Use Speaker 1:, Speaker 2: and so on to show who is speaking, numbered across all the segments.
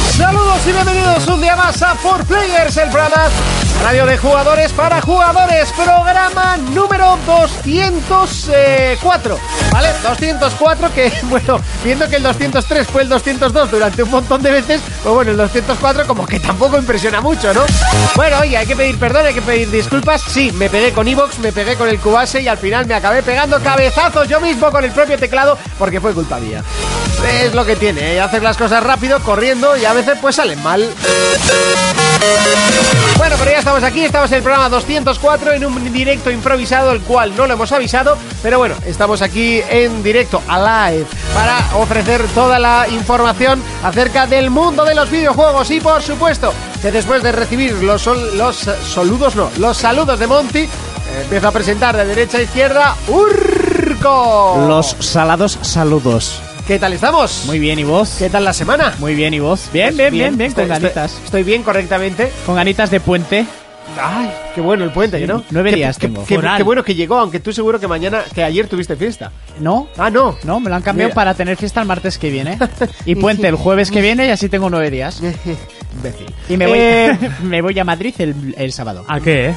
Speaker 1: y bienvenidos un día más a For Players, el programa radio de jugadores para jugadores, programa número 204, ¿vale? 204 que, bueno, viendo que el 203 fue el 202 durante un montón de veces, pues bueno, el 204 como que tampoco impresiona mucho, ¿no? Bueno, y hay que pedir perdón, hay que pedir disculpas, sí, me pegué con Evox, me pegué con el Cubase y al final me acabé pegando cabezazos yo mismo con el propio teclado porque fue culpa mía. Es lo que tiene, ¿eh? hacer las cosas rápido, corriendo y a veces pues salen mal. Bueno, pero ya estamos aquí, estamos en el programa 204 en un directo improvisado, el cual no lo hemos avisado, pero bueno, estamos aquí en directo, live, para ofrecer toda la información acerca del mundo de los videojuegos y por supuesto que después de recibir los, sol, los saludos, no, los saludos de Monty, eh, empiezo a presentar de derecha a izquierda Urco.
Speaker 2: Los salados saludos.
Speaker 1: ¿Qué tal estamos?
Speaker 2: Muy bien, ¿y vos?
Speaker 1: ¿Qué tal la semana?
Speaker 2: Muy bien, ¿y vos? Bien,
Speaker 1: Pues
Speaker 2: bien, bien, bien,
Speaker 1: estoy-
Speaker 2: con
Speaker 1: estoy-
Speaker 2: ganitas.
Speaker 1: Estoy bien correctamente.
Speaker 2: Con ganitas de puente.
Speaker 1: Ay, qué bueno el puente, ¿no?
Speaker 2: nueve
Speaker 1: Qué-
Speaker 2: días
Speaker 1: qué,
Speaker 2: tengo.
Speaker 1: Qué,
Speaker 2: Foral.
Speaker 1: qué bueno que llegó, aunque tú seguro que mañana, que ayer tuviste fiesta.
Speaker 2: ¿No?
Speaker 1: Ah, no.
Speaker 2: No, me lo han cambiado
Speaker 1: Mira.
Speaker 2: para tener fiesta el martes que viene. Y puente el jueves que viene y así tengo nueve días.
Speaker 1: Imbécil.
Speaker 2: Y me voy,
Speaker 1: Eh,
Speaker 2: me voy a Madrid el, el sábado. Ah,
Speaker 3: ¿A qué, eh?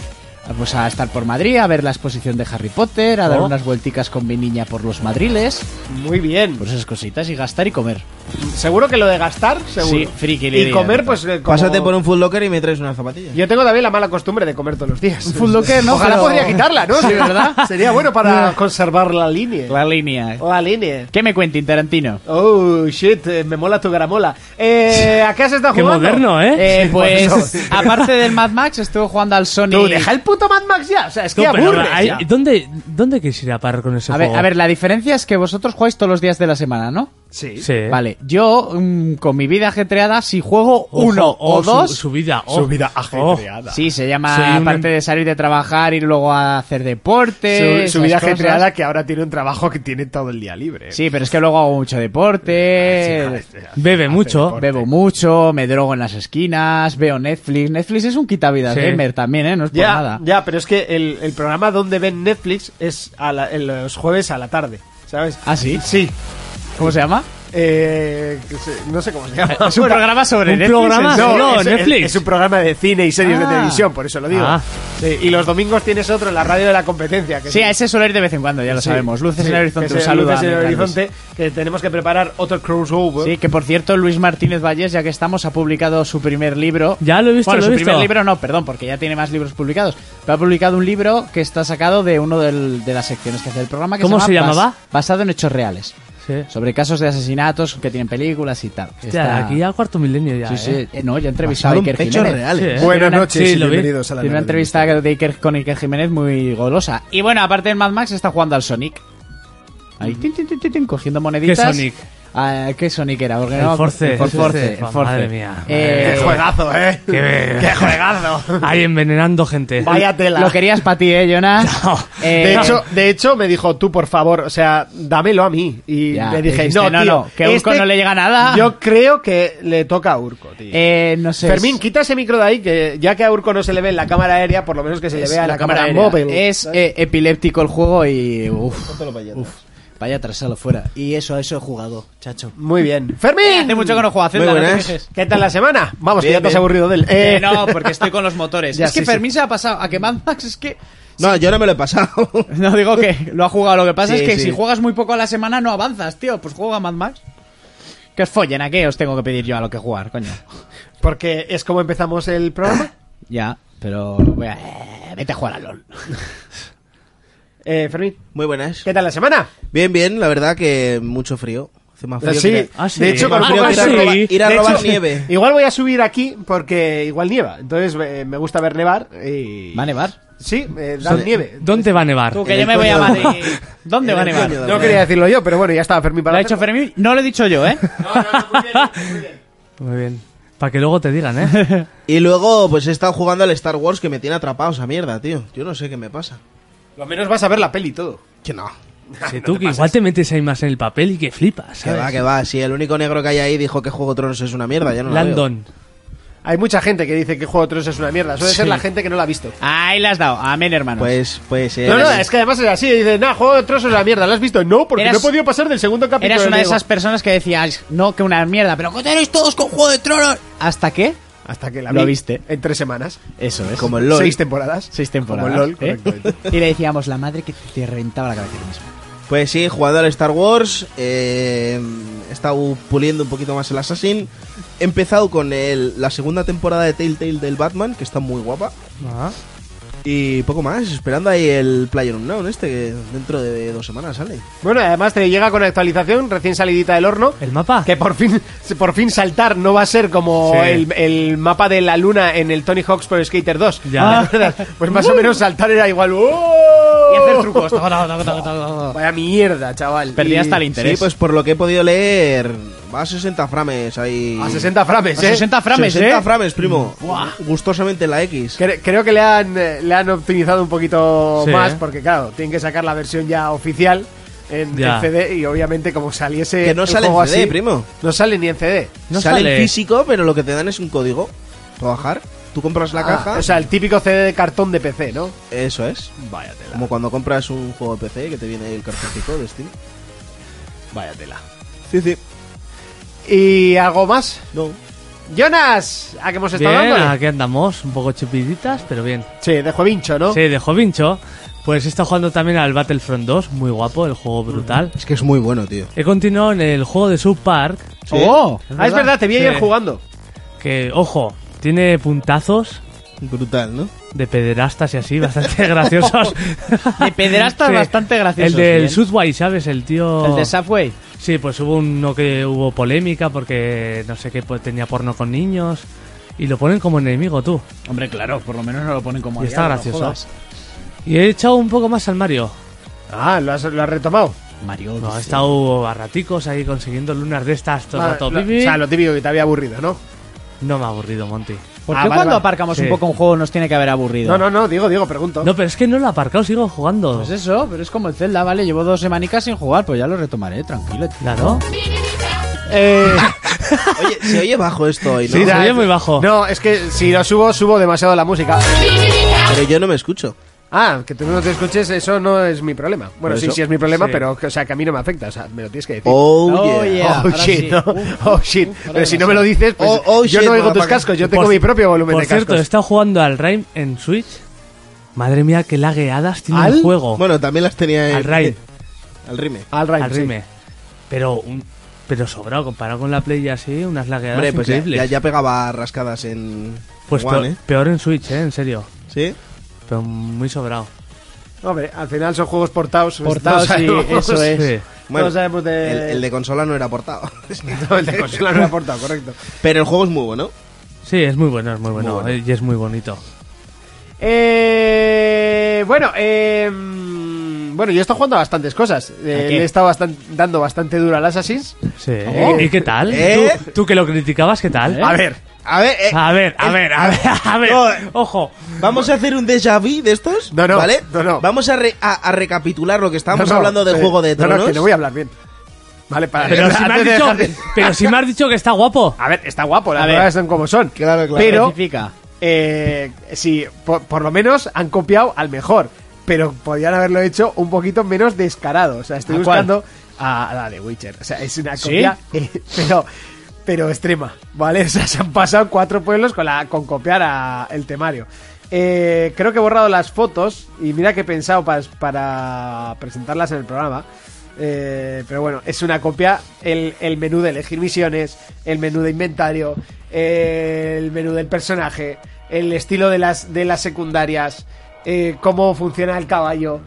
Speaker 2: Pues a estar por Madrid, a ver la exposición de Harry Potter, a dar
Speaker 1: Oh.
Speaker 2: unas vuelticas con mi niña por los madriles,
Speaker 1: muy bien.
Speaker 2: por esas cositas y gastar y comer.
Speaker 1: Seguro que lo de gastar, seguro.
Speaker 2: Sí, friki,
Speaker 1: Y
Speaker 2: lidia,
Speaker 1: comer,
Speaker 2: total.
Speaker 1: pues. eh, como-
Speaker 4: Pásate por un Food Locker y me traes unas zapatillas.
Speaker 1: Yo tengo también la mala costumbre de comer todos los días.
Speaker 2: Food Locker, no,
Speaker 1: Ojalá
Speaker 2: pero-
Speaker 1: podría quitarla, ¿no? Sí, ¿verdad? Sería bueno para conservar la línea. eh.
Speaker 2: La línea.
Speaker 1: La línea.
Speaker 2: ¿Qué me cuentin, Tarantino?
Speaker 1: Oh, shit, eh, me mola tu gramola. Eh, ¿A qué has estado
Speaker 3: Qué
Speaker 1: jugando?
Speaker 3: moderno, ¿eh?
Speaker 2: Eh,
Speaker 1: por
Speaker 2: pues,
Speaker 1: eso.
Speaker 2: aparte del Mad Max, estuve jugando al Sony.
Speaker 1: Tú, deja el puto Mad Max ya. O sea, es que
Speaker 3: No, pero
Speaker 1: aburres
Speaker 3: hay-
Speaker 1: ya.
Speaker 3: ¿dónde, ¿Dónde quisiera parar con ese
Speaker 2: A ver,
Speaker 3: juego?
Speaker 2: a ver, la diferencia es que vosotros jugáis todos los días de la semana, ¿no?
Speaker 1: Sí.
Speaker 3: Sí.
Speaker 2: Vale, yo mm, con mi vida ajetreada, si juego
Speaker 3: Ojo,
Speaker 2: uno
Speaker 3: oh,
Speaker 2: o
Speaker 3: su-
Speaker 2: dos,
Speaker 3: Su, vida. oh,
Speaker 1: Su vida
Speaker 3: oh.
Speaker 1: ajetreada.
Speaker 2: sí, se
Speaker 3: Soy
Speaker 2: llama
Speaker 3: un
Speaker 2: aparte
Speaker 3: em-
Speaker 2: de salir de trabajar y luego a hacer deporte.
Speaker 1: Su, su
Speaker 2: esas
Speaker 1: vida
Speaker 2: cosas.
Speaker 1: ajetreada que ahora tiene un trabajo que tiene todo el día libre. Ah,
Speaker 2: Sí, pero es que luego hago mucho
Speaker 1: eh,
Speaker 2: deporte,
Speaker 1: este,
Speaker 3: Bebe mucho.
Speaker 2: bebo mucho, me drogo en las esquinas, veo Netflix. Netflix es un quitavidas
Speaker 3: Sí.
Speaker 2: gamer también, ¿eh? No es por
Speaker 1: Ya,
Speaker 2: nada.
Speaker 1: ya, pero es que el, el programa donde ven Netflix es a la- en los jueves a la tarde, ¿sabes?
Speaker 2: ¿Ah, sí?
Speaker 1: Sí.
Speaker 2: ¿Cómo se llama?
Speaker 1: Eh, que se- no sé cómo se llama.
Speaker 2: Es un
Speaker 1: Bueno,
Speaker 2: programa sobre
Speaker 3: un
Speaker 2: Netflix.
Speaker 3: programa
Speaker 2: ¿en
Speaker 3: sobre-
Speaker 2: serio?
Speaker 1: es,
Speaker 3: No,
Speaker 1: es-
Speaker 3: Netflix.
Speaker 1: Es, un programa de cine y series
Speaker 2: Ah.
Speaker 1: de televisión, por eso lo digo.
Speaker 3: Ah.
Speaker 1: Sí, y los domingos tienes otro en la radio de la competencia. Que
Speaker 2: Sí,
Speaker 1: es-
Speaker 2: a ese soler de vez en cuando, ya lo
Speaker 1: sí,
Speaker 2: sabemos. Luces
Speaker 1: sí,
Speaker 2: en el horizonte,
Speaker 1: que
Speaker 2: un
Speaker 1: se-
Speaker 2: saludo.
Speaker 1: Luces
Speaker 2: a
Speaker 1: en el
Speaker 2: Miguel Luis.
Speaker 1: horizonte, que tenemos que preparar otro crossover.
Speaker 2: Sí, que por cierto, Luis Martínez Valles, ya que estamos, ha publicado su primer libro.
Speaker 3: Ya lo he visto,
Speaker 2: Bueno,
Speaker 3: lo he
Speaker 2: su
Speaker 3: visto.
Speaker 2: primer libro no, perdón, porque ya tiene más libros publicados. Pero ha publicado un libro que está sacado de uno del- de las secciones que hace el programa. Que
Speaker 3: ¿Cómo se
Speaker 2: llama Bas-
Speaker 3: llamaba?
Speaker 2: basado en hechos reales.
Speaker 3: Sí.
Speaker 2: Sobre casos de asesinatos que tienen películas y tal.
Speaker 3: Hostia,
Speaker 2: Está-
Speaker 3: aquí ya cuarto milenio ya,
Speaker 2: Sí, sí.
Speaker 3: ¿eh?
Speaker 2: Eh, no, ya he entrevistado
Speaker 4: Basado
Speaker 2: a
Speaker 4: en
Speaker 2: Iker
Speaker 4: hechos
Speaker 2: Jiménez.
Speaker 4: reales.
Speaker 3: Sí, ¿eh?
Speaker 1: Buenas
Speaker 2: Tiene una-
Speaker 1: noches
Speaker 3: sí,
Speaker 1: y
Speaker 3: lo vi.
Speaker 1: bienvenidos a la
Speaker 2: Tiene una
Speaker 1: nave del
Speaker 2: entrevista de Iker, con Iker Jiménez muy golosa. Y bueno, aparte del Mad Max, está jugando al Sonic. Ahí, tin, tin, tin, tin, tin, cogiendo moneditas.
Speaker 3: ¿Qué Sonic?
Speaker 2: Ah, ¿Qué Sonic era? Porque
Speaker 3: El
Speaker 2: no-
Speaker 3: Force,
Speaker 2: el For-
Speaker 3: sí,
Speaker 2: Force,
Speaker 3: sí.
Speaker 2: el Force.
Speaker 3: Madre mía.
Speaker 2: Eh,
Speaker 1: Qué juegazo, ¿eh?
Speaker 3: Qué-
Speaker 1: Qué juegazo.
Speaker 3: Ahí envenenando gente.
Speaker 1: Vaya tela.
Speaker 2: Lo querías para ti, ¿eh, Jonas?
Speaker 3: No.
Speaker 2: Eh,
Speaker 1: De hecho, de hecho, me dijo, tú, por favor, o sea, dámelo a mí. Y
Speaker 2: Ya,
Speaker 1: le dije,
Speaker 2: dijiste,
Speaker 1: no,
Speaker 2: no,
Speaker 1: tío, este
Speaker 2: no, que a Urco no le llega nada.
Speaker 1: Yo creo que le toca a Urco, tío.
Speaker 2: eh, no sé.
Speaker 1: Fermín,
Speaker 2: es-
Speaker 1: quita ese micro de ahí, que ya que a Urco no se le ve en la cámara aérea, por lo menos que se le
Speaker 2: es
Speaker 1: vea en la, cámara,
Speaker 2: aérea.
Speaker 1: móvil.
Speaker 2: Es eh, epiléptico el juego y. Uf, uf, vaya atrasado fuera. Y eso, eso he jugado, chacho. Eh,
Speaker 1: Muy bien. ¡Fermín!
Speaker 2: Hace mucho que no juego a Zelda,
Speaker 4: Muy
Speaker 2: no te
Speaker 4: buenas.
Speaker 2: quejes.
Speaker 1: ¿Qué tal la semana? Vamos, que ya te has
Speaker 4: bien.
Speaker 1: aburrido de él.
Speaker 2: Eh,
Speaker 1: Eh,
Speaker 2: no, porque estoy con los motores.
Speaker 1: Ya,
Speaker 2: es que
Speaker 1: sí, sí.
Speaker 2: Fermín se ha pasado. A que Mad Max es que.
Speaker 4: No, yo no me lo he pasado.
Speaker 2: No digo que lo ha jugado. Lo que pasa
Speaker 4: Sí,
Speaker 2: es que
Speaker 4: sí.
Speaker 2: si juegas muy poco a la semana no avanzas, tío. Pues juega a Mad Max. Que os follen, ¿a qué os tengo que pedir yo a lo que jugar, coño?
Speaker 1: Porque es como empezamos el programa.
Speaker 2: Ya, pero voy a... eh, vete a jugar a LOL.
Speaker 1: Eh, Fermín,
Speaker 4: Muy buenas.
Speaker 1: ¿qué tal la semana?
Speaker 4: Bien, bien, la verdad que mucho frío. Hace más frío.
Speaker 1: Sí,
Speaker 4: que ir a-
Speaker 3: Ah, sí.
Speaker 1: de hecho, con
Speaker 3: Ah,
Speaker 1: poco
Speaker 3: sí.
Speaker 1: de
Speaker 4: ir, a robar,
Speaker 1: ropa-
Speaker 4: ir a
Speaker 1: De
Speaker 4: robar
Speaker 1: hecho,
Speaker 4: nieve.
Speaker 1: Igual voy a subir aquí porque igual nieva. Entonces eh, me gusta ver nevar. Y...
Speaker 2: ¿Va a nevar?
Speaker 1: Sí, eh, da nieve.
Speaker 3: ¿Dónde va a nevar?
Speaker 2: Tú,
Speaker 4: En
Speaker 2: que yo
Speaker 4: el
Speaker 2: me voy a
Speaker 4: coño de-
Speaker 2: Madrid. ¿Dónde
Speaker 4: En
Speaker 2: va a
Speaker 4: el
Speaker 2: nevar?
Speaker 4: coño de-
Speaker 2: Lo
Speaker 1: No quería decirlo yo, pero bueno, ya estaba Fermín para
Speaker 2: ha hecho Fermín, no lo he dicho yo, ¿eh?
Speaker 3: Muy bien. Para que luego te digan, ¿eh?
Speaker 4: Y luego, pues he estado jugando al Star Wars que me tiene atrapado esa mierda, tío. Yo no sé qué me pasa.
Speaker 1: Lo menos vas a ver la peli y todo.
Speaker 4: Que no.
Speaker 3: Si tú, que igual te metes ahí más en el papel y que flipas,
Speaker 4: Que
Speaker 3: ¿sabes?
Speaker 4: va, que va. Si el único negro que hay ahí dijo que Juego de Tronos es una mierda, ya no lo veo.
Speaker 3: Landon.
Speaker 1: Hay mucha gente que dice que Juego de Tronos es una mierda. Suele ser la gente que no la ha visto.
Speaker 5: Ahí la has dado. Amén, hermanos.
Speaker 4: Pues, pues, eh,
Speaker 1: No, no, es que además es así. Dice, nah, Juego de Tronos es una mierda. ¿La has visto? No, porque
Speaker 5: Eras-
Speaker 1: no he podido pasar del segundo capítulo.
Speaker 5: Eras una de
Speaker 1: Digo,
Speaker 5: esas personas que decías, no, que una mierda, pero ¿qué tenéis todos con Juego de Tronos? ¿Hasta qué?
Speaker 1: Hasta que la
Speaker 5: Lo
Speaker 1: vi
Speaker 5: viste.
Speaker 1: en tres semanas.
Speaker 5: Eso es.
Speaker 4: Como el LOL.
Speaker 1: Seis temporadas.
Speaker 5: Seis temporadas.
Speaker 1: Como el LOL,
Speaker 5: ¿eh?
Speaker 1: correcto.
Speaker 5: Y le decíamos, la madre que te rentaba la cabeza. mismo.
Speaker 4: pues sí, jugando al Star Wars, eh, he estado puliendo un poquito más el Assassin. He empezado con el- la segunda temporada de Telltale del Batman, que está muy guapa.
Speaker 3: Ah,
Speaker 4: Y poco más, esperando ahí el Player Unknown este, que dentro de dos semanas sale.
Speaker 1: Bueno, además te llega con actualización, recién salidita del horno.
Speaker 3: ¿El mapa?
Speaker 1: Que por fin, por fin saltar no va a ser como
Speaker 3: Sí.
Speaker 1: el, el mapa de la luna en el Tony Hawk's Pro Skater 2.
Speaker 3: Ya.
Speaker 1: ¿Te acuerdas? Pues más o menos saltar era igual. ¡Oh!
Speaker 5: Y hacer trucos. Toc, toc, toc, toc, toc.
Speaker 1: Vaya mierda, chaval.
Speaker 5: Perdí
Speaker 1: Y
Speaker 5: hasta el interés.
Speaker 4: Sí, pues por lo que he podido leer, va a 60 frames ahí.
Speaker 1: A 60 frames,
Speaker 5: A
Speaker 1: ¿eh?
Speaker 5: 60 frames,
Speaker 4: 60
Speaker 5: ¿eh?
Speaker 4: frames, primo. Gustosamente la X.
Speaker 1: Cre- Creo que le han, eh, le han optimizado un poquito
Speaker 3: Sí.
Speaker 1: más, porque claro, tienen que sacar la versión ya oficial en,
Speaker 3: Ya.
Speaker 1: en CD y obviamente como saliese
Speaker 4: Que no
Speaker 1: el
Speaker 4: sale en
Speaker 1: juego
Speaker 4: CD,
Speaker 1: así,
Speaker 4: primo.
Speaker 1: No sale ni en CD.
Speaker 3: No
Speaker 4: sale,
Speaker 3: sale.
Speaker 4: en físico, pero lo que te dan es un código para bajar. Tú compras la
Speaker 1: Ah,
Speaker 4: caja.
Speaker 1: o sea, el típico CD de cartón de PC, ¿no?
Speaker 4: eso es.
Speaker 1: Vaya tela.
Speaker 4: Como cuando compras un juego de PC que te viene el cartoncito de Steam.
Speaker 1: Vaya tela.
Speaker 4: Sí, sí.
Speaker 1: ¿Y algo más?
Speaker 4: No.
Speaker 1: Jonas, ¿a qué hemos estado
Speaker 3: Bien,
Speaker 1: dándole?
Speaker 3: aquí andamos, un poco chupiditas, pero bien.
Speaker 1: Sí, de Juevincho, ¿no?
Speaker 3: Sí, de Jovincho. Pues he estado jugando también al Battlefront 2, muy guapo, el juego brutal.
Speaker 4: Es que es muy bueno, tío.
Speaker 3: He continuado en el juego de South Park,
Speaker 4: Sí.
Speaker 5: ¡Oh!
Speaker 1: Ah, es verdad, te vi
Speaker 3: Sí.
Speaker 1: ayer jugando.
Speaker 3: que, ojo, tiene puntazos
Speaker 4: Brutal, ¿no?
Speaker 3: de pederastas y así, bastante graciosos.
Speaker 5: De pederastas
Speaker 3: Sí.
Speaker 5: bastante graciosos.
Speaker 3: El del
Speaker 5: bien.
Speaker 3: Subway, ¿sabes? El tío...
Speaker 5: El de Subway.
Speaker 3: Sí, pues hubo uno que hubo polémica porque no sé qué pues, tenía porno con niños y lo ponen como enemigo tú.
Speaker 5: Hombre, claro, por lo menos no lo ponen como
Speaker 3: Y está
Speaker 5: aliado, no
Speaker 3: gracioso.
Speaker 5: jodas.
Speaker 3: Y he echado un poco más al Mario.
Speaker 1: Ah, lo has, lo has retomado.
Speaker 5: Mario.
Speaker 3: No, he
Speaker 5: dice.
Speaker 3: estado a raticos ahí consiguiendo lunas de estas todo el
Speaker 1: Ah,
Speaker 3: rato.
Speaker 1: lo-
Speaker 3: Pi, pi,
Speaker 1: o sea, lo típico que te había aburrido, ¿no?
Speaker 3: No me ha aburrido, Monty.
Speaker 5: ¿Por
Speaker 1: Ah,
Speaker 5: qué
Speaker 1: vale,
Speaker 5: cuando
Speaker 1: vale.
Speaker 5: aparcamos
Speaker 3: Sí.
Speaker 5: un poco un juego nos tiene que haber aburrido?
Speaker 1: No, no, no, digo, digo, pregunto.
Speaker 3: No, pero es que no lo he aparcado, sigo jugando.
Speaker 5: Pues eso, pero es como el Zelda, ¿vale? Llevo dos semanicas sin jugar, pues ya lo retomaré, tranquilo. tío.
Speaker 3: Claro.
Speaker 1: Eh,
Speaker 4: Oye, se oye bajo esto hoy, ¿no?
Speaker 3: Sí, se oye muy bajo.
Speaker 1: No, es que si lo subo, subo demasiado la música.
Speaker 4: Pero yo no me escucho.
Speaker 1: Ah, que tú no te escuches, eso no es mi problema. Bueno,
Speaker 4: Por
Speaker 1: sí,
Speaker 4: eso.
Speaker 1: sí es mi problema,
Speaker 3: Sí.
Speaker 1: pero o sea, que a mí no me afecta, o sea, me lo tienes que decir.
Speaker 4: Oh,
Speaker 5: Oh,
Speaker 4: yeah.
Speaker 5: yeah.
Speaker 1: Oh
Speaker 5: ahora
Speaker 1: shit,
Speaker 5: sí.
Speaker 1: ¿no?
Speaker 5: Uf,
Speaker 1: oh shit.
Speaker 5: uf, ahora
Speaker 1: Pero si no
Speaker 5: demasiado.
Speaker 1: me lo dices, pues
Speaker 4: Oh, oh,
Speaker 1: yo
Speaker 4: shit,
Speaker 1: no oigo tus
Speaker 4: motherfucker.
Speaker 1: cascos, yo tengo
Speaker 3: Por-
Speaker 1: mi propio volumen
Speaker 3: Por
Speaker 1: de
Speaker 3: cierto, he
Speaker 1: cascos.
Speaker 3: estado jugando al Rime en Switch. Madre mía, qué lagueadas tiene
Speaker 1: ¿Al?
Speaker 3: el juego.
Speaker 4: Bueno, también las tenía en-
Speaker 3: al Rime,
Speaker 4: Al rime.
Speaker 1: Al Rhyme,
Speaker 3: al
Speaker 1: sí.
Speaker 3: Rime. Pero, un- pero sobrado, comparado con la Play y así, unas lagueadas
Speaker 4: Hombre, pues ya,
Speaker 3: increíbles.
Speaker 4: ya- ya pegaba rascadas en.
Speaker 3: Pues
Speaker 4: One,
Speaker 3: peor,
Speaker 4: ¿eh?
Speaker 3: peor en Switch, ¿eh? En serio.
Speaker 4: Sí.
Speaker 3: Pero muy sobrado.
Speaker 1: Hombre, al final son juegos portados.
Speaker 5: Portados,
Speaker 1: todos
Speaker 5: sí,
Speaker 1: sabemos-
Speaker 5: Pues eso es.
Speaker 3: Sí.
Speaker 1: Todos sabemos de...
Speaker 4: El, el de consola no era portado.
Speaker 1: No, el de consola no era portado, correcto.
Speaker 4: Pero el juego es muy bueno.
Speaker 3: Sí, es muy bueno, es muy bueno. eh, Y es muy bonito.
Speaker 1: Eh, bueno, eh, bueno, yo he estado jugando a bastantes cosas. Eh,
Speaker 5: qué?
Speaker 1: le he estado bastan- dando bastante duro al Assassin's.
Speaker 3: Sí.
Speaker 1: Oh.
Speaker 3: ¿Y qué tal?
Speaker 4: ¿Eh?
Speaker 3: ¿Tú, tú que lo criticabas, ¿qué tal?
Speaker 1: A ver,
Speaker 4: A ver, eh,
Speaker 3: A ver, a ver, a ver, a ver.
Speaker 4: No.
Speaker 3: Ojo.
Speaker 4: Vamos a hacer un déjà vu de estos.
Speaker 1: No, no,
Speaker 4: ¿Vale?
Speaker 1: no, no.
Speaker 4: Vamos a, re- a- a recapitular lo que estábamos
Speaker 1: no, no,
Speaker 4: hablando del
Speaker 1: eh,
Speaker 4: juego de
Speaker 1: no, no,
Speaker 4: tronos.
Speaker 1: que no voy a hablar bien. Vale, para.
Speaker 3: Pero si, me has
Speaker 1: antes de
Speaker 3: dicho,
Speaker 1: dejarte-
Speaker 3: pero si me has dicho que está guapo.
Speaker 1: A ver, está guapo, las
Speaker 5: A ver.
Speaker 1: palabras son como son.
Speaker 4: Claro, claro.
Speaker 1: Pero,
Speaker 5: Especifica.
Speaker 1: eh, sí, por, por lo menos han copiado al mejor. Pero podían haberlo hecho un poquito menos descarado. O sea, estoy
Speaker 5: ¿A cuál?
Speaker 1: buscando a, a la de Witcher. O sea, es una
Speaker 5: ¿Sí?
Speaker 1: copia, eh, pero, pero extrema, ¿vale? O sea, se han pasado cuatro pueblos con, la, con copiar a- el temario. Eh, creo que he borrado las fotos y mira que he pensado pas- para presentarlas en el programa. Eh, pero bueno, es una copia. El, el menú de elegir misiones, el menú de inventario, eh, el menú del personaje, el estilo de las, de las secundarias, eh, cómo funciona el caballo.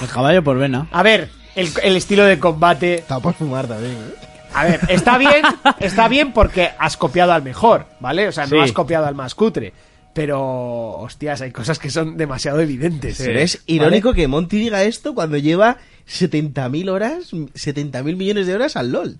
Speaker 5: El caballo por vena.
Speaker 1: A ver, el, el estilo de combate.
Speaker 4: Está por fumar también, ¿eh?
Speaker 1: A ver, está bien, está bien porque has copiado al mejor, ¿vale? O sea,
Speaker 5: Sí.
Speaker 1: no has copiado al más cutre. Pero, hostias, hay cosas que son demasiado evidentes.
Speaker 4: Pero es irónico que Monty diga esto cuando lleva 70.000 horas, 70.000 millones de horas al LOL.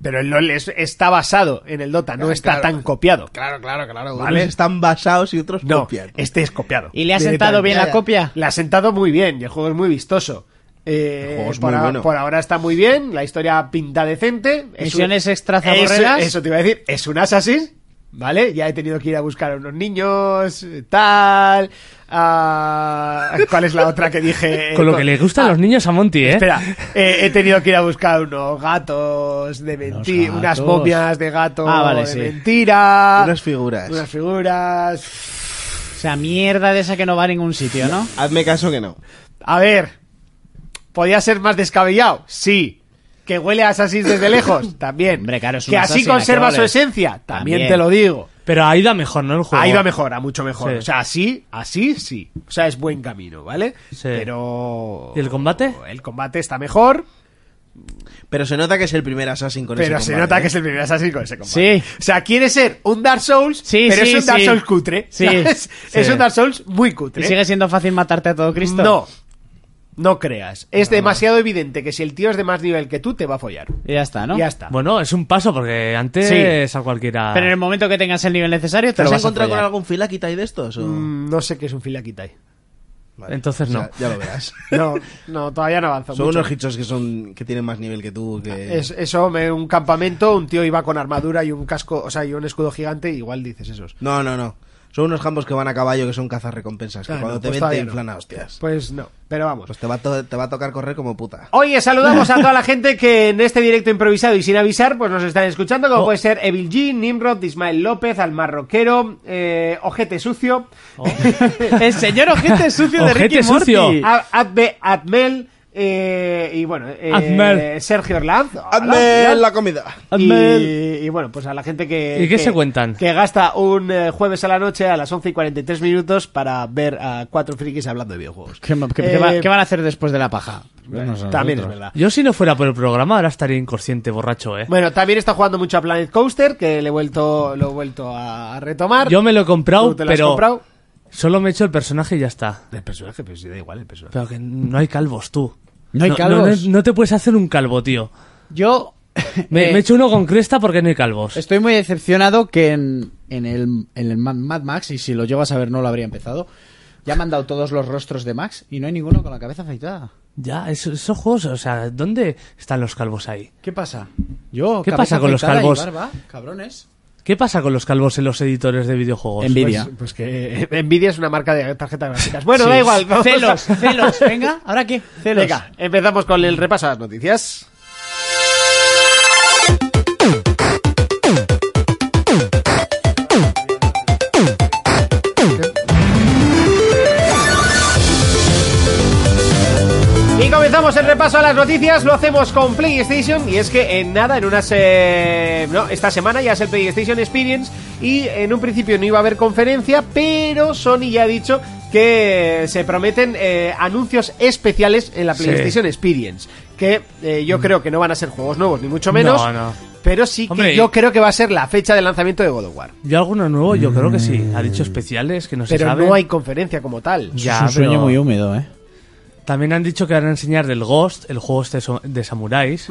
Speaker 1: Pero el LOL es- está basado en el Dota, no está
Speaker 4: claro.
Speaker 1: tan copiado.
Speaker 4: Claro, claro, claro.
Speaker 1: Vale.
Speaker 4: Unos están basados y otros
Speaker 1: No,
Speaker 4: copian.
Speaker 1: este es copiado.
Speaker 5: ¿Y le ha
Speaker 1: Directamente.
Speaker 5: sentado bien
Speaker 4: Ya,
Speaker 5: la
Speaker 4: ya.
Speaker 5: copia?
Speaker 1: Le ha sentado muy bien y el juego es muy vistoso. Eh,
Speaker 4: El juego es
Speaker 1: por,
Speaker 4: muy
Speaker 1: a-
Speaker 4: bueno.
Speaker 1: por ahora está muy bien, la historia pinta decente. Es
Speaker 5: Misiones extra
Speaker 1: eso,
Speaker 5: zaborreras.
Speaker 1: eso te iba a decir, es un Assassin ¿Vale? Ya he tenido que ir a buscar a unos niños, tal. a- ¿Cuál es la otra que dije?
Speaker 3: Con lo que le gustan
Speaker 1: Ah,
Speaker 3: los niños a Monty, ¿eh?
Speaker 1: Espera, eh, he tenido que ir a buscar unos gatos de mentira,
Speaker 2: Unos
Speaker 1: unas
Speaker 2: gatos.
Speaker 1: momias de gato
Speaker 2: Ah, vale,
Speaker 1: de
Speaker 2: sí.
Speaker 1: mentira,
Speaker 4: Unas figuras.
Speaker 1: unas figuras.
Speaker 2: O sea, mierda de esa que no va a ningún sitio, ¿no?
Speaker 4: Hazme caso que no.
Speaker 1: A ver, ¿podía ser más descabellado? Sí. Que huele a Assassin desde lejos, también.
Speaker 2: Hombre, claro, es un
Speaker 1: que así
Speaker 2: Assassin, ¿a
Speaker 1: conserva
Speaker 2: qué
Speaker 1: su
Speaker 2: huele?
Speaker 1: esencia, también,
Speaker 2: También.
Speaker 1: te lo digo.
Speaker 3: Pero ha ido a mejor, ¿no? El juego.
Speaker 1: Ha ido a mejor, a mucho mejor.
Speaker 3: Sí.
Speaker 1: O sea, así, así sí. O sea, es buen camino, ¿vale?
Speaker 3: Sí.
Speaker 1: Pero.
Speaker 3: ¿Y el combate?
Speaker 1: El combate está mejor.
Speaker 4: Pero se nota que es el primer Assassin con
Speaker 1: Pero
Speaker 4: ese
Speaker 1: se
Speaker 4: combate,
Speaker 1: nota
Speaker 4: ¿eh?
Speaker 1: que es el primer Assassin con ese combate.
Speaker 2: Sí.
Speaker 1: O sea, quiere ser un Dark Souls,
Speaker 2: Sí,
Speaker 1: pero
Speaker 2: sí,
Speaker 1: es un Dark
Speaker 2: sí.
Speaker 1: Souls cutre.
Speaker 2: Sí,
Speaker 1: ¿sabes?
Speaker 2: sí.
Speaker 1: Es un Dark Souls muy cutre.
Speaker 2: ¿Y sigue siendo fácil matarte a todo Cristo?
Speaker 1: ¿Eh? No. No creas. Es demasiado evidente que si el tío es de más nivel que tú, te va a follar.
Speaker 2: Y ya está, ¿no?
Speaker 1: Ya está.
Speaker 3: Bueno, es un paso porque antes a cualquiera.
Speaker 2: Pero en el momento que tengas el nivel necesario,
Speaker 4: ¿Te
Speaker 2: te
Speaker 4: has
Speaker 2: lo vas a
Speaker 4: encontrado con
Speaker 2: follar.
Speaker 4: algún filaquita y de estos? o?
Speaker 1: Mm, no sé qué es un filaquitai.
Speaker 4: Vale.
Speaker 3: Entonces no.
Speaker 4: O sea, ya lo verás.
Speaker 1: No, no, todavía no avanzo
Speaker 4: Son
Speaker 1: mucho.
Speaker 4: unos hichos que son que tienen más nivel que tú. Que...
Speaker 1: Es- eso, me- un campamento, un tío iba con armadura y un casco, o sea, y un escudo gigante, igual dices esos.
Speaker 4: No, no, no. Son unos jambos que van a caballo que son cazas recompensas. Que
Speaker 1: Ah,
Speaker 4: cuando
Speaker 1: no,
Speaker 4: te
Speaker 1: pues
Speaker 4: ven te
Speaker 1: todavía no.
Speaker 4: inflan a hostias.
Speaker 1: Pues no, pero vamos.
Speaker 4: Pues te va, a to- te va a tocar correr como puta.
Speaker 1: Oye, saludamos a toda la gente que en este directo improvisado y sin avisar, pues nos están escuchando, como puede ser Evil G, Nimrod, Ismael López, Al Marroquero, eh, Ojete Sucio,
Speaker 2: El señor ojete sucio de
Speaker 3: Ojete
Speaker 2: Ricky Morty.
Speaker 3: sucio.
Speaker 1: A- Adbe Admel, eh, y bueno, eh,
Speaker 3: Admel.
Speaker 1: Sergio Orlanz.
Speaker 4: ¡Hazme la comida!
Speaker 1: Y,
Speaker 3: Admel.
Speaker 1: y bueno, pues a la gente que...
Speaker 3: ¿Y qué
Speaker 1: que-
Speaker 3: se cuentan?
Speaker 1: Que gasta un eh, jueves a la noche a las 11 y 43 minutos para ver a cuatro frikis hablando de videojuegos.
Speaker 2: ¿Qué, qué-
Speaker 1: Eh,
Speaker 2: qué va- qué van a hacer después de la paja? No sé
Speaker 1: También es
Speaker 2: nosotros.
Speaker 1: verdad.
Speaker 3: Yo si no fuera por el programa ahora estaría inconsciente, borracho, ¿eh?
Speaker 1: Bueno, también está jugando mucho a Planet Coaster, que le he vuelto, lo he vuelto a a retomar.
Speaker 3: Yo me lo he comprado,
Speaker 1: ¿Tú te lo has
Speaker 3: pero
Speaker 1: comprado?
Speaker 3: solo me he hecho el personaje y ya está.
Speaker 1: El personaje, pero si da igual el personaje.
Speaker 3: Pero que no hay calvos, tú.
Speaker 2: ¿No hay calvos?
Speaker 3: No, no te puedes hacer un calvo, tío.
Speaker 2: Yo...
Speaker 3: Me,
Speaker 2: eh,
Speaker 3: me he hecho uno con cresta porque no hay calvos.
Speaker 2: Estoy muy decepcionado que en, en el, en el Ma- Mad Max, y si lo llego a saber no lo habría empezado, ya me han dado todos los rostros de Max y no hay ninguno con la cabeza afeitada.
Speaker 3: Ya, eso- esos juegos, o sea, ¿dónde están los calvos ahí?
Speaker 2: ¿Qué pasa? Yo,
Speaker 3: ¿Qué
Speaker 2: cabeza
Speaker 3: pasa con los
Speaker 2: afeitada y
Speaker 3: calvos?
Speaker 2: barba, cabrones.
Speaker 3: ¿Qué pasa con los calvos en los editores de videojuegos?
Speaker 2: Envidia.
Speaker 1: Pues, pues que eh, Nvidia es una marca de tarjetas gráficas. Bueno, da igual. vamos a-
Speaker 2: Celos, celos, venga, ¿ahora qué? Celos.
Speaker 1: Venga, empezamos con el repaso a las noticias. Y comenzamos el repaso a las noticias, lo hacemos con PlayStation y es que en nada, en unas... eh, no, esta semana ya es el PlayStation Experience y en un principio no iba a haber conferencia, pero Sony ya ha dicho que se prometen eh, anuncios especiales en la
Speaker 3: Sí.
Speaker 1: PlayStation Experience, que eh, yo creo que no van a ser juegos nuevos, ni mucho menos,
Speaker 3: No, no.
Speaker 1: pero sí que
Speaker 3: Hombre,
Speaker 1: yo
Speaker 3: y-
Speaker 1: creo que va a ser la fecha de lanzamiento de God of War.
Speaker 3: Pues, Yo alguno nuevo, yo creo que sí. Ha dicho especiales que no se
Speaker 1: Pero
Speaker 3: sabe.
Speaker 1: no hay conferencia como tal.
Speaker 3: Ya,
Speaker 2: es un sueño
Speaker 3: pero
Speaker 2: muy húmedo, ¿eh?
Speaker 3: También han dicho que van a enseñar del Ghost, el juego este so- de samuráis.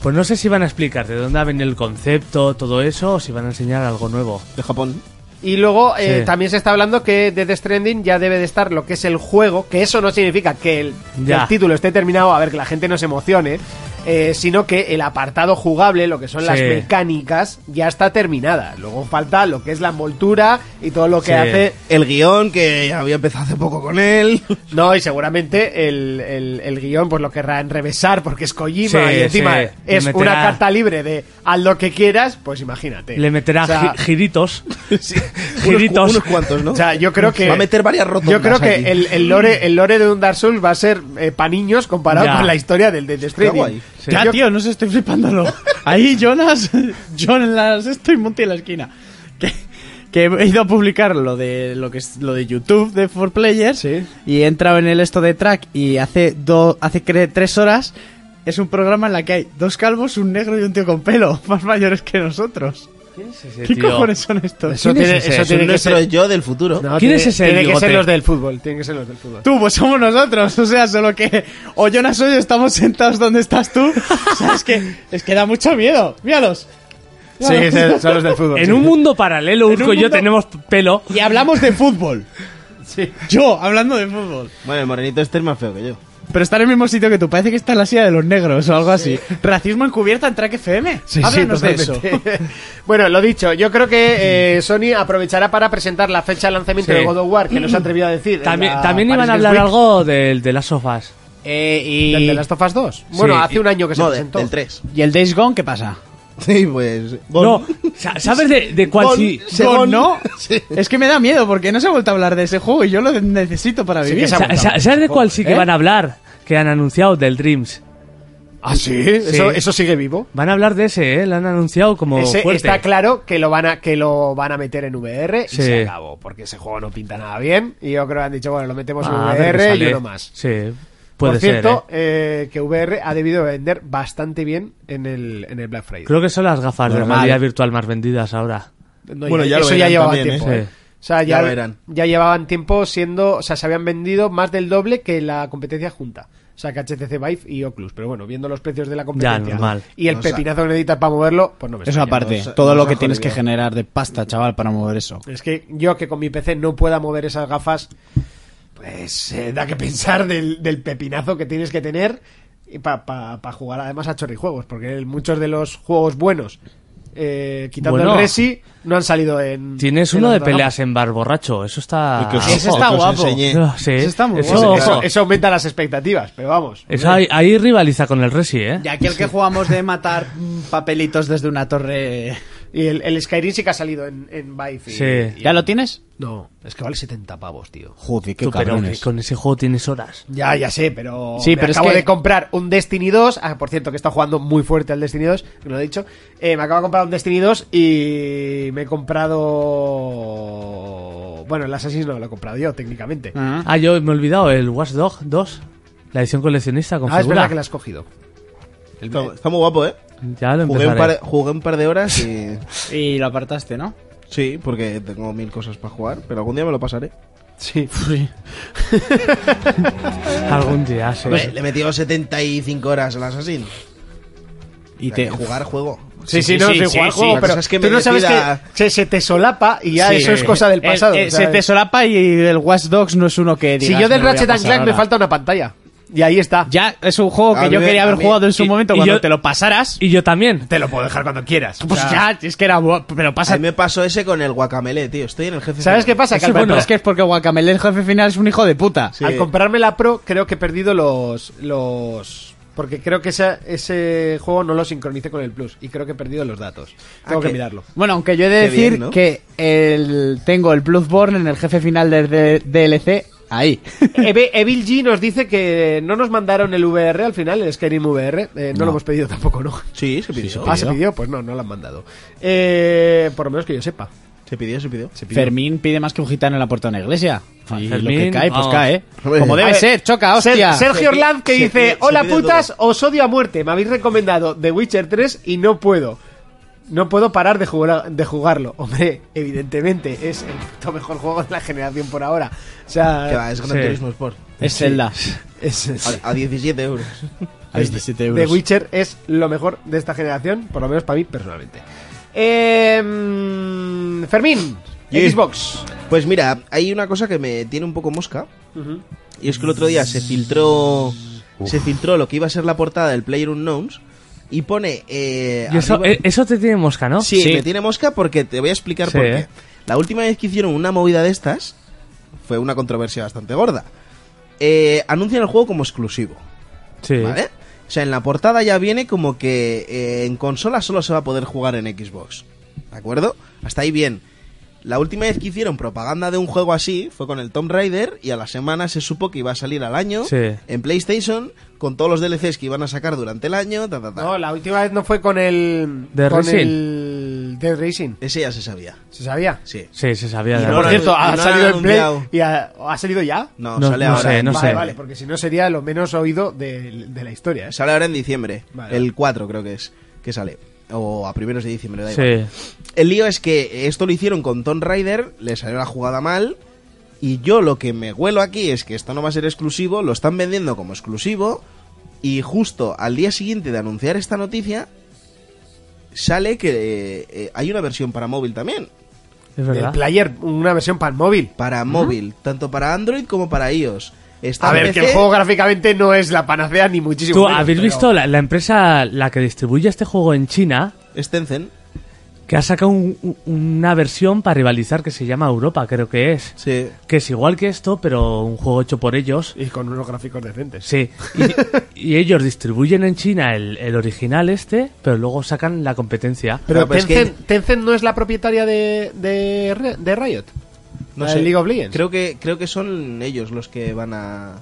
Speaker 3: Pues no sé si van a explicar de dónde ha venido el concepto, todo eso, o si van a enseñar algo nuevo.
Speaker 4: De Japón.
Speaker 1: Y luego eh,
Speaker 3: Sí.
Speaker 1: también se está hablando que Death Stranding ya debe de estar lo que es el juego, que eso no significa que el, que
Speaker 3: Ya.
Speaker 1: el título esté terminado, a ver que la gente no se emocione, eh, sino que el apartado jugable, lo que son las
Speaker 3: Sí.
Speaker 1: mecánicas, ya está terminada. Luego falta lo que es la envoltura y todo lo que
Speaker 3: Sí.
Speaker 1: hace...
Speaker 4: El guión, que había empezado hace poco con él.
Speaker 1: No, y seguramente el, el- el guión pues lo querrán revesar porque es Kojima
Speaker 3: Sí,
Speaker 1: y encima
Speaker 3: sí.
Speaker 1: es
Speaker 3: Le
Speaker 1: una
Speaker 3: meterá-
Speaker 1: carta libre de haz lo que quieras, pues imagínate.
Speaker 3: Le meterá
Speaker 1: O sea,
Speaker 3: gi- giritos.
Speaker 4: unos, cu-
Speaker 3: giritos.
Speaker 4: unos cuantos, ¿no?
Speaker 1: O sea, yo creo que.
Speaker 4: Va a meter varias rotondas
Speaker 1: Yo creo
Speaker 4: aquí.
Speaker 1: que el, el lore, el lore de un Dark Souls va a ser eh, pa' niños comparado
Speaker 3: Ya.
Speaker 1: con la historia del Death Stranding.
Speaker 4: guay.
Speaker 3: Sí.
Speaker 2: Ya,
Speaker 1: Yo-
Speaker 2: tío, no se estoy flipándolo. Ahí Jonas, yo en las estoy monte en la esquina. Que, que he ido a publicar lo de lo que es lo de YouTube de 4 Players
Speaker 1: Sí.
Speaker 2: y he entrado en el esto de track y hace do, hace cre- tres horas es un programa en la que hay dos calvos, un negro y un tío con pelo, más mayores que nosotros. ¿Qué cojones son estos?
Speaker 1: Eso
Speaker 2: ¿Quién es
Speaker 1: tiene-
Speaker 2: ese?
Speaker 1: eso
Speaker 4: Es un
Speaker 1: tiene que
Speaker 4: nuestro
Speaker 1: ser.
Speaker 4: yo del futuro.
Speaker 1: no,
Speaker 3: ¿Quién
Speaker 1: tiene-
Speaker 3: es ese
Speaker 1: Tiene que
Speaker 3: bigote?
Speaker 1: ser los del fútbol. Tiene que ser los del fútbol.
Speaker 2: Tú, pues somos nosotros, o sea, solo que o yo no soy, estamos sentados donde estás tú. O sea, es que, es que da mucho miedo. Míralos.
Speaker 1: Sí, que ser- son los del fútbol. sí.
Speaker 3: En un mundo paralelo,
Speaker 2: En
Speaker 3: Urco
Speaker 2: un
Speaker 3: y yo
Speaker 2: mundo-
Speaker 3: tenemos pelo.
Speaker 2: Y hablamos de fútbol.
Speaker 1: Sí.
Speaker 2: Yo, hablando de fútbol.
Speaker 4: Bueno, el morenito este es más feo que yo.
Speaker 5: Pero está en el mismo sitio que tú. Parece que está en la silla de los negros o algo así. Racismo encubierta en Track FM.
Speaker 1: Sí, sí,
Speaker 5: Háblanos de eso.
Speaker 1: totalmente. bueno, lo dicho, yo creo que eh, Sony aprovechará para presentar la fecha de lanzamiento
Speaker 3: Sí.
Speaker 1: de God of War, que no se ha atrevido a decir. en
Speaker 3: También,
Speaker 1: la
Speaker 3: también
Speaker 1: Paris
Speaker 3: iban a
Speaker 1: Games
Speaker 3: hablar
Speaker 1: Week.
Speaker 3: algo del de las sofás.
Speaker 5: Eh, y...
Speaker 1: ¿Del de Last of Us 2? Bueno,
Speaker 3: Sí,
Speaker 1: hace un año que se
Speaker 4: No, de-
Speaker 1: presentó.
Speaker 4: del 3.
Speaker 5: ¿Y el Days Gone qué pasa?
Speaker 4: Sí, pues.
Speaker 3: No, sa- ¿sabes de, de cuál sí?
Speaker 5: Gone, ¿no? Es que me da miedo porque no se ha vuelto a hablar de ese juego y yo lo necesito para
Speaker 1: Sí,
Speaker 5: vivir.
Speaker 1: que se ha-
Speaker 3: sa- sa- ¿Sabes de cuál sí que
Speaker 5: ¿Eh?
Speaker 3: van a hablar? Que han anunciado del Dreams.
Speaker 1: ¿Ah, sí? ¿Eso,
Speaker 3: Sí.
Speaker 1: eso sigue vivo?
Speaker 3: Van a hablar de ese, ¿eh? Lo han anunciado como
Speaker 1: Ese
Speaker 3: fuerte.
Speaker 1: está claro que lo van a que lo van a meter en VR y
Speaker 3: Sí.
Speaker 1: se acabó porque ese juego no pinta nada bien y yo creo que han dicho bueno lo metemos
Speaker 3: Ah, a
Speaker 1: en
Speaker 3: ver qué
Speaker 1: VR pues, y
Speaker 3: sale.
Speaker 1: uno más
Speaker 3: Sí, puede
Speaker 1: Por
Speaker 3: ser.
Speaker 1: cierto,
Speaker 3: ¿eh?
Speaker 1: eh, que VR ha debido vender bastante bien en el, en el Black Friday.
Speaker 3: ¿eh? Creo que son las gafas de
Speaker 5: Normal.
Speaker 3: realidad virtual más vendidas ahora.
Speaker 1: No,
Speaker 4: Bueno, ya lo
Speaker 1: eso ya
Speaker 4: verán
Speaker 1: llevaba
Speaker 4: también,
Speaker 1: tiempo.
Speaker 3: ¿eh?
Speaker 1: ¿eh?
Speaker 3: Sí.
Speaker 1: O sea,
Speaker 4: Ya
Speaker 1: ya,
Speaker 4: verán.
Speaker 1: ya llevaban tiempo siendo, o sea, se habían vendido más del doble que la competencia junta. O sea, que HTC Vive y Oculus. Pero bueno, viendo los precios de la competencia
Speaker 3: normal.
Speaker 1: y el
Speaker 4: O sea-
Speaker 1: pepinazo que necesitas para moverlo, pues no me
Speaker 5: Eso
Speaker 1: extraña.
Speaker 5: aparte,
Speaker 4: nos-
Speaker 5: todo
Speaker 4: nos
Speaker 5: lo
Speaker 4: ha
Speaker 5: que tienes que
Speaker 4: jodido.
Speaker 5: generar de pasta, chaval, para mover eso.
Speaker 1: Es que yo que con mi PC no pueda mover esas gafas, pues eh, da que pensar del, del pepinazo que tienes que tener para jugar además a chorrijuegos, porque el- muchos de los juegos buenos, eh, quitando
Speaker 3: Bueno.
Speaker 1: el Resi, no han salido en...
Speaker 3: Tienes
Speaker 1: en
Speaker 3: uno
Speaker 1: las
Speaker 3: de
Speaker 1: otras
Speaker 3: peleas en bar borracho. Eso está.
Speaker 4: Que os-
Speaker 5: Ese
Speaker 4: que
Speaker 5: está
Speaker 4: os
Speaker 5: guapo.
Speaker 4: enseñé.
Speaker 3: No, sí.
Speaker 5: Ese está muy
Speaker 3: Eso-
Speaker 5: bueno.
Speaker 1: gafas. Eso,
Speaker 3: ojo.
Speaker 1: eso aumenta las expectativas, pero vamos.
Speaker 3: Eso ahí, ahí rivaliza con el Resi, ¿eh?
Speaker 5: Y aquí el que jugamos de matar mm, papelitos desde una torre.
Speaker 1: Y el, el Skyrim sí que ha salido en, en Vive. y-
Speaker 3: Sí.
Speaker 1: y-
Speaker 5: ¿Ya lo tienes?
Speaker 1: No, es que vale 70 pavos, tío.
Speaker 5: Joder,
Speaker 3: Tú, pero que con ese juego tienes horas.
Speaker 1: Ya, ya sé, pero.
Speaker 5: Sí,
Speaker 1: me
Speaker 5: pero es
Speaker 1: acabo
Speaker 5: que-
Speaker 1: de comprar un Destiny 2. Ah, por cierto, que está jugando muy fuerte al Destiny 2, que no lo he dicho. Eh, me acabo de comprar un Destiny 2 y me he comprado. Bueno, el Assassin's no lo he comprado yo, técnicamente. Ah,
Speaker 5: Ah.
Speaker 3: Ah, yo me he olvidado, el Watchdog 2, la edición coleccionista con
Speaker 1: Ah, es
Speaker 3: figura.
Speaker 1: verdad que la has cogido.
Speaker 4: Está, está muy guapo, ¿eh?
Speaker 3: Ya lo
Speaker 4: Jugué un,
Speaker 3: empezaré.
Speaker 4: par, de- jugué un par de horas y.
Speaker 5: Y lo apartaste, ¿no?
Speaker 4: Sí, porque tengo mil cosas para jugar, pero algún día me lo pasaré.
Speaker 1: Sí.
Speaker 3: Algún día, sí.
Speaker 4: Le, le he metido 75 horas al Assassin.
Speaker 5: Y
Speaker 4: O sea,
Speaker 5: te
Speaker 4: que jugar juego.
Speaker 1: Sí, sí, no, sí, jugar juego,
Speaker 4: La
Speaker 1: pero
Speaker 4: cosa es que
Speaker 1: tú
Speaker 4: me
Speaker 1: no sabes
Speaker 4: decida-
Speaker 1: que se, se te solapa y ya
Speaker 5: Sí.
Speaker 1: eso es cosa del
Speaker 5: El-
Speaker 1: pasado.
Speaker 5: eh,
Speaker 1: o sea,
Speaker 5: se te solapa y del Watch Dogs no es uno que
Speaker 1: si
Speaker 5: digas,
Speaker 1: yo del
Speaker 5: "Me lo voy a
Speaker 1: Ratchet and
Speaker 5: pasar
Speaker 1: Clank me
Speaker 5: ahora".
Speaker 1: falta una pantalla. Y ahí está.
Speaker 5: Ya, es un juego
Speaker 4: A
Speaker 5: que
Speaker 4: mí
Speaker 5: yo
Speaker 4: me-
Speaker 5: quería
Speaker 4: a
Speaker 5: haber
Speaker 4: mí-
Speaker 5: jugado en su
Speaker 3: y-
Speaker 5: momento
Speaker 3: y
Speaker 5: cuando
Speaker 3: yo-
Speaker 5: te lo pasaras.
Speaker 3: Y yo también.
Speaker 1: Te lo puedo dejar cuando quieras.
Speaker 5: pues ya, es que era. bu- Pero
Speaker 4: A
Speaker 5: pasa.
Speaker 4: mí me pasó ese con el guacamele, tío. Estoy en el jefe.
Speaker 1: ¿Sabes qué
Speaker 4: final.
Speaker 1: pasa? Que
Speaker 3: Eso
Speaker 1: al,
Speaker 3: es bueno.
Speaker 1: comprar-
Speaker 5: Es que es porque Guacamele, el jefe final, es un hijo de puta.
Speaker 4: Sí.
Speaker 1: al comprarme la Pro creo que he perdido los... los porque creo que ese, ese juego no lo sincronice con el Plus y creo que he perdido los datos. Tengo
Speaker 4: Ah,
Speaker 1: que
Speaker 4: que-
Speaker 1: mirarlo.
Speaker 5: Bueno, aunque yo he de
Speaker 4: Qué
Speaker 5: decir
Speaker 4: bien, ¿no?
Speaker 5: que el, tengo el Bloodborne en el jefe final del de- DLC ahí.
Speaker 1: Eve- Evil G nos dice que no nos mandaron el VR al final, el Skyrim VR. eh, no, lo hemos pedido tampoco, ¿no?
Speaker 4: Sí, se pidió.
Speaker 1: Ah, se pidió, pues no, no lo han mandado. Eh, por lo menos que yo sepa.
Speaker 4: Se pidió, se pidió. Se pidió.
Speaker 5: Fermín pide más que un gitano en la puerta de una iglesia. Y
Speaker 3: Fermín,
Speaker 5: lo que cae, pues
Speaker 3: vamos.
Speaker 5: cae.
Speaker 4: Hombre.
Speaker 5: Como
Speaker 4: A
Speaker 5: debe
Speaker 1: ver,
Speaker 5: ser, choca,
Speaker 1: Ser-
Speaker 5: hostia.
Speaker 1: Sergio
Speaker 4: Se pi-
Speaker 1: Orland que
Speaker 4: se
Speaker 1: dice,
Speaker 4: pide- se
Speaker 1: hola
Speaker 4: pide
Speaker 1: putas,
Speaker 4: todo".
Speaker 1: os odio a muerte, me habéis recomendado The Witcher 3 y no puedo. No puedo parar de, jugar, de jugarlo. Hombre, evidentemente, es el puto mejor juego de la generación por ahora. O
Speaker 4: Que va, eh.
Speaker 1: sea,
Speaker 4: es Gran
Speaker 3: Sí.
Speaker 4: Turismo Sport.
Speaker 5: Es Zelda.
Speaker 1: es- es-
Speaker 4: A, a 17 euros.
Speaker 5: A 17
Speaker 1: The
Speaker 5: euros.
Speaker 1: Witcher es lo mejor de esta generación, por lo menos para mí personalmente. Eh, mm, Fermín,
Speaker 4: Yeah.
Speaker 1: Xbox.
Speaker 4: Pues mira, hay una cosa que me tiene un poco mosca. Y es que el otro día se filtró. Se filtró lo que iba a ser la portada del Player Unknowns. Y pone. Eh,
Speaker 3: Y eso,
Speaker 4: arriba-
Speaker 3: eh, eso te tiene mosca, ¿no?
Speaker 4: Sí, me tiene mosca porque te voy a explicar
Speaker 3: Sí,
Speaker 4: por
Speaker 3: ¿eh?
Speaker 4: qué. La última vez que hicieron una movida de estas fue una controversia bastante gorda. Eh, anuncian el juego como exclusivo,
Speaker 3: Sí.
Speaker 4: ¿vale? O sea, en la portada ya viene como que eh, en consola solo se va a poder jugar en Xbox. ¿De acuerdo? Hasta ahí bien. La última vez que hicieron propaganda de un juego así fue con el Tomb Raider y a la semana se supo que iba a salir al año
Speaker 3: Sí.
Speaker 4: en PlayStation con todos los DLCs que iban a sacar durante el año. Ta, ta, ta.
Speaker 1: No, la última vez no fue con el...
Speaker 3: The
Speaker 1: con
Speaker 3: Racing.
Speaker 1: el... The Racing.
Speaker 4: Ese ya se sabía.
Speaker 1: ¿Se sabía?
Speaker 4: Sí.
Speaker 3: Sí, se sabía.
Speaker 4: Y
Speaker 3: de
Speaker 4: no
Speaker 3: verdad.
Speaker 1: Por
Speaker 4: lo-
Speaker 1: cierto, ha
Speaker 4: no lo han
Speaker 1: salido en Play
Speaker 4: anunciado.
Speaker 1: y ha, ¿ha salido ya.
Speaker 4: No,
Speaker 3: No-
Speaker 4: sale
Speaker 3: no
Speaker 4: ahora.
Speaker 3: sé,
Speaker 4: en
Speaker 3: no
Speaker 1: vale,
Speaker 3: sé.
Speaker 1: vale, porque si no sería lo menos oído de, de la historia. ¿eh?
Speaker 4: Sale ahora en diciembre.
Speaker 1: Vale.
Speaker 4: El 4 creo que es. Que sale. O a primeros de diciembre, da igual.
Speaker 3: Sí.
Speaker 4: El lío es que esto lo hicieron con Tomb Raider, le salió la jugada mal. Y yo lo que me huelo aquí es que esto no va a ser exclusivo, lo están vendiendo como exclusivo. Y justo al día siguiente de anunciar esta noticia, sale que eh, eh, hay una versión para móvil también.
Speaker 1: Del
Speaker 3: Es verdad.
Speaker 1: player, una versión para el móvil.
Speaker 4: Para móvil, tanto para Android como para iOS. Está
Speaker 1: A
Speaker 4: en
Speaker 1: ver, que el
Speaker 4: PC.
Speaker 1: juego gráficamente no es la panacea ni muchísimo
Speaker 3: ¿Tú
Speaker 1: menos,
Speaker 3: habéis
Speaker 1: pero-
Speaker 3: visto la, la empresa la que distribuye este juego en China?
Speaker 4: Es Tencent.
Speaker 3: Que ha sacado un- un- una versión para rivalizar que se llama Europa, creo que es.
Speaker 4: Sí.
Speaker 3: Que es igual que esto, pero un juego hecho por ellos.
Speaker 1: Y con unos gráficos decentes.
Speaker 3: Sí. Y, y ellos distribuyen en China el, el original este, pero luego sacan la competencia.
Speaker 1: Pero
Speaker 4: Ah, pues es que-
Speaker 1: Tencent, Tencent no es la propietaria de, de, Re- de Riot.
Speaker 4: No
Speaker 1: La
Speaker 4: sé.
Speaker 1: de League of Legends.
Speaker 4: Creo que, creo que son ellos los que van a.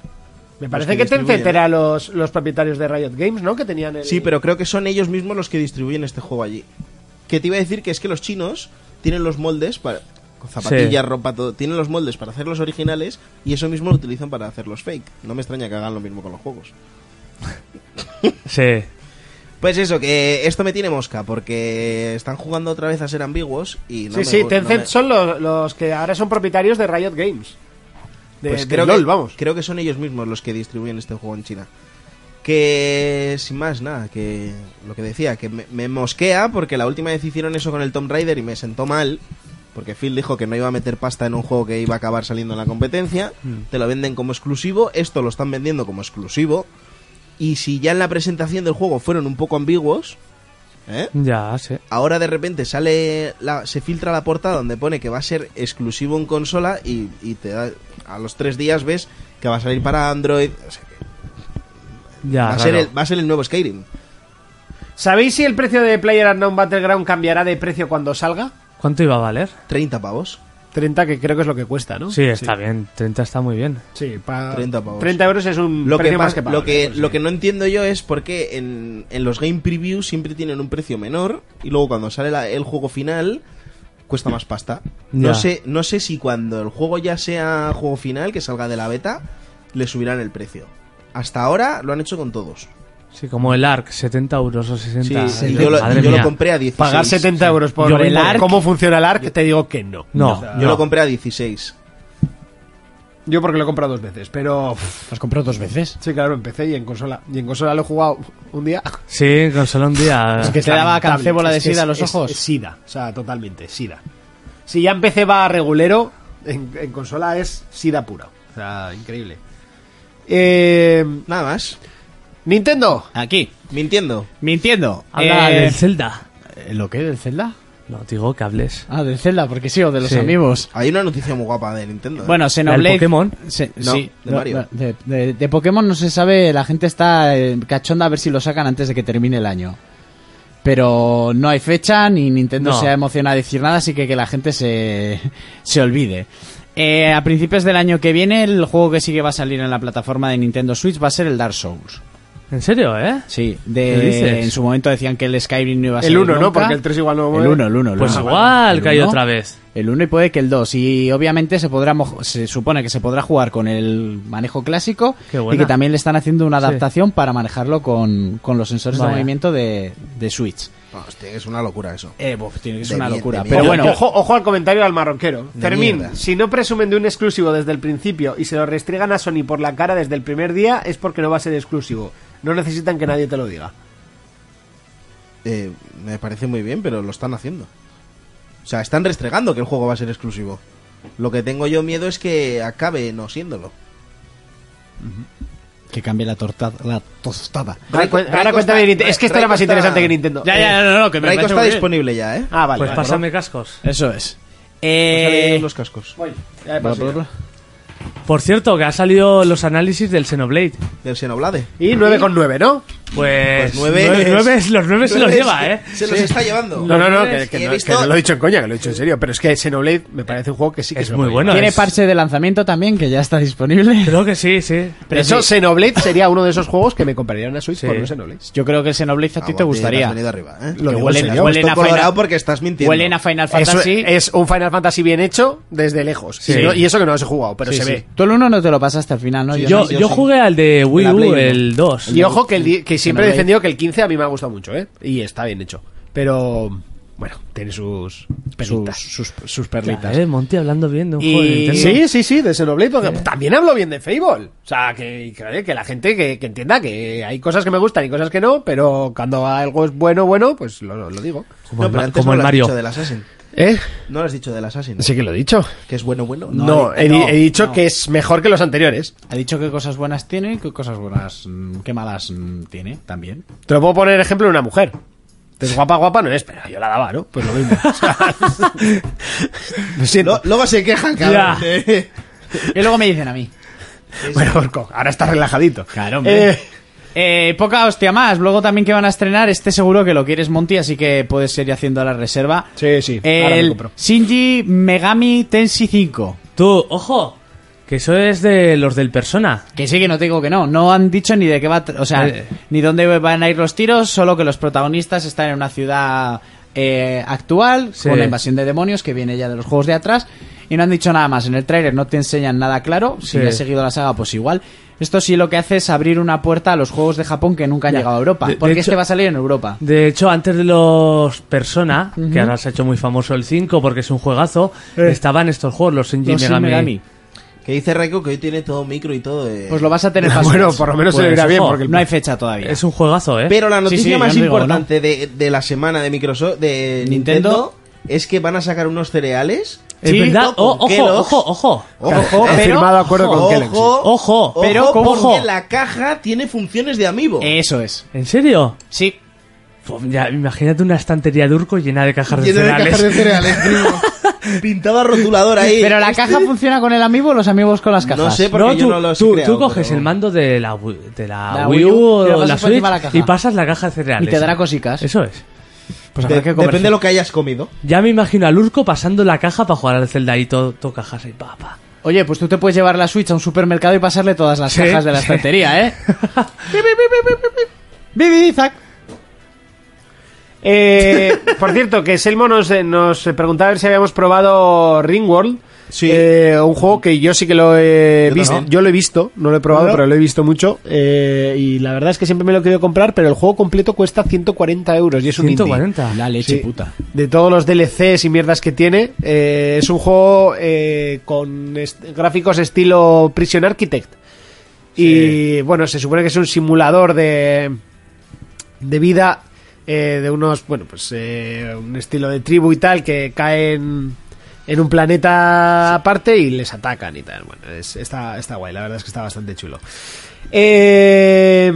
Speaker 1: Me
Speaker 4: los
Speaker 1: parece que,
Speaker 4: Pues que
Speaker 1: Tencent
Speaker 4: distribuyen.
Speaker 1: era los, los propietarios de Riot Games, ¿no? Que tenían el...
Speaker 4: Sí, pero creo que son ellos mismos los que distribuyen este juego allí. Que te iba a decir que es que los chinos tienen los moldes para. con Zapatillas, ropa, todo. Tienen los moldes para hacer los originales y eso mismo lo utilizan para hacer los fake. No me extraña que hagan lo mismo con los juegos.
Speaker 3: Sí.
Speaker 4: Pues eso, que esto me tiene mosca porque están jugando otra vez a ser ambiguos y no
Speaker 1: Sí,
Speaker 4: me
Speaker 1: sí,
Speaker 4: gu- no
Speaker 1: Tencent
Speaker 4: me-
Speaker 1: son los, los que ahora son propietarios de Riot Games. De,
Speaker 4: Pues
Speaker 1: de
Speaker 4: creo
Speaker 1: LOL,
Speaker 4: que,
Speaker 1: vamos.
Speaker 4: Creo que son ellos mismos los que distribuyen este juego en China. Que sin más, nada, que lo que decía, que me, me mosquea porque la última vez hicieron eso con el Tomb Raider y me sentó mal. Porque Phil dijo que no iba a meter pasta en un juego que iba a acabar saliendo en la competencia. Te lo venden como exclusivo. Esto lo están vendiendo como exclusivo. Y si ya en la presentación del juego fueron un poco ambiguos, ¿eh?
Speaker 3: Ya, sí.
Speaker 4: ahora de repente sale la- se filtra la portada donde pone que va a ser exclusivo en consola y, y te da, a los tres días ves que va a salir para Android o sea que
Speaker 3: Ya,
Speaker 4: va, a ser
Speaker 3: raro.
Speaker 4: el, va a ser el nuevo Skyrim
Speaker 1: ¿Sabéis si el precio de PlayerUnknown Battleground cambiará de precio cuando salga?
Speaker 3: ¿Cuánto iba a valer?
Speaker 4: 30 pavos
Speaker 1: 30, que creo que es lo que cuesta, ¿no?
Speaker 3: Sí, está bien. 30 está muy bien.
Speaker 1: Sí, pa-
Speaker 4: 30 pavos.
Speaker 1: 30 euros es un
Speaker 4: lo
Speaker 1: precio
Speaker 4: que,
Speaker 1: más
Speaker 4: pa-
Speaker 1: que
Speaker 4: lo,
Speaker 1: pagable,
Speaker 4: que,
Speaker 1: pues,
Speaker 4: lo
Speaker 1: sí.
Speaker 4: que no entiendo yo es por qué en, en los game previews siempre tienen un precio menor y luego cuando sale la- el juego final cuesta más pasta no
Speaker 3: Ya.
Speaker 4: sé no sé si cuando el juego ya sea juego final que salga de la beta le subirán el precio hasta ahora lo han hecho con todos
Speaker 3: Sí, como el ARC, 70 euros o 60.
Speaker 4: Sí,
Speaker 3: Eh,
Speaker 4: y yo, lo,
Speaker 3: madre
Speaker 4: y yo lo
Speaker 3: mía.
Speaker 4: compré a 16.
Speaker 1: Pagar 70 euros por
Speaker 3: Yo el
Speaker 1: por
Speaker 3: Ark-
Speaker 1: cómo funciona el ARC, te digo que no.
Speaker 3: No,
Speaker 4: Yo lo compré a 16.
Speaker 1: Yo porque lo he comprado dos veces, pero... uf,
Speaker 2: ¿Has comprado dos veces?
Speaker 1: Sí, claro, empecé y en consola. Y en consola lo he jugado un día.
Speaker 3: Ah. Sí, con solo un día.
Speaker 2: Es que te daba cancébola de
Speaker 1: Es que
Speaker 2: sida a
Speaker 1: es-
Speaker 2: los
Speaker 1: es-
Speaker 2: ojos.
Speaker 1: es sida, o sea, totalmente, sida. Si ya empecé va a regulero, en, en consola es sida pura. O sea, increíble. Eh,
Speaker 4: Nada más.
Speaker 1: Nintendo.
Speaker 2: Aquí.
Speaker 4: Mintiendo.
Speaker 2: Mintiendo.
Speaker 3: Habla
Speaker 2: Eh,
Speaker 3: del Zelda.
Speaker 2: ¿Lo qué? ¿Del Zelda?
Speaker 3: No, digo que hables.
Speaker 2: Ah, del Zelda, porque sí, o de los
Speaker 3: Sí.
Speaker 2: amigos.
Speaker 4: Hay una noticia muy guapa de Nintendo. ¿eh?
Speaker 2: Bueno,
Speaker 3: ¿La
Speaker 2: Xenoblade...
Speaker 3: del Pokémon?
Speaker 2: Se-
Speaker 4: No,
Speaker 2: sí,
Speaker 4: de
Speaker 2: no,
Speaker 4: Mario.
Speaker 2: no, de, de- de Pokémon no se sabe, la gente está eh, cachonda a ver si lo sacan antes de que termine el año. Pero no hay fecha, ni Nintendo
Speaker 3: No.
Speaker 2: se ha emocionado a decir nada, así que que la gente se, se olvide. Eh, a principios del año que viene, el juego que sí que va a salir en la plataforma de Nintendo Switch va a ser el Dark Souls.
Speaker 3: ¿En serio, eh?
Speaker 2: Sí,
Speaker 3: ¿Qué dices?
Speaker 2: de, en su momento decían que el Skyrim no iba a
Speaker 1: El
Speaker 2: salir.
Speaker 1: uno, ¿no?
Speaker 2: nunca.
Speaker 1: Porque el tres igual no-
Speaker 2: El 1, el 1.
Speaker 3: Pues igual que hay otra vez.
Speaker 2: El 1 y puede que el 2. Y obviamente se podrá moj- se supone que se podrá jugar con el manejo clásico
Speaker 3: Qué buena.
Speaker 2: y que también le están haciendo una
Speaker 3: Sí.
Speaker 2: adaptación para manejarlo con, con los sensores
Speaker 3: Vaya.
Speaker 2: de movimiento de, de Switch.
Speaker 4: Hostia, es una locura eso.
Speaker 2: Eh, pues, tiene que
Speaker 4: De
Speaker 2: ser una
Speaker 4: mie-
Speaker 2: locura.
Speaker 4: de
Speaker 2: Pero
Speaker 1: Ojo-
Speaker 4: mierda.
Speaker 2: bueno,
Speaker 1: ojo, ojo al comentario al marroquero.
Speaker 4: De
Speaker 1: Fermín,
Speaker 4: mierda.
Speaker 1: si no presumen de un exclusivo desde el principio y se lo restregan a Sony por la cara desde el primer día, es porque no va a ser exclusivo. No necesitan que nadie te lo diga.
Speaker 4: Eh, me parece muy bien, pero lo están haciendo. O sea, están restregando que el juego va a ser exclusivo. Lo que tengo yo miedo es que acabe no siéndolo.
Speaker 2: que cambie la, torta, la tostada.
Speaker 1: Ahora, cu- ahora
Speaker 4: Raiko
Speaker 1: cuéntame, de
Speaker 4: está-
Speaker 1: Nintendo. es que esto era más
Speaker 4: Raiko está-
Speaker 1: interesante que Nintendo. Eh,
Speaker 2: Ya, ya, Eh, no, no, no, que me
Speaker 4: Raiko
Speaker 2: parece
Speaker 4: está
Speaker 2: muy bien.
Speaker 4: disponible ya, ¿eh?
Speaker 1: Ah, vale.
Speaker 3: pues
Speaker 1: vale,
Speaker 3: pásame cascos.
Speaker 2: Eso es.
Speaker 4: Bájale
Speaker 2: Eh,
Speaker 4: los cascos.
Speaker 1: perdón. Voy, ya he pasado.
Speaker 3: Por cierto, que ha salido los análisis del Xenoblade.
Speaker 4: Del Xenoblade.
Speaker 1: Y 9,9, ¿no?
Speaker 3: Pues,
Speaker 4: Pues nueve
Speaker 3: nueve-
Speaker 4: es-
Speaker 3: nueve es- los 9 se los
Speaker 4: Nueve
Speaker 3: lleva,
Speaker 4: se-
Speaker 3: eh.
Speaker 4: Se los está llevando.
Speaker 1: No, no, no, que,
Speaker 3: Pues,
Speaker 1: que
Speaker 4: y he
Speaker 1: no, que
Speaker 4: visto-
Speaker 1: no lo he dicho en coña, que lo he dicho en serio. Pero es que Xenoblade me parece un juego que sí que
Speaker 3: Es
Speaker 1: se lo
Speaker 3: muy
Speaker 1: puede
Speaker 3: bueno.
Speaker 2: Tiene
Speaker 3: es-
Speaker 2: parche de lanzamiento también que ya está disponible.
Speaker 3: Creo que sí, sí.
Speaker 1: llevar. Pero eso, Xenoblade sería uno de esos juegos que me compraría una Switch
Speaker 3: Sí.
Speaker 1: por un Xenoblade.
Speaker 2: Yo creo que el Xenoblade a ti te
Speaker 4: Aguante, has
Speaker 2: gustaría.
Speaker 4: venido arriba,
Speaker 1: Lo
Speaker 4: ¿eh?
Speaker 2: Que
Speaker 1: digo en
Speaker 2: huelen,
Speaker 1: serio.
Speaker 2: huelen
Speaker 4: Estoy
Speaker 2: a
Speaker 4: colorado
Speaker 2: Final,
Speaker 4: porque estás mintiendo.
Speaker 2: huelen a Final
Speaker 1: Eso
Speaker 2: Fantasy.
Speaker 1: es un Final Fantasy bien hecho desde lejos.
Speaker 3: Sí.
Speaker 1: Si no- y eso que no los he jugado, pero
Speaker 2: Sí,
Speaker 1: se
Speaker 2: sí.
Speaker 1: ve.
Speaker 2: Tú el 1 no te lo pasaste al final, ¿no?
Speaker 4: Sí,
Speaker 3: Yo,
Speaker 4: sí,
Speaker 3: yo
Speaker 4: sí.
Speaker 3: jugué al de Wii
Speaker 4: La Play
Speaker 3: U,
Speaker 4: uno.
Speaker 3: el 2.
Speaker 1: Y ojo que, el di- que siempre he
Speaker 2: Xenoblade.
Speaker 1: defendido que el 15 a mí me ha gustado mucho, ¿eh? Y está bien hecho. Pero, bueno, tiene sus... pelitas.
Speaker 4: Sus, sus- sus perlitas.
Speaker 3: Eh, Monty hablando bien de un juego de
Speaker 1: Y-
Speaker 3: Nintendo.
Speaker 1: sí, sí, sí, de Xenoblade, porque también hablo bien de Fable. O sea, que, que, que la gente que, que entienda que hay cosas que me gustan y cosas que no, pero cuando algo es bueno, bueno, pues lo, lo digo.
Speaker 3: Como
Speaker 4: No,
Speaker 3: el,
Speaker 4: pero
Speaker 3: Ma-
Speaker 4: antes
Speaker 3: como
Speaker 4: no
Speaker 3: el
Speaker 4: lo has
Speaker 3: Mario.
Speaker 4: dicho del Assassin.
Speaker 1: ¿Eh?
Speaker 4: No lo has dicho del Assassin.
Speaker 1: Sí que lo he dicho.
Speaker 4: Que es bueno, bueno.
Speaker 1: No,
Speaker 2: No,
Speaker 1: he,
Speaker 2: no,
Speaker 1: he dicho
Speaker 2: no.
Speaker 1: que es mejor que los anteriores.
Speaker 2: Ha dicho qué cosas buenas tiene y qué cosas buenas, mm, qué malas mm, tiene también.
Speaker 1: Te lo puedo poner ejemplo de una mujer. Es guapa, guapa no es, pero yo la daba, ¿no? Pues lo mismo. O sea, lo siento.
Speaker 4: Lo- luego se quejan, cabrón.
Speaker 3: Ya.
Speaker 4: Eh,
Speaker 2: Y luego me dicen a mí.
Speaker 1: Bueno, Orco, ahora estás relajadito.
Speaker 2: Claro, hombre.
Speaker 1: Eh,
Speaker 2: Eh, poca hostia más. Luego también que van a estrenar, este seguro que lo quieres, Monty, así que puedes ir haciendo la reserva.
Speaker 1: Sí, sí, ahora me
Speaker 2: El
Speaker 1: compro.
Speaker 2: Shinji Megami Tensei 5.
Speaker 3: Tú, ojo, que eso es de los del Persona.
Speaker 2: Que sí, que no te digo que no. No han dicho ni de qué va, a tr- o sea,
Speaker 3: Eh.
Speaker 2: ni dónde van a ir los tiros, solo que los protagonistas están en una ciudad eh, actual,
Speaker 3: Sí.
Speaker 2: con la invasión de demonios que viene ya de los juegos de atrás, y no han dicho nada más. En el tráiler no te enseñan nada claro. Si
Speaker 3: Sí.
Speaker 2: has seguido la saga, pues igual. Esto sí lo que hace es abrir una puerta a los juegos de Japón que nunca han
Speaker 3: Ya.
Speaker 2: llegado a Europa,
Speaker 3: De- de
Speaker 2: porque
Speaker 3: hecho-
Speaker 2: este va a salir en Europa.
Speaker 3: De hecho, antes de los Persona,
Speaker 2: Ujú. Eh.
Speaker 3: que ahora se ha hecho muy famoso el 5 porque es un juegazo, estaban estos juegos, los Shinji
Speaker 2: Los Shin
Speaker 3: Megami.
Speaker 2: Pues Megami.
Speaker 4: que dice Reiko que hoy tiene todo micro y todo. eh.
Speaker 2: Pues lo vas a tener fácil.
Speaker 1: bueno, por lo menos se
Speaker 3: Pues,
Speaker 1: le irá bien
Speaker 3: ojo,
Speaker 1: porque el
Speaker 2: No hay fecha todavía.
Speaker 3: Es un juegazo, ¿eh?
Speaker 4: Pero la noticia
Speaker 2: sí, yo
Speaker 4: más
Speaker 2: no digo,
Speaker 4: importante de, de la semana de Microsoft, de
Speaker 2: Nintendo,
Speaker 4: Nintendo, es que van a sacar unos cereales.
Speaker 3: Es
Speaker 2: Sí,
Speaker 3: verdad.
Speaker 4: con
Speaker 3: O- ojo,
Speaker 4: Kellogg's.
Speaker 3: ojo, ojo.
Speaker 1: Ojo,
Speaker 4: eh,
Speaker 1: he firmado acuerdo con
Speaker 4: ojo,
Speaker 1: Kellogg's.
Speaker 3: Ojo,
Speaker 4: ojo,
Speaker 2: pero Eh, ¿cómo?
Speaker 4: porque la caja tiene funciones de amiibo.
Speaker 2: Eso es.
Speaker 3: ¿En serio?
Speaker 2: Sí.
Speaker 3: Fum, Ya, imagínate una estantería de Urco llena de cajas de
Speaker 4: Llena de
Speaker 3: cereales.
Speaker 4: cajas de cereales, primo. Pintaba rotulador ahí. este
Speaker 2: Pero la caja funciona con el amiibo o los amigos con las
Speaker 4: No
Speaker 2: cajas.
Speaker 4: sé, porque yo no los he
Speaker 3: tú,
Speaker 4: creado,
Speaker 3: tú coges
Speaker 4: pero-
Speaker 3: el mando de la, Wii- de la,
Speaker 2: La
Speaker 3: Wii
Speaker 2: Wii U,
Speaker 3: U
Speaker 2: y lo
Speaker 3: o
Speaker 2: pasas
Speaker 3: la
Speaker 2: por
Speaker 3: Switch
Speaker 2: encima de la caja.
Speaker 3: y pasas la caja de
Speaker 2: Y
Speaker 3: cereales.
Speaker 2: te dará cosicas.
Speaker 3: Eso es.
Speaker 2: Pues
Speaker 4: De-
Speaker 2: habrá que comerse.
Speaker 4: depende de lo que hayas comido.
Speaker 3: Ya me imagino al Urco pasando la caja para jugar al Zelda y todo, todo cajas y papa.
Speaker 2: Oye, pues tú te puedes llevar la Switch a un supermercado y pasarle todas las
Speaker 3: Sí,
Speaker 2: cajas de la
Speaker 3: sí.
Speaker 2: estantería, ¿eh? Bibi, Isaac.
Speaker 1: Eh, por cierto, que Selmo nos, eh, nos preguntaba a ver si habíamos probado Ringworld.
Speaker 4: Sí.
Speaker 1: Eh, un juego que yo sí que lo he
Speaker 4: Yo
Speaker 1: visto.
Speaker 4: también.
Speaker 1: Yo lo he visto, no lo he probado,
Speaker 4: ¿No?
Speaker 1: pero lo he visto mucho. Eh, y la verdad es que siempre me lo he querido comprar, pero el juego completo cuesta 140 euros y es un indie.
Speaker 3: 140.
Speaker 2: La leche
Speaker 1: Sí.
Speaker 2: puta.
Speaker 1: De todos los DLCs y mierdas que tiene, eh, es un juego eh, con est- gráficos estilo Prison Architect. Y bueno, se supone que es un simulador de, de vida eh, de unos, bueno, pues eh, un estilo de tribu y tal que caen en un planeta aparte y les atacan y tal. Bueno, es- está, está guay, la verdad es que está bastante chulo. Eh,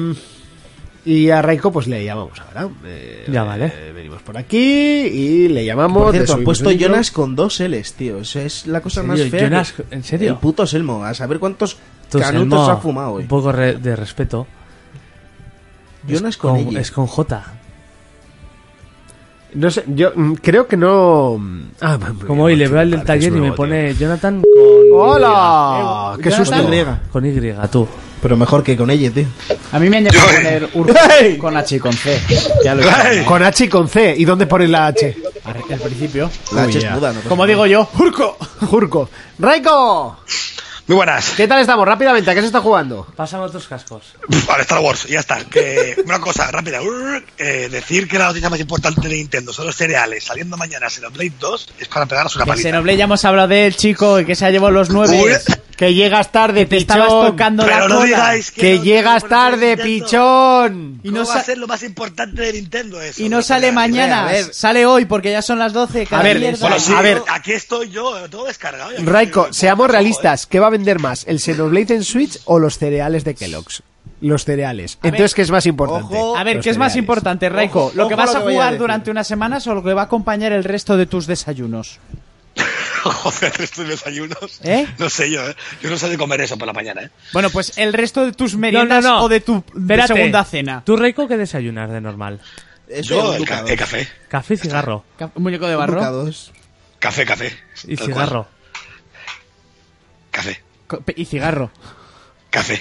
Speaker 1: y a Raiko pues le llamamos ahora. Eh,
Speaker 3: Ya, vale.
Speaker 1: eh, venimos por aquí y le llamamos.
Speaker 4: Por
Speaker 1: le
Speaker 4: cierto, han
Speaker 1: subimos
Speaker 4: puesto
Speaker 1: un hilo.
Speaker 4: Jonas con dos L's, tío. Eso es la cosa
Speaker 3: ¿En
Speaker 4: más
Speaker 3: serio?
Speaker 4: fea.
Speaker 3: Jonas,
Speaker 4: que-
Speaker 3: ¿en serio?
Speaker 4: El puto Selmo. A saber cuántos
Speaker 3: Tú,
Speaker 4: canutos
Speaker 3: Selmo,
Speaker 4: ha fumado eh. hoy.
Speaker 3: Un poco re- de respeto.
Speaker 4: Jonas
Speaker 3: es
Speaker 4: con,
Speaker 3: con,
Speaker 4: L.
Speaker 3: es con J.
Speaker 1: No sé, yo mm, creo que no. mm, Ah,
Speaker 3: Como hoy le veo al del
Speaker 1: Parece
Speaker 3: taller y me
Speaker 1: nuevo,
Speaker 3: pone Jonathan con.
Speaker 1: ¡Hola! ¡Qué
Speaker 4: Jonathan.
Speaker 1: susto!
Speaker 4: Griega.
Speaker 3: Con Y, tú.
Speaker 4: Pero mejor que con ella, tío.
Speaker 2: A mí me han llegado a poner Urco
Speaker 1: ¡Ey!
Speaker 2: con H y con C. Ya lo he
Speaker 1: Ay, Con H y con C. ¿Y dónde pones la H?
Speaker 2: Al principio.
Speaker 4: La
Speaker 1: Uy,
Speaker 4: H es
Speaker 1: ya.
Speaker 4: muda, no pasa
Speaker 2: Como
Speaker 4: nada.
Speaker 2: digo yo.
Speaker 1: ¡Jurco! ¡Jurco! ¡Raiko!
Speaker 6: Muy buenas.
Speaker 1: ¿Qué tal estamos? Rápidamente, ¿a qué se está jugando?
Speaker 3: Pásame otros cascos.
Speaker 6: Vale, Star Wars, ya está. Que, una cosa rápida. Urr, eh, decir que la noticia más importante de Nintendo son los cereales. Saliendo mañana Xenoblade 2 es para pegarnos una
Speaker 2: Que
Speaker 6: paliza.
Speaker 2: Xenoblade ya hemos hablado del chico que se ha llevado los nueve.
Speaker 6: Uy.
Speaker 1: Que llegas tarde,
Speaker 2: Te estabas
Speaker 1: pichón.
Speaker 2: tocando la
Speaker 6: Pero no
Speaker 2: cola.
Speaker 6: digáis que,
Speaker 1: Que
Speaker 6: no-
Speaker 1: llegas
Speaker 6: no-
Speaker 1: tarde,
Speaker 6: Nintendo.
Speaker 1: pichón.
Speaker 2: Y
Speaker 6: ¿Cómo
Speaker 2: no,
Speaker 6: va a
Speaker 2: sa-
Speaker 6: ser lo más importante de Nintendo eso?
Speaker 2: y no
Speaker 6: Los
Speaker 2: sale
Speaker 6: cereales.
Speaker 2: mañana.
Speaker 4: A ver.
Speaker 2: Sale hoy porque ya son las 12. cada
Speaker 1: ver,
Speaker 2: mierda.
Speaker 6: Bueno, sí,
Speaker 1: A ver.
Speaker 6: aquí estoy yo, lo tengo descargado. y aquí
Speaker 1: Raiko,
Speaker 6: estoy-
Speaker 1: seamos
Speaker 6: Ojo,
Speaker 1: realistas. ¿Qué va a vender más? ¿El Xenoblade en Switch o los cereales de Kellogg's? Los cereales. Entonces, ¿qué es más importante?
Speaker 4: Ojo.
Speaker 2: A ver,
Speaker 1: Los
Speaker 2: ¿qué es más
Speaker 1: cereales.
Speaker 2: importante, Raiko?
Speaker 4: Ojo,
Speaker 2: ¿Lo que
Speaker 4: ojo
Speaker 2: vas a
Speaker 4: lo que voy a
Speaker 2: jugar
Speaker 4: decir.
Speaker 2: durante unas semanas o lo que va a acompañar el resto de tus desayunos?
Speaker 6: eh. Joder, estos desayunos.
Speaker 2: ¿Eh?
Speaker 6: No sé yo, ¿eh? Yo no sé de comer eso por la mañana, ¿eh?
Speaker 2: Bueno, pues el resto de tus
Speaker 3: No, no,
Speaker 2: meriendas
Speaker 3: no.
Speaker 2: o de tu de
Speaker 3: Espérate.
Speaker 2: segunda cena.
Speaker 3: ¿Tú, Reiko, qué desayunas de normal?
Speaker 4: Eso
Speaker 6: Yo,
Speaker 4: es
Speaker 6: el,
Speaker 4: un
Speaker 6: ca-
Speaker 4: ducado.
Speaker 6: el café.
Speaker 3: Café y cigarro.
Speaker 2: Ca- Un muñeco de
Speaker 4: Un
Speaker 2: barro.
Speaker 4: ducado es-
Speaker 6: Café, café.
Speaker 3: Y
Speaker 6: Tal
Speaker 3: cigarro.
Speaker 6: cual. Café,
Speaker 2: Co- pe- Y cigarro.
Speaker 6: café.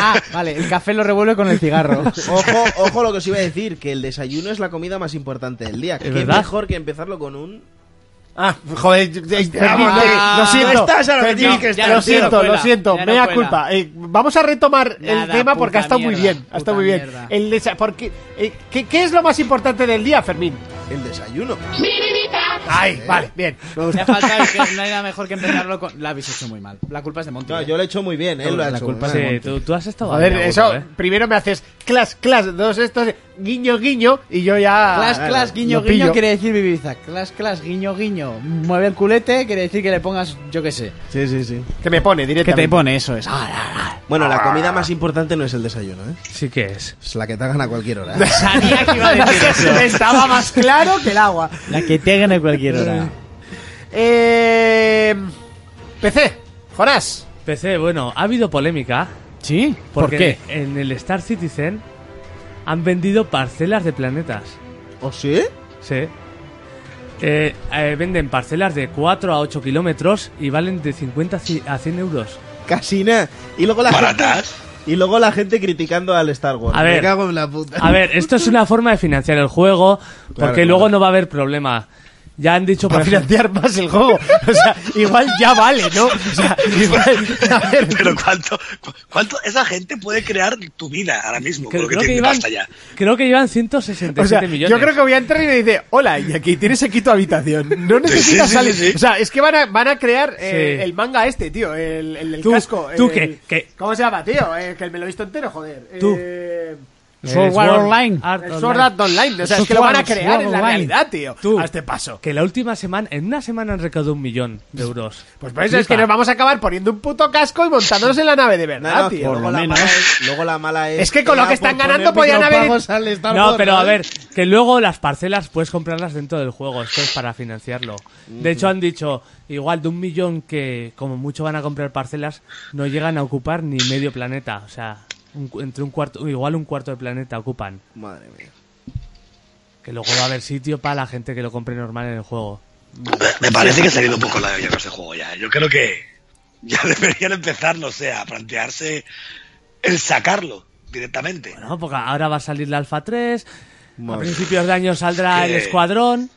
Speaker 2: ah, vale, el café lo revuelve con el cigarro.
Speaker 4: Ojo, ojo lo que os iba a decir, que el desayuno es la comida más importante del día. Qué
Speaker 3: verdad?
Speaker 4: mejor que empezarlo con un...
Speaker 1: Ah, joder,
Speaker 2: Ah,
Speaker 1: eh, lo siento.
Speaker 4: no estás a lo que
Speaker 1: Fermín,
Speaker 4: tienes que
Speaker 1: ya
Speaker 4: estar.
Speaker 1: Lo
Speaker 2: Ya no
Speaker 1: siento,
Speaker 2: cuela,
Speaker 1: lo siento,
Speaker 2: ya no
Speaker 1: mea
Speaker 2: cuela.
Speaker 1: culpa. Eh, vamos a retomar el
Speaker 2: Nada,
Speaker 1: tema porque
Speaker 2: puta
Speaker 1: ha estado muy
Speaker 2: mierda,
Speaker 1: bien, ha estado
Speaker 2: puta
Speaker 1: muy bien.
Speaker 2: mierda.
Speaker 1: El desa- porque, eh, ¿qué, qué es lo más importante del día, Fermín?
Speaker 4: El desayuno.
Speaker 7: Mirimita,
Speaker 1: Ahí, vale, bien. Me
Speaker 5: Me
Speaker 1: gusta.
Speaker 5: ha faltado el que no hay nada mejor que empezarlo con. La habéis hecho muy mal. La culpa es de Monty. ¿eh?
Speaker 4: No, yo lo he hecho muy bien, él lo ha
Speaker 5: La
Speaker 4: hecho
Speaker 5: culpa
Speaker 4: muy
Speaker 5: es
Speaker 4: mal.
Speaker 5: de
Speaker 3: Sí, tú, tú has estado...
Speaker 1: A ver,
Speaker 3: ahí,
Speaker 1: eso,
Speaker 3: ¿eh?
Speaker 1: primero me haces clas, clas, dos estos, guiño, guiño, y yo ya.
Speaker 5: Clas,
Speaker 1: Claro,
Speaker 5: clas, guiño,
Speaker 1: lo pillo.
Speaker 5: guiño quiere decir viviza. Clas, clas, guiño, guiño. Mueve el culete quiere decir que le pongas, yo qué sé.
Speaker 4: Sí, sí, sí.
Speaker 1: Que me pone
Speaker 5: Que
Speaker 1: directamente.
Speaker 5: te pone eso, es. Ah, ah,
Speaker 4: Bueno, la comida más importante no es el desayuno, ¿eh?
Speaker 3: Sí que es.
Speaker 4: Es la que te hagan a cualquier hora.
Speaker 5: ah. Sabía que iba a decir eso.
Speaker 1: Estaba más claro que el agua.
Speaker 5: La que te hagan a cualquier hora.
Speaker 1: Eh, PC, Jonás.
Speaker 3: PC, bueno, ha habido polémica.
Speaker 5: ¿Sí? ¿Por
Speaker 3: Porque
Speaker 5: qué?
Speaker 3: en el Star Citizen han vendido parcelas de planetas.
Speaker 4: ¿O sí?
Speaker 3: Sí. Eh, eh, venden parcelas de 4 a 8 kilómetros y valen de 50 ci- a 100 euros.
Speaker 4: Casi nada. Y luego la
Speaker 6: Baratas.
Speaker 4: gente... Y luego la gente criticando al Star Wars.
Speaker 3: A ver.
Speaker 4: Me cago en la puta.
Speaker 3: A ver, esto es una forma de financiar el juego porque
Speaker 4: Claro, claro.
Speaker 3: luego no va a haber problema. Ya han dicho, por
Speaker 1: Para
Speaker 3: ejemplo-
Speaker 1: financiar más el juego. O sea, igual ya vale, ¿no? O sea, igual. A ver.
Speaker 6: Pero cuánto, cu- cuánto esa gente puede crear tu vida ahora mismo, con
Speaker 3: creo,
Speaker 6: lo que
Speaker 3: creo que
Speaker 6: tiene
Speaker 3: llevan,
Speaker 6: pasta ya.
Speaker 3: creo que llevan
Speaker 1: O
Speaker 3: 167
Speaker 1: sea,
Speaker 3: millones.
Speaker 1: yo creo que voy a entrar y me dice, hola, y aquí tienes aquí tu habitación. No necesitas
Speaker 6: sí, sí,
Speaker 1: salir.
Speaker 6: sí.
Speaker 1: O sea, es que van a, van a crear eh,
Speaker 3: Sí.
Speaker 1: el manga este, tío, el, el del
Speaker 3: Tú,
Speaker 1: casco.
Speaker 3: tú
Speaker 1: el-
Speaker 3: que- que-
Speaker 1: ¿Cómo se llama, tío? Eh, que me lo he visto entero, joder.
Speaker 3: Tú.
Speaker 1: Eh,
Speaker 3: Eh,
Speaker 5: Sword Art Online.
Speaker 3: Art
Speaker 1: el
Speaker 3: Online.
Speaker 1: Sword Art Online. O sea, es que lo van a crear en la
Speaker 5: Online.
Speaker 1: realidad, tío.
Speaker 3: Tú.
Speaker 1: A este paso.
Speaker 3: Que la última semana, en una semana han recaudado un millón de euros.
Speaker 1: Pues por eso es
Speaker 3: Flipa.
Speaker 1: que nos vamos a acabar poniendo un puto casco y montándonos en la nave de
Speaker 4: No,
Speaker 1: verdad,
Speaker 4: no, que
Speaker 1: Ah, tío.
Speaker 4: luego, la mala es, luego la mala es...
Speaker 1: Es que con lo que están
Speaker 4: por
Speaker 1: ganando
Speaker 4: poner
Speaker 1: podían haber-
Speaker 4: micropagos al Star
Speaker 3: No,
Speaker 4: Wars,
Speaker 3: pero a ver,
Speaker 4: ¿sabes?
Speaker 3: que luego las parcelas puedes comprarlas dentro del juego, esto es para financiarlo. De hecho han dicho, igual de un millón que como mucho van a comprar parcelas, no llegan a ocupar ni medio planeta, o sea, un cu- entre un cuarto, igual un cuarto de planeta ocupan.
Speaker 4: Madre mía.
Speaker 3: Que luego va a haber sitio para la gente que lo compre normal en el juego.
Speaker 6: Me parece que se ha ido un poco la olla con este juego ya. ¿eh? Yo creo que ya deberían empezar, no sé, a plantearse el sacarlo directamente.
Speaker 3: Bueno, porque ahora va a salir la Alpha 3, a
Speaker 4: Madre.
Speaker 3: principios de año saldrá el
Speaker 6: Que-
Speaker 3: Escuadrón.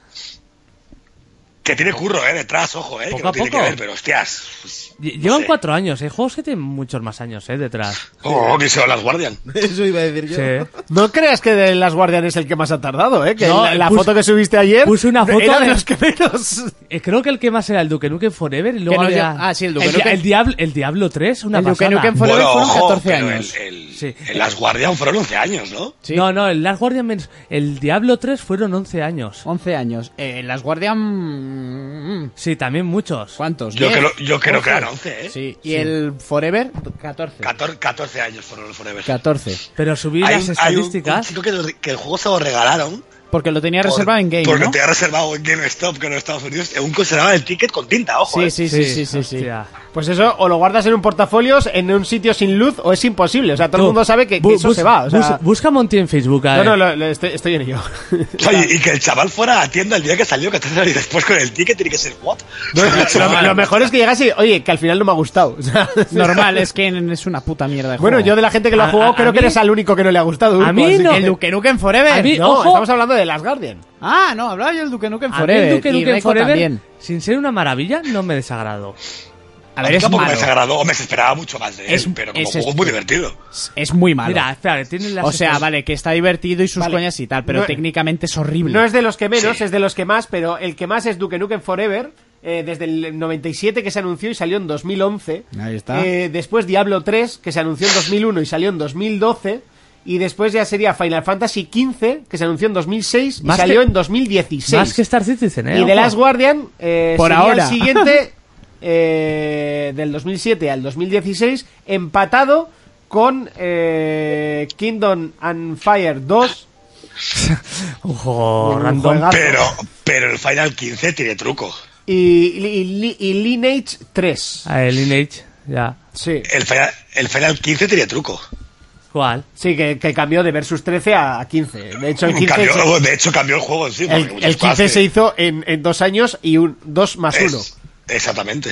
Speaker 6: Que tiene curro, ¿eh? Detrás, ojo, ¿eh? que
Speaker 3: Poco
Speaker 6: no
Speaker 3: a
Speaker 6: tiene
Speaker 3: poco.
Speaker 6: que ver, pero hostias. pues,
Speaker 3: Lle-
Speaker 6: no
Speaker 3: Llevan
Speaker 6: sé.
Speaker 3: cuatro años, hay juegos que tienen muchos más años, eh, detrás.
Speaker 6: Oh, que se va las Guardian.
Speaker 4: Eso iba a decir yo.
Speaker 3: Sí.
Speaker 1: No creas que de las Guardian es el que más ha tardado, ¿eh? Que
Speaker 3: No,
Speaker 1: la, la
Speaker 3: puse-
Speaker 1: foto que subiste ayer.
Speaker 3: puse una foto
Speaker 1: era de
Speaker 3: de-
Speaker 1: los que menos.
Speaker 3: Eh, creo que el que más era el Duke Nukem Forever y luego
Speaker 5: no
Speaker 3: había...
Speaker 5: lle- ah, sí, el Duke
Speaker 3: di-
Speaker 5: Nukem.
Speaker 3: Diablo, el Diablo 3, una
Speaker 5: El Duke
Speaker 3: pasada.
Speaker 5: Nukem Forever
Speaker 6: Bueno,
Speaker 5: fueron
Speaker 6: ojo,
Speaker 5: 14
Speaker 6: pero
Speaker 5: años.
Speaker 6: El, el-
Speaker 3: Sí.
Speaker 6: el las Guardian fueron 11 años, ¿no?
Speaker 5: Sí.
Speaker 3: No, no, el Last Guardian menos- El Diablo 3 fueron 11 años.
Speaker 5: 11 años. Eh, las Guardian. mm,
Speaker 3: Sí, también muchos.
Speaker 5: ¿Cuántos?
Speaker 6: Yo
Speaker 5: 10,
Speaker 6: creo, yo creo
Speaker 5: 11.
Speaker 6: que eran 11, ¿eh?
Speaker 5: Sí. ¿Y el Forever? 14.
Speaker 6: 14, 14 años fueron los Forever.
Speaker 5: 14.
Speaker 3: Pero subí
Speaker 6: Hay
Speaker 3: las
Speaker 6: un- hay un- un
Speaker 3: estadísticas.
Speaker 6: chico que, lo- que el juego se lo regalaron.
Speaker 5: Porque lo tenía
Speaker 6: por-
Speaker 5: reservado en Game,
Speaker 6: Porque
Speaker 5: ¿no?
Speaker 6: te ha reservado en GameStop, que en los Estados Unidos. Aún conservaba el ticket con tinta, ojo.
Speaker 5: Sí,
Speaker 6: ¿eh?
Speaker 5: sí, sí, sí, sí, sí.
Speaker 3: hostia.
Speaker 1: Pues eso, o lo guardas en un portafolios en un sitio sin luz, o es imposible. O sea, todo el
Speaker 3: Tú,
Speaker 1: mundo sabe que, que
Speaker 3: bu-
Speaker 1: eso
Speaker 3: bus-
Speaker 1: se va. O sea,
Speaker 3: bus- busca a Monty en Facebook. a
Speaker 1: no,
Speaker 3: ver.
Speaker 1: no, lo- lo- estoy, estoy en ello.
Speaker 6: Oye, y que el chaval fuera a tienda el día que salió, 14 años después con el ticket, tiene que ser what?
Speaker 1: lo, lo mejor es que llegas y, oye, que al final no me ha gustado. O sea,
Speaker 5: Normal, es que es una puta mierda de juego.
Speaker 1: bueno, yo de la gente que lo ha
Speaker 3: A-
Speaker 1: jugado,
Speaker 3: a- a
Speaker 1: creo que
Speaker 3: mí-
Speaker 1: eres al único que no le ha gustado. Urco,
Speaker 3: mí
Speaker 1: así
Speaker 3: no.
Speaker 1: que-
Speaker 5: El Duke Nukem
Speaker 1: A
Speaker 5: Forever.
Speaker 3: mí-
Speaker 1: No,
Speaker 3: ojo.
Speaker 1: estamos hablando de las Guardian.
Speaker 5: Ah, no, hablaba yo del Duke Nukem
Speaker 3: A mí
Speaker 5: Forever.
Speaker 3: el Duke
Speaker 5: y
Speaker 3: Nukem
Speaker 5: Reco
Speaker 3: Forever,
Speaker 5: también.
Speaker 3: sin ser una maravilla, no me desagradó.
Speaker 5: A ver, es
Speaker 6: tampoco
Speaker 5: malo.
Speaker 6: me desagradó, o me esperaba mucho más de él,
Speaker 5: Es-
Speaker 6: pero como
Speaker 5: es
Speaker 6: juego es muy divertido.
Speaker 5: Es muy malo.
Speaker 3: Mira, este espera, que tienen las
Speaker 5: o sea,
Speaker 3: estas-
Speaker 5: vale, que está divertido y sus
Speaker 1: Vale.
Speaker 5: coñas y tal, pero
Speaker 1: No-
Speaker 5: técnicamente es horrible.
Speaker 1: No es de los que menos,
Speaker 6: Sí.
Speaker 1: es de los que más, pero el que más es Duke Nukem Forever. eh, desde el 97 que se anunció y salió en 2011.
Speaker 5: Ahí está.
Speaker 1: Eh, después Diablo 3 que se anunció en 2001 y salió en 2012. Y después ya sería Final Fantasy XV que se anunció en 2006
Speaker 3: Más
Speaker 1: y salió
Speaker 3: que-
Speaker 1: en 2016.
Speaker 3: Más que Star Citizen, ¿eh?
Speaker 1: y The
Speaker 3: Ojo.
Speaker 1: Last Guardian eh,
Speaker 5: Por
Speaker 1: sería
Speaker 5: ahora.
Speaker 1: el siguiente eh, del 2007 al 2016 empatado con eh, Kingdom and Fire 2
Speaker 3: Ojo,
Speaker 1: Un
Speaker 3: random.
Speaker 1: juegazo.
Speaker 6: Pero, pero el Final 15 tiene truco.
Speaker 1: y, y- y- y Lineage 3.
Speaker 3: Ah, el Lineage, ya.
Speaker 1: Sí,
Speaker 6: El Final, el Final 15 tiene truco.
Speaker 3: ¿Cuál?
Speaker 1: sí que, que cambió de Versus 13 a 15. De hecho, el 15,
Speaker 6: Cambió-
Speaker 1: se-
Speaker 6: de hecho, cambió el juego en sí. porque
Speaker 1: el-
Speaker 6: muchas
Speaker 1: el
Speaker 6: cosas
Speaker 1: 15 se
Speaker 6: que-
Speaker 1: hizo en, en dos años y un 2 más
Speaker 6: es-
Speaker 1: 1.
Speaker 6: Exactamente.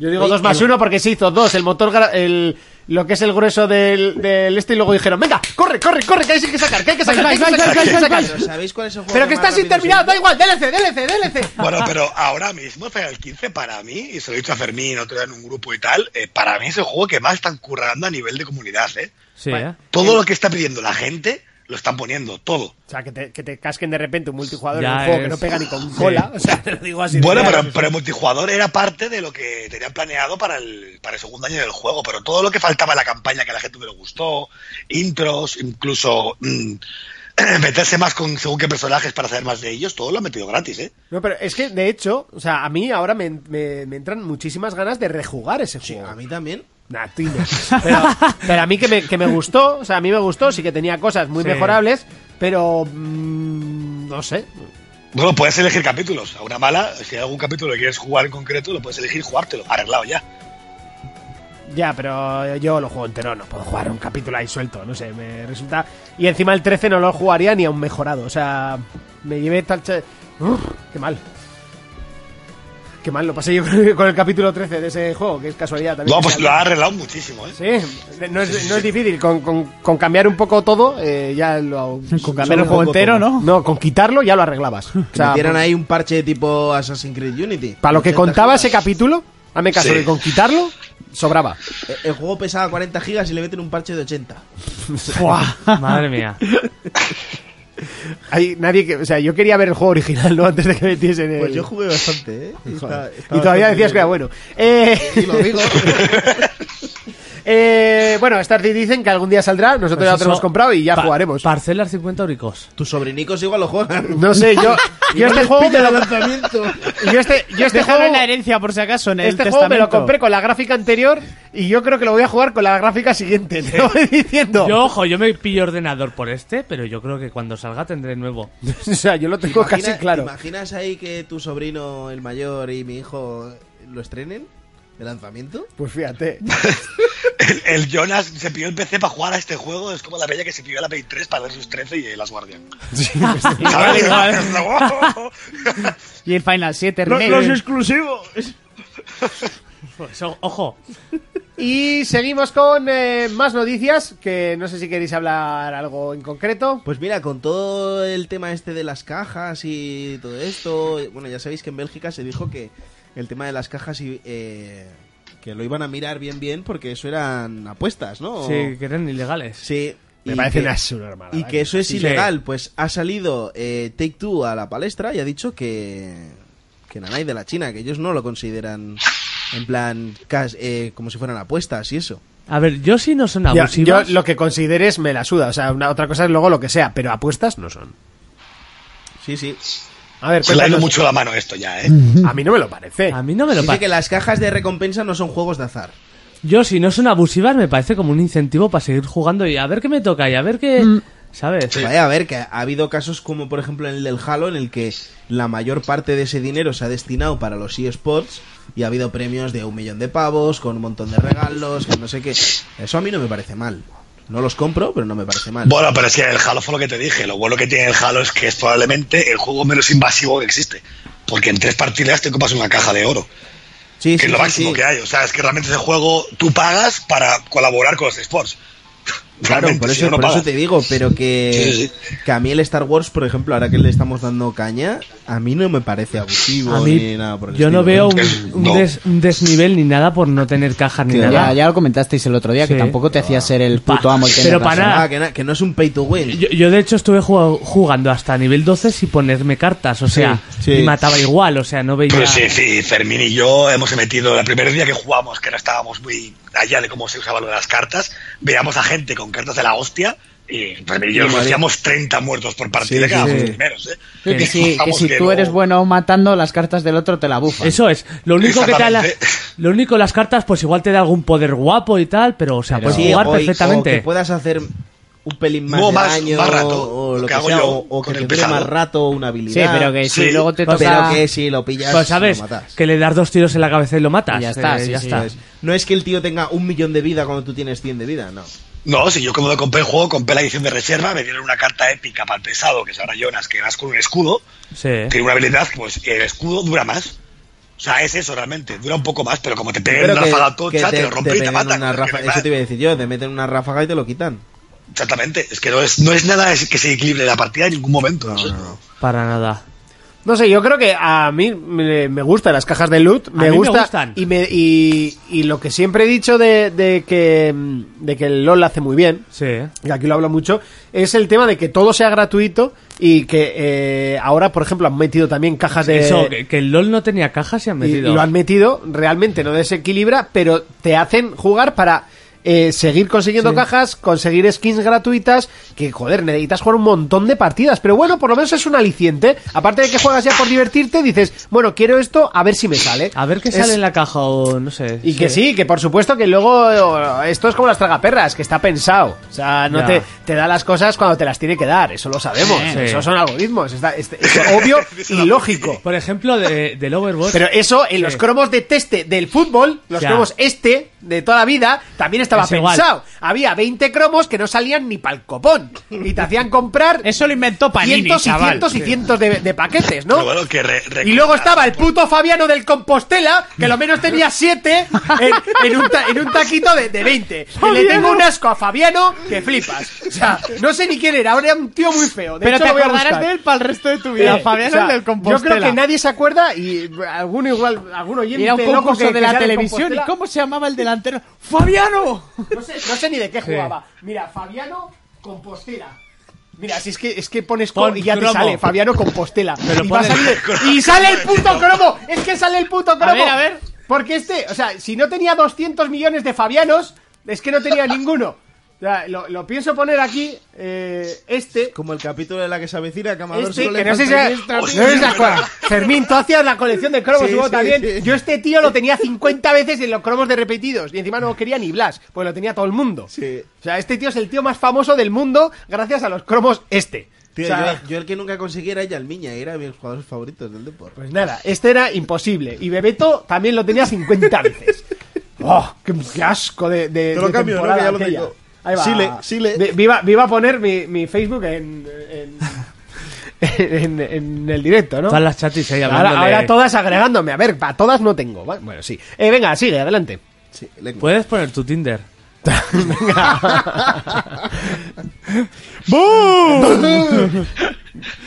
Speaker 1: Yo digo 2 más 1 porque se hizo 2, el motor, gra- el, lo que es el grueso del, del este, y luego dijeron: Venga, corre, corre, corre, que hay que sacar, que hay que sacar, que hay que sacar, que hay que sacar".
Speaker 4: Pero ¿sabéis cuál es el juego
Speaker 1: Pero que
Speaker 4: más
Speaker 1: está sin
Speaker 4: rápido
Speaker 1: terminar,
Speaker 4: siempre?
Speaker 1: da igual, DLC, DLC, DLC.
Speaker 6: Bueno, pero ahora mismo Final 15 para mí, y se lo he dicho a Fermín otro día en un grupo y tal, eh, para mí es el juego que más están currando a nivel de comunidad, ¿eh?
Speaker 3: Sí, ¿eh?
Speaker 6: Todo lo que está pidiendo la gente lo están poniendo todo.
Speaker 1: O sea, que te, que te casquen de repente un multijugador
Speaker 3: Ya
Speaker 1: en un juego que
Speaker 3: es-
Speaker 1: no pega ni con cola. O sea, te lo digo así. de
Speaker 6: Bueno,
Speaker 1: Ah, claro.
Speaker 6: pero, pero el multijugador era parte de lo que tenían planeado para el, para el segundo año del juego, pero todo lo que faltaba en la campaña que a la gente no le gustó, intros, incluso mm, meterse más con según qué personajes para saber más de ellos, todo lo han metido gratis, ¿eh?
Speaker 1: No, pero es que, de hecho, o sea, a mí ahora me, me- me entran muchísimas ganas de rejugar ese juego.
Speaker 4: A mí también.
Speaker 1: Nah, tú no. Pero, pero a mí que me, que me gustó, o sea, a mí me gustó, sí que tenía cosas muy
Speaker 3: Sí.
Speaker 1: mejorables, pero... mm, no sé.
Speaker 6: Bueno, puedes elegir capítulos. A una mala, si hay algún capítulo que quieres jugar en concreto, lo puedes elegir jugártelo, arreglado ya.
Speaker 1: Ya, pero yo lo juego entero, no puedo jugar un capítulo ahí suelto, no sé, me resulta... Y encima el 13 no lo jugaría ni a un mejorado, o sea, me llevé tal... che- Uf, qué mal. Qué mal, lo pasé yo con el capítulo 13 de ese juego, que es casualidad también.
Speaker 6: No,
Speaker 1: que
Speaker 6: pues
Speaker 1: sea-
Speaker 6: lo ha arreglado muchísimo, ¿eh?
Speaker 1: Sí, no es, no es difícil, con, con- con cambiar un poco todo, eh, ya lo...
Speaker 5: Con cambiar el juego
Speaker 4: poco,
Speaker 5: entero,
Speaker 4: poco.
Speaker 5: ¿no?
Speaker 1: No, con quitarlo ya lo arreglabas. O
Speaker 4: Que
Speaker 1: sea, pues-
Speaker 4: metieran ahí un parche tipo Assassin's Creed Unity.
Speaker 1: Para lo que
Speaker 4: 80
Speaker 1: contaba ese
Speaker 4: gigas.
Speaker 1: capítulo, hazme caso,
Speaker 6: Sí.
Speaker 1: que con quitarlo, sobraba.
Speaker 4: Eh, El juego pesaba 40 gigas y le meten un parche de 80.
Speaker 3: Pues Madre mía.
Speaker 1: Hay nadie que, o sea, yo quería ver el juego original, ¿no? Antes de que metiesen el...
Speaker 4: Pues yo jugué bastante, ¿eh?
Speaker 1: Joder.
Speaker 4: Y, está- está
Speaker 1: y todavía
Speaker 4: bastante
Speaker 1: decías que era
Speaker 4: bien.
Speaker 1: bueno. Eh,
Speaker 4: Y lo digo.
Speaker 1: eh, bueno, Stardew dicen que algún día saldrá, nosotros
Speaker 3: Pues
Speaker 1: ya lo
Speaker 3: eso,
Speaker 1: tenemos comprado y ya
Speaker 3: pa-
Speaker 1: jugaremos.
Speaker 3: Parcelas 50 euricos.
Speaker 4: Tus sobrinicos igual lo juegan.
Speaker 1: No sé, yo, yo este juego me
Speaker 4: de
Speaker 1: lo,
Speaker 4: lanzamiento.
Speaker 1: yo este, yo este
Speaker 5: Déjalo
Speaker 1: juego,
Speaker 5: en la herencia, por si acaso, en el
Speaker 1: este juego
Speaker 5: testamento.
Speaker 1: me lo compré con la gráfica anterior y yo creo que lo voy a jugar con la gráfica siguiente, te lo voy diciendo.
Speaker 3: Yo, ojo, yo me pillo ordenador por este, pero yo creo que cuando salga tendré nuevo.
Speaker 1: o sea, yo lo tengo
Speaker 4: Imagina-
Speaker 1: Pues casi claro.
Speaker 4: ¿te imaginas ahí que tu sobrino, el mayor y mi hijo lo estrenen? ¿De lanzamiento?
Speaker 1: Pues fíjate.
Speaker 6: El, el Jonas se pidió el PC para jugar a este juego, es como la bella que se pidió la Play 3 para ver sus 13 y eh, las guardias.
Speaker 1: pues
Speaker 6: ¿Sabes?
Speaker 5: Y el Final 7 remake.
Speaker 4: exclusivos!
Speaker 3: Pues, o- ojo,
Speaker 1: Y seguimos con eh, más noticias, que no sé si queréis hablar algo en concreto.
Speaker 4: Pues mira, con todo el tema este de las cajas y todo esto, bueno, ya sabéis que en Bélgica se dijo que el tema de las cajas y, eh, que lo iban a mirar bien bien porque eso eran apuestas, ¿no?
Speaker 3: sí, que eran ilegales.
Speaker 4: Sí.
Speaker 1: Me
Speaker 4: y
Speaker 1: parece
Speaker 4: que-
Speaker 1: una subnormada.
Speaker 4: Y
Speaker 1: ¿eh?
Speaker 4: que eso es
Speaker 3: Sí.
Speaker 4: ilegal, pues ha salido eh, Take Two a la palestra y ha dicho que que Nanay de la China, que ellos no lo consideran en plan cas- eh, como si fueran apuestas y eso.
Speaker 3: A ver, yo sí no son
Speaker 1: Ya, yo
Speaker 3: abusivas.
Speaker 1: lo que consideres me la suda. O sea, una, otra cosa es luego lo que sea, pero apuestas no son.
Speaker 4: Sí, sí.
Speaker 1: A ver,
Speaker 6: Se le ha ido
Speaker 1: cuéntanos.
Speaker 6: mucho la mano esto ya, ¿eh?
Speaker 1: A mí no me lo parece.
Speaker 3: A mí no me lo
Speaker 4: Dice
Speaker 3: parece.
Speaker 4: que las cajas de recompensa no son juegos de azar.
Speaker 3: Yo si no son abusivas me parece como un incentivo para seguir jugando y a ver qué me toca y a ver qué...
Speaker 1: Mm.
Speaker 3: ¿Sabes?
Speaker 4: Vaya, a ver, que ha habido casos como por ejemplo el del Halo, en el que la mayor parte de ese dinero se ha destinado para los eSports y ha habido premios de un millón de pavos, con un montón de regalos, con no sé qué. Eso a mí no me parece mal. No los compro, pero no me parece mal.
Speaker 6: Bueno, pero es que el Halo fue lo que te dije. Lo bueno que tiene el Halo es que es probablemente el juego menos invasivo que existe. Porque en tres partidas te copas una caja de oro,
Speaker 4: sí,
Speaker 6: que es lo máximo que hay. O sea, es que realmente ese juego tú pagas para colaborar con los sports.
Speaker 4: Claro, por eso, por eso te digo, pero que,
Speaker 6: Sí,
Speaker 4: que a mí el Star Wars, por ejemplo, ahora que le estamos dando caña, a mí no me parece abusivo
Speaker 3: A mí,
Speaker 4: ni nada por el
Speaker 3: yo no
Speaker 4: estilo,
Speaker 3: veo
Speaker 4: ¿eh?
Speaker 3: un,
Speaker 6: Es-
Speaker 3: un
Speaker 6: no.
Speaker 3: des- un desnivel ni nada por no tener cajas ni
Speaker 4: Claro.
Speaker 3: nada.
Speaker 2: Ya, ya lo comentasteis el otro día, que
Speaker 3: Sí.
Speaker 2: tampoco te hacía ser el puto
Speaker 3: Pa-
Speaker 2: amo y tener
Speaker 3: pero para
Speaker 2: razón.
Speaker 3: nada.
Speaker 4: Ah, que, na- que no es un pay to win.
Speaker 3: Yo, yo, de hecho estuve jugado- jugando hasta nivel 12 sin ponerme cartas, o sea,
Speaker 4: sí.
Speaker 3: y mataba igual, o sea, no veía...
Speaker 6: Pero Pues sí, sí, Fermín y yo hemos metido, el primer día que jugamos, que no estábamos muy allá de cómo se usaba lo de las cartas, veíamos a gente con cartas de la hostia y Fermín y yo nos hacíamos 30 muertos por partida,
Speaker 4: Sí,
Speaker 6: que éramos
Speaker 4: sí.
Speaker 6: los primeros, ¿eh?
Speaker 2: Sí, que
Speaker 6: Y
Speaker 2: si, que
Speaker 6: jugamos
Speaker 2: si
Speaker 6: que
Speaker 2: tú
Speaker 6: no-
Speaker 2: eres bueno matando, las cartas del otro te la bufan.
Speaker 3: Eso es, lo único que te da la-
Speaker 6: Exactamente.
Speaker 3: lo único las cartas pues igual te da algún poder guapo y tal, pero o sea,
Speaker 2: Pero-
Speaker 3: puedes
Speaker 4: Sí,
Speaker 3: jugar
Speaker 4: o-
Speaker 3: perfectamente.
Speaker 4: O que puedas hacer un pelín más
Speaker 6: No,
Speaker 4: de
Speaker 6: más-
Speaker 4: daño,
Speaker 6: más rato,
Speaker 4: o
Speaker 6: lo
Speaker 4: lo
Speaker 6: que
Speaker 4: que,
Speaker 6: hago
Speaker 4: sea,
Speaker 6: yo
Speaker 4: o, o que
Speaker 6: con
Speaker 4: te
Speaker 6: el
Speaker 4: dure
Speaker 6: pesado.
Speaker 4: más rato una habilidad.
Speaker 2: Sí, pero que si
Speaker 6: Sí.
Speaker 2: luego te
Speaker 4: Pero
Speaker 2: toca...
Speaker 4: que si lo pillas,
Speaker 3: Pues sabes,
Speaker 4: lo matas.
Speaker 3: que le das dos tiros en la cabeza y lo matas.
Speaker 2: Y ya está,
Speaker 3: eh,
Speaker 2: sí,
Speaker 3: ya
Speaker 2: sí,
Speaker 3: está.
Speaker 2: es-
Speaker 4: No es que el tío tenga un millón de vida cuando tú tienes 100 de vida, no.
Speaker 6: No, si yo como lo compré el juego, compré la edición de reserva, me dieron una carta épica para el pesado, que es ahora Jonas, que vas con un escudo,
Speaker 3: Sí.
Speaker 6: tiene una habilidad, pues el escudo dura más. O sea, es eso realmente, dura un poco más, pero como te peguen
Speaker 4: Pero
Speaker 6: una
Speaker 4: que,
Speaker 6: ráfaga
Speaker 4: que
Speaker 6: tocha, te, lo rompen y te
Speaker 4: pegan
Speaker 6: matan.
Speaker 4: una
Speaker 6: porque no
Speaker 4: ráfaga-
Speaker 6: hay
Speaker 4: eso
Speaker 6: más.
Speaker 4: te iba a decir yo, te meten una ráfaga y te lo quitan.
Speaker 6: Exactamente, es que no es, no es nada que se equilibre la partida en ningún momento. no sé.
Speaker 3: Para nada.
Speaker 1: No sé, yo creo que a mí me, me gustan las cajas de loot. Me,
Speaker 3: mí me
Speaker 1: gusta,
Speaker 3: gustan.
Speaker 1: Y, me- y, y lo que siempre he dicho de, de que, mm, de que el LOL hace muy bien,
Speaker 3: Sí.
Speaker 1: y aquí lo hablo mucho, es el tema de que todo sea gratuito y que eh, ahora, por ejemplo, han metido también cajas de...
Speaker 3: Eso, que, que el LOL no tenía cajas y han
Speaker 1: y- y
Speaker 3: metido.
Speaker 1: lo han metido, realmente no desequilibra, pero te hacen jugar para eh, seguir consiguiendo cajas, conseguir skins gratuitas, que joder, necesitas jugar un montón de partidas, pero bueno, por lo menos es un aliciente. Aparte de que juegas ya por divertirte, dices, bueno, quiero esto, a ver si me sale.
Speaker 3: A ver qué
Speaker 1: Es-
Speaker 3: sale en la caja o no sé.
Speaker 1: y que sí, que por supuesto que luego eh, esto es como las tragaperras, que está pensado. O sea, no
Speaker 3: Ya.
Speaker 1: te, te da las cosas cuando te las tiene que dar, eso lo sabemos.
Speaker 3: Sí.
Speaker 1: Eso son algoritmos, está- es- es obvio y lógico.
Speaker 3: Por ejemplo, de, del Overwatch.
Speaker 1: Pero eso en los
Speaker 3: Sí.
Speaker 1: cromos de teste del fútbol, los
Speaker 3: Ya.
Speaker 1: cromos este de toda la vida, también estaba
Speaker 3: Es igual.
Speaker 1: pensado. Había 20 cromos que no salían ni pa'l copón y te hacían comprar
Speaker 5: Eso lo inventó Panini,
Speaker 1: cientos y
Speaker 5: chaval.
Speaker 1: cientos y cientos de, de paquetes, ¿no?
Speaker 6: Pero bueno, que re-
Speaker 1: Y luego
Speaker 6: recordar-
Speaker 1: estaba el puto Fabiano del Compostela, que lo menos tenía 7 en, en un, ta- en un taquito de, de 20. Y le tengo un asco a Fabiano que flipas. O sea, no sé ni quién era, ahora era un tío muy feo. De
Speaker 5: Pero
Speaker 1: hecho,
Speaker 5: te
Speaker 1: lo voy a
Speaker 5: acordarás
Speaker 1: buscar.
Speaker 5: de él para el resto de tu vida.
Speaker 1: Eh,
Speaker 5: Fabián
Speaker 1: o sea,
Speaker 5: es del Compostela.
Speaker 1: Yo creo que nadie se acuerda y eh, alguno igual, algún oyente
Speaker 5: Era un
Speaker 1: loco
Speaker 5: concurso
Speaker 1: que-
Speaker 5: de
Speaker 1: que
Speaker 5: la
Speaker 1: sea del
Speaker 5: televisión. ¿Y
Speaker 1: Compostela,
Speaker 5: cómo se llamaba el delantero? ¡Fabiano!
Speaker 1: No sé, no sé ni de qué jugaba. Mira, Fabiano Compostela. Mira, si es que, es que pones co-
Speaker 3: Pon
Speaker 1: y ya
Speaker 3: cromo.
Speaker 1: te sale Fabiano Compostela.
Speaker 3: Pero
Speaker 1: y, va a
Speaker 3: pon el-
Speaker 1: salir- y sale el puto cromo. Es que sale el puto cromo.
Speaker 5: ver, a ver.
Speaker 1: Porque este, o sea, si no tenía 200 millones de Fabianos, es que no tenía ninguno. O sea, lo, lo pienso poner aquí, eh, este.
Speaker 4: Como el capítulo de la que se avecina, Camador
Speaker 1: Este,
Speaker 4: solo
Speaker 1: que
Speaker 4: le
Speaker 1: no sé si
Speaker 4: falta
Speaker 1: no
Speaker 4: extra.
Speaker 1: sé si se acuerda. Fermín, tú hacías la colección de cromos
Speaker 4: Sí,
Speaker 1: y vos
Speaker 4: sí,
Speaker 1: también.
Speaker 4: sí.
Speaker 1: Yo este tío lo tenía 50 veces en los cromos de repetidos. Y encima no quería ni Blas, pues lo tenía todo el mundo.
Speaker 4: Sí.
Speaker 1: O sea, este tío es el tío más famoso del mundo gracias a los cromos este.
Speaker 4: Tío,
Speaker 1: O sea,
Speaker 4: yo, yo el que nunca conseguí era Yalmiña, era de mis jugadores favoritos del deporte.
Speaker 1: Pues nada, este era imposible. Y Bebeto también lo tenía 50 veces. ¡Oh! ¡Qué, qué asco de, de,
Speaker 4: Te lo
Speaker 1: de
Speaker 4: cambio, ¿no?
Speaker 1: temporada
Speaker 4: Que ya lo
Speaker 1: aquella.
Speaker 4: tengo.
Speaker 1: Ahí va.
Speaker 4: Sile, Sile.
Speaker 1: Vi- Viva, viva a poner mi, mi Facebook en, en, en- en el directo, ¿no?
Speaker 3: Todas las chatis ahí hablando.
Speaker 1: Ahora, ahora todas agregándome. A ver, para todas no tengo. Va- Bueno, sí. Eh, venga, sigue, adelante.
Speaker 4: Sí, lengua.
Speaker 3: Puedes poner tu Tinder.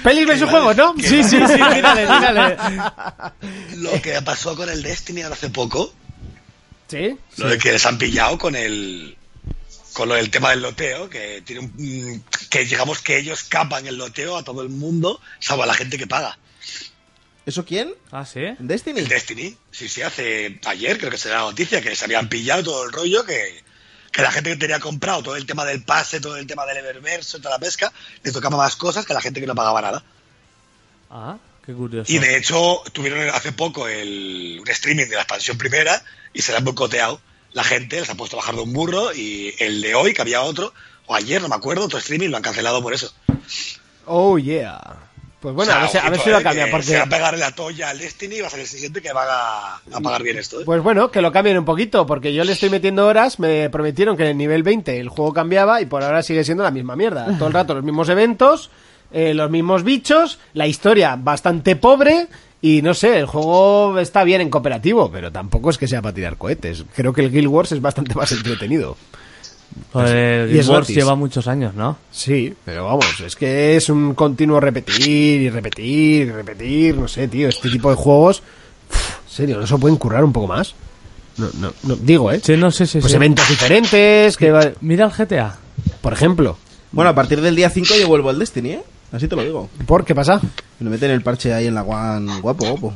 Speaker 1: Pelis versus juegos, ¿no? Sí, sí, sí. Mírale, mírale.
Speaker 6: Lo que pasó con el Destiny ahora hace poco,
Speaker 1: Sí.
Speaker 6: lo de que les han pillado con el con lo del tema del loteo, que tiene un- que digamos que ellos capan el loteo a todo el mundo, salvo a la gente que paga.
Speaker 4: ¿Eso quién?
Speaker 3: Ah, sí.
Speaker 4: ¿Destiny?
Speaker 6: El Destiny, sí, sí, hace ayer creo que será la noticia, que se habían pillado todo el rollo, que, que la gente que tenía comprado todo el tema del pase, todo el tema del eververso, toda la pesca, le tocaba más cosas que a la gente que no pagaba nada.
Speaker 3: Ah, qué curioso.
Speaker 6: Y de hecho, tuvieron hace poco el, un streaming de la expansión primera y se la han boicoteado. La gente les ha puesto a bajar de un burro y el de hoy, que había otro, o ayer, no me acuerdo, otro streaming lo han cancelado por eso.
Speaker 1: Oh, yeah. Pues bueno,
Speaker 6: O sea,
Speaker 1: a ver, si- a ver
Speaker 6: ojito,
Speaker 1: si lo
Speaker 6: eh,
Speaker 1: cambian.
Speaker 6: que
Speaker 1: Porque...
Speaker 6: Se va a pegar la toalla al Destiny y va a ser el siguiente que va a, a pagar bien esto. ¿eh?
Speaker 1: Pues bueno, que lo cambien un poquito, porque yo le estoy metiendo horas, me prometieron que en el nivel 20 el juego cambiaba y por ahora sigue siendo la misma mierda. Todo el rato los mismos eventos, eh, los mismos bichos, la historia bastante pobre y no sé, el juego está bien en cooperativo, pero tampoco es que sea para tirar cohetes. Creo que el Guild Wars es bastante más entretenido.
Speaker 3: Joder,
Speaker 1: Y
Speaker 3: Guild
Speaker 1: es
Speaker 3: Wars
Speaker 1: gratis.
Speaker 3: lleva muchos años, ¿no?
Speaker 1: Sí, pero vamos, es que es un continuo repetir y repetir y repetir, no sé, tío, este tipo de juegos, pf, en serio, ¿no se pueden currar un poco más? No, no, no, digo, ¿eh?
Speaker 3: Sí, no sé si
Speaker 1: pues eventos diferentes, que va-
Speaker 3: Mira el GTA.
Speaker 1: por ejemplo,
Speaker 4: Bueno, a partir del día 5 yo vuelvo al Destiny, ¿eh? Así te lo digo.
Speaker 1: ¿por qué pasa?
Speaker 4: Y lo meten el parche ahí en la One, guapo, guapo.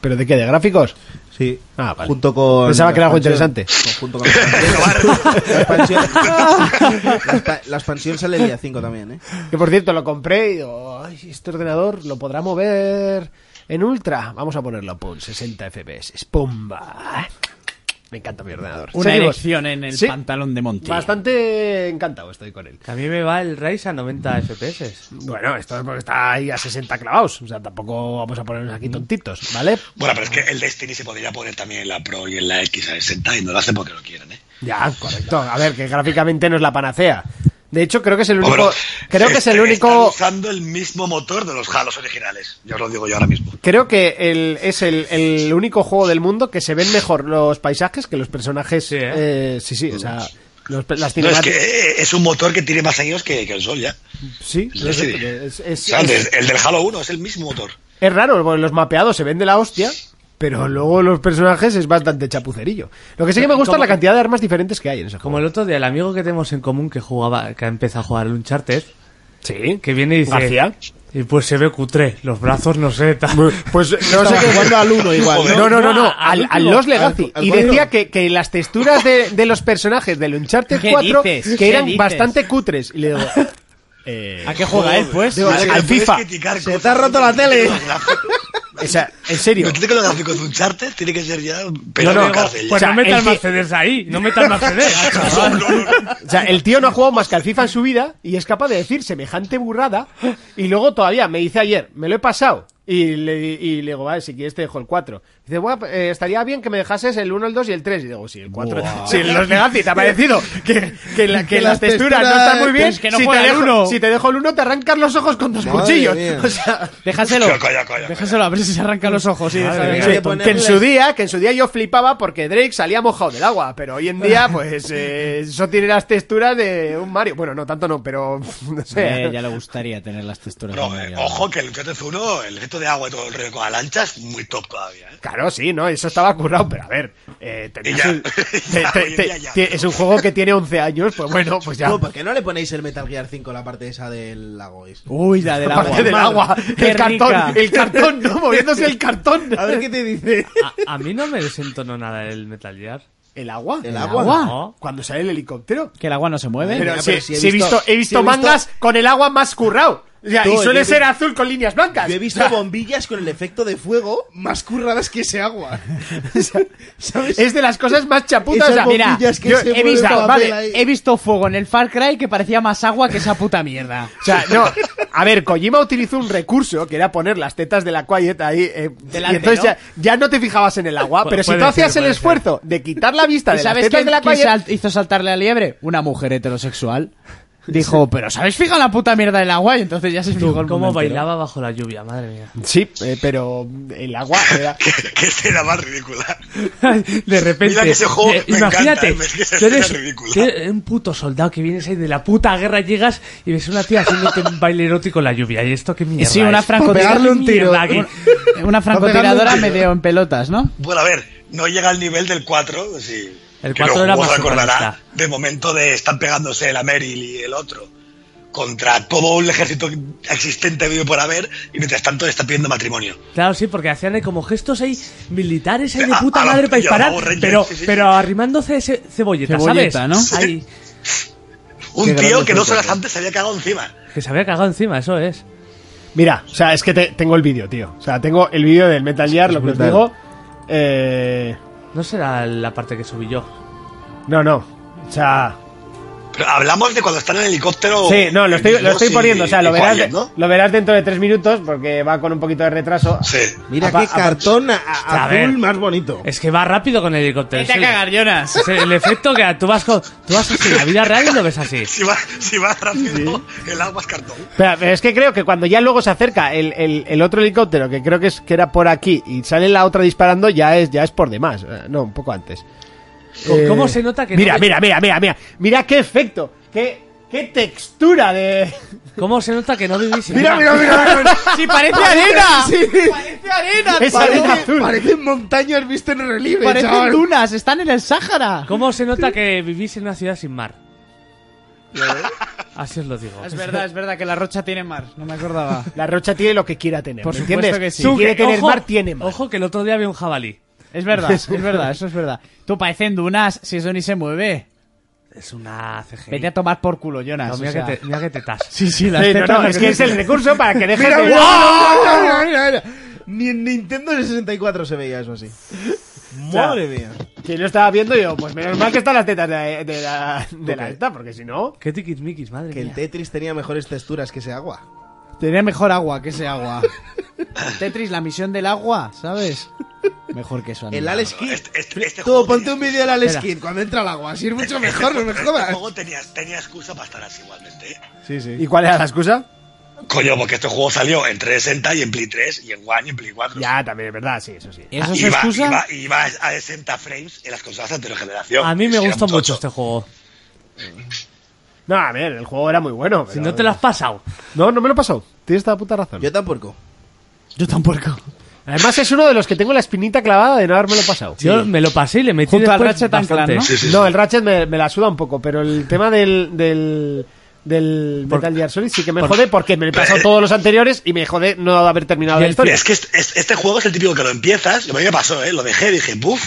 Speaker 1: ¿Pero de qué? ¿De gráficos?
Speaker 4: Sí.
Speaker 1: Ah, vale.
Speaker 4: Junto con.
Speaker 1: Pensaba que era algo
Speaker 4: expansión.
Speaker 1: interesante.
Speaker 4: Con- Junto con la expansión. la, expansión la expa- la expansión sale el día 5 también, ¿eh?
Speaker 1: Que por cierto, lo compré y digo, ay, este ordenador lo podrá mover en ultra. Vamos a ponerlo, pum, 60 FPS, pumba. Me encanta mi ordenador.
Speaker 5: Una
Speaker 1: Seguimos.
Speaker 5: elección en el
Speaker 1: Sí.
Speaker 5: pantalón de Monty.
Speaker 1: Bastante encantado estoy con él.
Speaker 3: Que a mí me va el Rise a 90 FPS.
Speaker 1: Bueno, esto es porque está ahí a 60 clavados. O sea, tampoco vamos a ponernos
Speaker 5: Mm.
Speaker 1: aquí tontitos, ¿vale?
Speaker 6: Bueno, pero es que el Destiny se podría poner también en la Pro y en la X a 60 y no lo hacen porque no quieren, ¿eh?
Speaker 1: Ya, correcto. A ver, que gráficamente no es la panacea. De hecho, creo que es el único.
Speaker 6: Bueno,
Speaker 1: creo que es el
Speaker 6: este- están
Speaker 1: único.
Speaker 6: usando el mismo motor de los Halos originales. Ya os lo digo yo ahora mismo.
Speaker 1: Creo que el, es el, el único juego del mundo que se ven mejor los paisajes que los personajes.
Speaker 3: Sí, ¿eh?
Speaker 1: eh, sí, sí, o sea, los pe- las
Speaker 6: No, es
Speaker 1: cinemáticas.
Speaker 6: que eh, es un motor que tiene más años que, que el Sol ya.
Speaker 1: Sí,
Speaker 6: Es
Speaker 1: no sé,
Speaker 6: decir,
Speaker 1: es- es-
Speaker 6: O sea, el,
Speaker 1: es-
Speaker 6: de- el del Halo 1 es el mismo motor.
Speaker 1: Es raro, porque los mapeados se ven de la hostia, pero luego los personajes es bastante chapucerillo. Lo que sí que me gusta es la cantidad de armas diferentes que hay en ese
Speaker 3: Como
Speaker 1: juego.
Speaker 3: el otro día, el amigo que tenemos en común que jugaba, que ha empezado a jugar al Uncharted,
Speaker 1: Sí,
Speaker 3: que viene y dice...
Speaker 1: García.
Speaker 3: Y pues se ve cutre, los brazos no sé, tal.
Speaker 1: Pues no sé
Speaker 4: Estaba
Speaker 1: qué.
Speaker 4: jugando al uno igual,
Speaker 1: No, no, no, no,
Speaker 3: al
Speaker 1: al, al
Speaker 3: último,
Speaker 1: Los Legacy.
Speaker 4: al
Speaker 1: y
Speaker 4: cuatro.
Speaker 1: decía que, que las texturas de, de los personajes del Uncharted
Speaker 2: ¿Qué
Speaker 1: 4
Speaker 2: dices?
Speaker 1: que
Speaker 2: ¿Qué
Speaker 1: eran
Speaker 2: dices?
Speaker 1: bastante cutres. Y le digo,
Speaker 2: ¿A qué juega él, pues?
Speaker 1: Digo,
Speaker 6: Vale,
Speaker 1: al
Speaker 6: que puedes
Speaker 1: FIFA.
Speaker 6: criticar
Speaker 4: Se
Speaker 6: cosas,
Speaker 4: te ha roto
Speaker 6: pero
Speaker 4: la
Speaker 6: tiene
Speaker 4: tele.
Speaker 6: que los gráficos-
Speaker 1: o sea, en serio.
Speaker 6: No tiene que los gráficos de un charter, tiene que ser ya. Pero
Speaker 1: no,
Speaker 6: de cárcel.
Speaker 3: Pues
Speaker 1: O sea,
Speaker 3: no metas
Speaker 1: el que-
Speaker 3: Mercedes ahí, no metas Mercedes. chaval.
Speaker 1: O sea, el tío no ha jugado más que al FIFA en su vida y es capaz de decir semejante burrada. Y luego todavía me dice ayer, me lo he pasado. Y le, y le digo, vale, si quieres te dejo el 4. Dice, bueno, eh, estaría bien que me dejases el 1, el 2 y el 3. Y digo, sí, el 4. Si en los Legacy te ha parecido que, que, la- que
Speaker 4: Que
Speaker 1: las
Speaker 4: las
Speaker 1: texturas,
Speaker 4: texturas-
Speaker 1: no están muy bien,
Speaker 4: es que no
Speaker 1: si, te
Speaker 4: juega el
Speaker 1: dejo,
Speaker 4: uno.
Speaker 1: si te dejo el 1 te arrancan los ojos con tus
Speaker 4: Madre
Speaker 1: cuchillos.
Speaker 4: mía.
Speaker 1: O sea,
Speaker 5: Déjaselo.
Speaker 6: Calla, calla, calla.
Speaker 5: Déjaselo, a ver si se arrancan los ojos. y deja de-
Speaker 1: Sí,
Speaker 4: mía. Hay que
Speaker 1: que en
Speaker 4: ponerle-
Speaker 1: su día, que en su día yo flipaba porque Drake salía mojado del agua, pero hoy en día, pues eh, eso tiene las texturas de un Mario. Bueno, no tanto no, pero no
Speaker 5: Eh,
Speaker 1: sé.
Speaker 4: Eh,
Speaker 2: ya le gustaría tener las texturas.
Speaker 6: No,
Speaker 2: de
Speaker 6: eh,
Speaker 2: Mario.
Speaker 6: ojo que el Uncharted 1, el efecto de agua y todo el río con la lancha es muy top todavía. ¿eh?
Speaker 1: Claro, sí, no, eso estaba currado, pero a ver, eh, tenía
Speaker 6: Y ya.
Speaker 1: su- te-
Speaker 6: Ya,
Speaker 1: te-
Speaker 6: hoy en día
Speaker 1: te-
Speaker 6: ya.
Speaker 1: te- es un juego que tiene 11 años, pues bueno, pues ya.
Speaker 4: ¿por qué no le ponéis el Metal Gear 5 la parte esa del lago? es?
Speaker 5: Uy, la del agua.
Speaker 1: Aparte del
Speaker 5: madre.
Speaker 1: agua,
Speaker 5: Qué
Speaker 1: el cartón,
Speaker 5: rica.
Speaker 1: el cartón, no, moviéndose el cartón.
Speaker 4: A ver qué te dice.
Speaker 3: A, a mí no me desentonó nada el Metal Gear.
Speaker 1: ¿El agua?
Speaker 4: ¿El agua?
Speaker 3: No.
Speaker 1: Cuando sale el helicóptero.
Speaker 5: Que el agua no se mueve.
Speaker 1: Pero,
Speaker 4: Venga,
Speaker 1: si,
Speaker 4: pero si he
Speaker 1: si he visto,
Speaker 4: visto-
Speaker 1: he visto
Speaker 4: si he visto-
Speaker 1: mangas con el agua más currado. O sea,
Speaker 4: Tú,
Speaker 1: y suele
Speaker 4: yo he
Speaker 1: ser
Speaker 4: vi-
Speaker 1: azul con líneas blancas.
Speaker 4: Yo he
Speaker 1: O
Speaker 4: visto
Speaker 1: sea,
Speaker 4: bombillas con el efecto de fuego más curradas que ese agua. ¿Sabes?
Speaker 1: es de las cosas más chaputas.
Speaker 4: Esas
Speaker 1: o sea, mira,
Speaker 4: bombillas que
Speaker 1: yo
Speaker 4: se
Speaker 1: he
Speaker 4: mueven
Speaker 1: visto,
Speaker 4: para
Speaker 1: vale,
Speaker 4: ver ahí.
Speaker 5: He visto fuego en el Far Cry que parecía más agua que esa puta mierda.
Speaker 1: O sea, no. A ver, Kojima utilizó un recurso que era poner las tetas de la Quiet ahí. eh,
Speaker 5: Delante,
Speaker 1: y entonces
Speaker 5: ¿no?
Speaker 1: ya, ya no te fijabas en el agua.
Speaker 3: Pu-
Speaker 1: pero si
Speaker 3: puede
Speaker 1: tú hacías
Speaker 3: ser,
Speaker 1: el
Speaker 3: puede ser.
Speaker 1: esfuerzo de quitar la vista
Speaker 5: ¿Y
Speaker 1: de las
Speaker 5: sabes
Speaker 1: tetas
Speaker 5: quién,
Speaker 1: de la
Speaker 5: quién
Speaker 1: Quiet.
Speaker 5: sal- hizo saltarle a la liebre? Una mujer heterosexual. Dijo, pero ¿sabéis fijado en la puta mierda del agua? Y entonces ya se fijó el mundo
Speaker 3: ¿Cómo
Speaker 5: entero.
Speaker 3: bailaba bajo la lluvia? Madre mía.
Speaker 1: Sí, eh, pero el agua era.
Speaker 6: Que, que escena más ridícula.
Speaker 3: De repente, eh,
Speaker 6: Mira que ese juego me
Speaker 3: imagínate,
Speaker 6: encanta, es que esa
Speaker 3: tú eres
Speaker 6: escena es ridícula.
Speaker 3: tú eres un puto soldado que vienes ahí de la puta guerra, llegas y ves a una tía haciéndote un baile erótico en la lluvia. ¿Y esto qué mierda?
Speaker 5: Y sí, una
Speaker 3: es?
Speaker 5: francotiradora.
Speaker 4: pegarle un tiro.
Speaker 3: Mierda, aquí.
Speaker 5: Eh, Una
Speaker 4: Para
Speaker 5: francotiradora
Speaker 4: pegarle un
Speaker 5: medio en pelotas, ¿no?
Speaker 6: Bueno, a ver, no llega al nivel del 4. Sí.
Speaker 3: El
Speaker 6: Pero
Speaker 3: 4 era
Speaker 6: ¿cómo
Speaker 3: más
Speaker 6: se acordará
Speaker 3: surrealista.
Speaker 6: De momento de están pegándose el Ameril y el otro contra todo el ejército existente vivo por haber y mientras tanto le está pidiendo matrimonio.
Speaker 3: Claro, sí, porque hacían ahí como gestos ahí militares ahí de
Speaker 6: A-
Speaker 3: puta
Speaker 6: a la
Speaker 3: madre para
Speaker 6: pilla,
Speaker 3: disparar,
Speaker 6: vamos, Rangers,
Speaker 3: pero,
Speaker 6: sí, sí,
Speaker 3: pero
Speaker 6: sí.
Speaker 3: arrimándose ese cebolleta,
Speaker 5: Cebolleta,
Speaker 3: ¿sabes?
Speaker 5: ¿no?
Speaker 3: Ahí,
Speaker 6: Un
Speaker 4: Qué
Speaker 6: tío
Speaker 4: grande
Speaker 6: que dos
Speaker 4: fruto,
Speaker 6: horas
Speaker 4: ¿no?
Speaker 6: antes se había cagado encima.
Speaker 3: que se había cagado encima, eso es.
Speaker 1: Mira, o sea, es que te- tengo el vídeo, tío. O sea, tengo el vídeo del Metal Gear, lo que os
Speaker 4: brutal.
Speaker 1: digo. Eh,
Speaker 3: No será la parte que subí yo.
Speaker 1: no, no. O sea.
Speaker 6: Pero hablamos de cuando están en el
Speaker 4: Oh,
Speaker 6: helicóptero.
Speaker 1: Sí, no, lo estoy, lo
Speaker 6: Dios
Speaker 1: estoy
Speaker 6: y-
Speaker 1: poniendo. O sea, lo
Speaker 6: y
Speaker 1: verás,
Speaker 6: Quiet,
Speaker 1: de-
Speaker 6: ¿no?
Speaker 1: lo verás dentro de tres minutos porque va con un poquito de retraso.
Speaker 6: Sí.
Speaker 4: Mira
Speaker 1: Apa-
Speaker 4: qué
Speaker 1: apa-
Speaker 4: cartón a- a-
Speaker 3: A ver.
Speaker 4: azul más bonito.
Speaker 3: Es que va rápido con el helicóptero.
Speaker 5: Vete a
Speaker 3: sí.
Speaker 5: cagar, Jonas.
Speaker 3: Es el efecto que tú vas, con- tú vas así, la vida real y lo ves así.
Speaker 6: Si va, si va rápido, el agua es cartón.
Speaker 1: Espera, pero es que creo que cuando ya luego se acerca el, el- el otro helicóptero, que creo que, es, que era por aquí, y sale la otra disparando, ya es, ya es por demás. Eh, No, un poco antes.
Speaker 3: Con
Speaker 1: Eh,
Speaker 3: ¿Cómo se nota que no
Speaker 1: Mira,
Speaker 3: me-
Speaker 1: mira, mira, mira, mira. Mira qué efecto. Qué, qué textura de.
Speaker 3: ¿Cómo se nota que no vivís en una-
Speaker 4: mira.
Speaker 5: ¡Sí, parece arena!
Speaker 4: Sí.
Speaker 5: ¡Parece arena!
Speaker 1: Es arena
Speaker 4: Parece-
Speaker 1: azul.
Speaker 4: Parecen montañas vistas en relieve,
Speaker 5: ¡Parecen
Speaker 4: chaval.
Speaker 5: dunas! ¡Están en el Sáhara!
Speaker 3: ¿Cómo se nota que vivís en una ciudad sin mar? Así os lo digo.
Speaker 5: Es verdad, es verdad que la Rocha tiene mar. No me acordaba.
Speaker 1: La rocha tiene lo que quiera tener.
Speaker 5: Por
Speaker 1: ¿me
Speaker 5: supuesto
Speaker 1: entiendes?
Speaker 5: que sí.
Speaker 1: Si quiere
Speaker 3: que-
Speaker 1: tener
Speaker 3: ojo,
Speaker 1: mar, tiene mar.
Speaker 3: Ojo que el otro día había un jabalí.
Speaker 5: Es verdad, es verdad, eso es verdad. Tú parecen dunas si eso ni se mueve.
Speaker 3: Es una CGI.
Speaker 5: Vete a tomar por culo, Jonas.
Speaker 3: No,
Speaker 5: o
Speaker 3: mira,
Speaker 5: sea.
Speaker 3: que te, mira que tetas.
Speaker 5: Sí, sí, las
Speaker 1: Sí, no,
Speaker 5: tetas
Speaker 1: no,
Speaker 5: las
Speaker 1: es que es el recurso para que dejes de.
Speaker 4: Mira, mira, mira, mira. Ni en Nintendo 64 se veía eso así. Madre mía.
Speaker 1: Que yo estaba viendo y yo, pues menos mal que están las tetas de, de la, de la esta, porque si no.
Speaker 3: Qué tiquismiquis, madre
Speaker 4: Que el
Speaker 3: mía.
Speaker 4: Tetris tenía mejores texturas que ese agua.
Speaker 5: Tenía mejor agua que ese agua. Tetris, la misión del agua, ¿sabes? Mejor que eso.
Speaker 4: El
Speaker 5: anda.
Speaker 4: Alex Kidd.
Speaker 6: Este- este- este
Speaker 4: Tú,
Speaker 6: juego
Speaker 4: ponte un vídeo del Alex
Speaker 3: Espera.
Speaker 4: Kidd cuando entra al agua. Así es mucho mejor, no me
Speaker 6: El
Speaker 4: jodas.
Speaker 6: juego tenía, tenía excusa para estar así igualmente. ¿eh?
Speaker 4: Sí, sí.
Speaker 1: ¿Y cuál era la excusa?
Speaker 6: Coño, porque este juego salió en 360 y en Play 3 y en One y en Play 4.
Speaker 1: Ya, también es verdad, sí, eso sí.
Speaker 5: ¿Eso es
Speaker 6: iba,
Speaker 5: excusa?
Speaker 6: Iba, iba a 60 frames en las consolas de anterior generación.
Speaker 3: A mí me
Speaker 6: Era
Speaker 3: gusta mucho
Speaker 6: tocho.
Speaker 3: este juego.
Speaker 1: No, a ver, el juego era muy bueno.
Speaker 3: Si
Speaker 1: pero-
Speaker 3: no te lo has pasado.
Speaker 1: No, no me lo pasó. Tienes toda puta razón.
Speaker 4: Yo tampoco.
Speaker 2: Yo tampoco.
Speaker 1: Además es uno de los que tengo la espinita clavada de no habérmelo pasado.
Speaker 3: Yo me lo pasé y le metí
Speaker 2: Junto al
Speaker 3: después
Speaker 2: Ratchet and Clank,
Speaker 3: bastante.
Speaker 2: ¿no?
Speaker 6: Sí, sí, sí.
Speaker 1: No, el Ratchet me, me la suda un poco, pero el tema del, del, del
Speaker 3: Por-
Speaker 1: Metal Gear Solid sí que me jode porque me he pasado todos los anteriores y me jode no haber terminado
Speaker 3: Y
Speaker 1: la
Speaker 3: el
Speaker 1: historia.
Speaker 6: Es que este, es- este juego es el típico que lo empiezas, y a mí me pasó, ¿eh? lo dejé, dije, buf,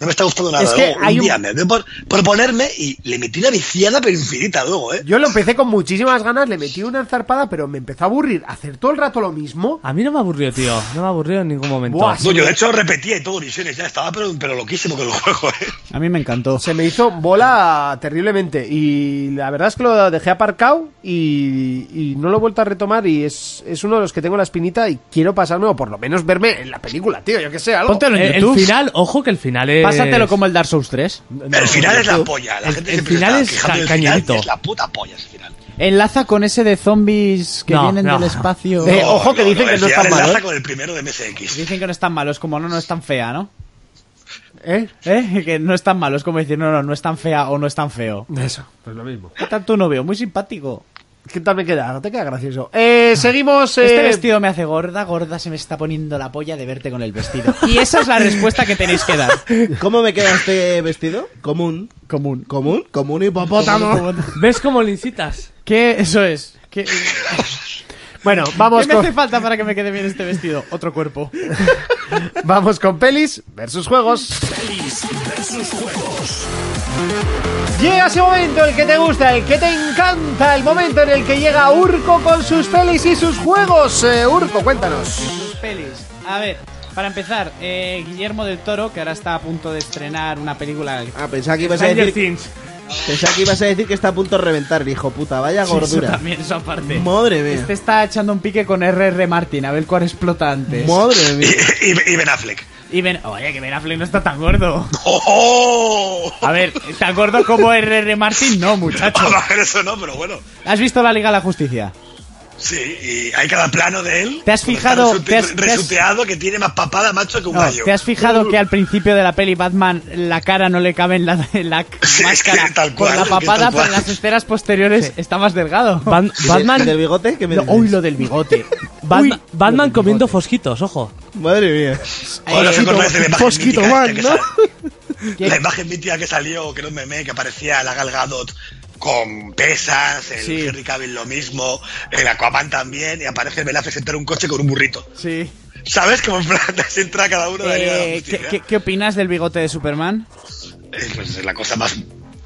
Speaker 6: no me está gustando nada.
Speaker 1: Es que
Speaker 6: Luego, un
Speaker 1: hay un-
Speaker 6: día me dio por proponerme y le metí una viciada pero infinita luego, ¿eh?
Speaker 1: Yo lo empecé con muchísimas ganas, le metí una enzarpada, pero me empezó a aburrir. Hacer todo el rato lo mismo.
Speaker 3: A mí no me aburrió, tío. No me aburrió en ningún momento.
Speaker 1: Buah,
Speaker 6: No, yo de hecho repetía y todo misiones, ya estaba, pero, pero loquísimo con el juego, ¿eh?
Speaker 2: A mí me encantó.
Speaker 1: Se me hizo bola terriblemente. Y la verdad es que lo dejé aparcado y, y no lo he vuelto a retomar. Y es, es uno de los que tengo la espinita y quiero pasarme o por lo menos verme en la película, tío. Yo que sé, algo.
Speaker 8: Póntelo
Speaker 3: El,
Speaker 8: en
Speaker 3: Eh, el
Speaker 8: YouTube.
Speaker 3: final, ojo que el final
Speaker 2: Eh,
Speaker 3: es.
Speaker 8: Pásatelo como el Dark Souls 3.
Speaker 6: el final es la polla, la
Speaker 3: el-
Speaker 6: gente
Speaker 3: el
Speaker 6: siempre se
Speaker 3: final
Speaker 6: está
Speaker 3: es
Speaker 6: quejando
Speaker 3: ca-
Speaker 6: del final,
Speaker 3: cañerito.
Speaker 6: es la puta polla ese final.
Speaker 2: Enlaza con ese de zombies que
Speaker 3: No,
Speaker 2: vienen
Speaker 3: no.
Speaker 2: del espacio. Oh.
Speaker 1: Eh, ojo que dicen que
Speaker 6: el
Speaker 1: no es
Speaker 6: final
Speaker 1: tan malo,
Speaker 6: enlaza
Speaker 1: ¿eh?
Speaker 6: con el primero de MSX.
Speaker 2: Dicen que no es tan malo, es como no, no es tan fea, ¿no?
Speaker 1: ¿Eh?
Speaker 2: ¿Eh? Que no es tan malo, es como decir, no, no, no es tan fea o no es tan feo.
Speaker 1: Eso, pues lo mismo.
Speaker 2: ¿Qué tal tu novio? Muy simpático.
Speaker 1: ¿Qué tal me queda? No te queda gracioso. Eh, seguimos. eh,
Speaker 2: Este vestido me hace gorda, gorda, se me está poniendo la polla de verte con el vestido. Y esa es la respuesta que tenéis que dar.
Speaker 4: ¿Cómo me queda este vestido? Común.
Speaker 2: Común.
Speaker 4: Común. Común hipopótamo.
Speaker 3: ¿Ves cómo le incitas?
Speaker 2: ¿Qué? Eso es. ¿Qué,
Speaker 1: Bueno, vamos
Speaker 2: ¿Qué me
Speaker 1: con,
Speaker 2: hace falta para que me quede bien este vestido? Otro cuerpo.
Speaker 1: vamos con pelis versus juegos. Pelis versus juegos. Llega ese momento, el que te gusta, el que te encanta, el momento en el que llega Urco con sus pelis y sus juegos. Eh, Urco, cuéntanos.
Speaker 2: Sus pelis. A ver, para empezar, eh, Guillermo del Toro, que ahora está a punto de estrenar una película.
Speaker 4: Ah, pensaba que ibas a
Speaker 3: Stranger
Speaker 4: decir.
Speaker 3: Things.
Speaker 4: Pensaba que ibas a decir que está a punto de reventar, hijo puta. Vaya
Speaker 2: Eso
Speaker 4: gordura.
Speaker 2: también, eso aparte.
Speaker 4: Madre mía.
Speaker 2: Este está echando un pique con RR Martin, a ver cuál explota antes.
Speaker 4: Madre mía.
Speaker 6: Y, y- y Ben Affleck.
Speaker 2: Y Ben- Oye, que Ben Affleck no está tan gordo.
Speaker 6: ¡Oh!
Speaker 2: A ver, tan gordo como RR Martin, no, muchacho.
Speaker 6: A ver, eso no, pero bueno.
Speaker 2: ¿Has visto la Liga de la Justicia?
Speaker 6: Sí, y hay cada plano de él.
Speaker 2: ¿Te has
Speaker 6: donde
Speaker 2: fijado-
Speaker 6: está resu-
Speaker 2: te has- te has-
Speaker 6: resuteado que tiene más papada macho que un
Speaker 2: No,
Speaker 6: gallo. Uh.
Speaker 2: ¿Te has fijado que al principio de la peli Batman la cara no le cabe en la, en la
Speaker 6: Sí,
Speaker 2: máscara
Speaker 6: es que tal
Speaker 2: con la
Speaker 6: cual, es que
Speaker 2: papada,
Speaker 6: tal
Speaker 2: pero
Speaker 6: cual.
Speaker 2: en las esferas posteriores está más delgado?
Speaker 3: Ban-
Speaker 4: ¿Y de-
Speaker 3: Batman,
Speaker 4: y del bigote? ¿Qué me
Speaker 2: No,
Speaker 4: dices?
Speaker 2: uy, lo del bigote.
Speaker 3: Bat-
Speaker 2: Uy,
Speaker 3: Batman comiendo fosquitos, ojo.
Speaker 4: Madre mía.
Speaker 6: O no se acordáis de la imagen
Speaker 4: Fosquito
Speaker 6: mítica
Speaker 4: Man,
Speaker 6: esta que
Speaker 4: ¿no?
Speaker 6: sal- La imagen mítica que salió, que no me meme, que aparecía la Gal Gadot con pesas, el Henry Cavill lo mismo, el Aquaman también, y aparece Ben Affleck sentado en un coche con un burrito.
Speaker 2: Sí.
Speaker 6: ¿Sabes? Como en plan, se entra cada uno de la Liga de la
Speaker 2: Eh, ¿qué,
Speaker 6: Justicia.
Speaker 2: qué, qué opinas del bigote de Superman?
Speaker 6: Eh, pues es la cosa más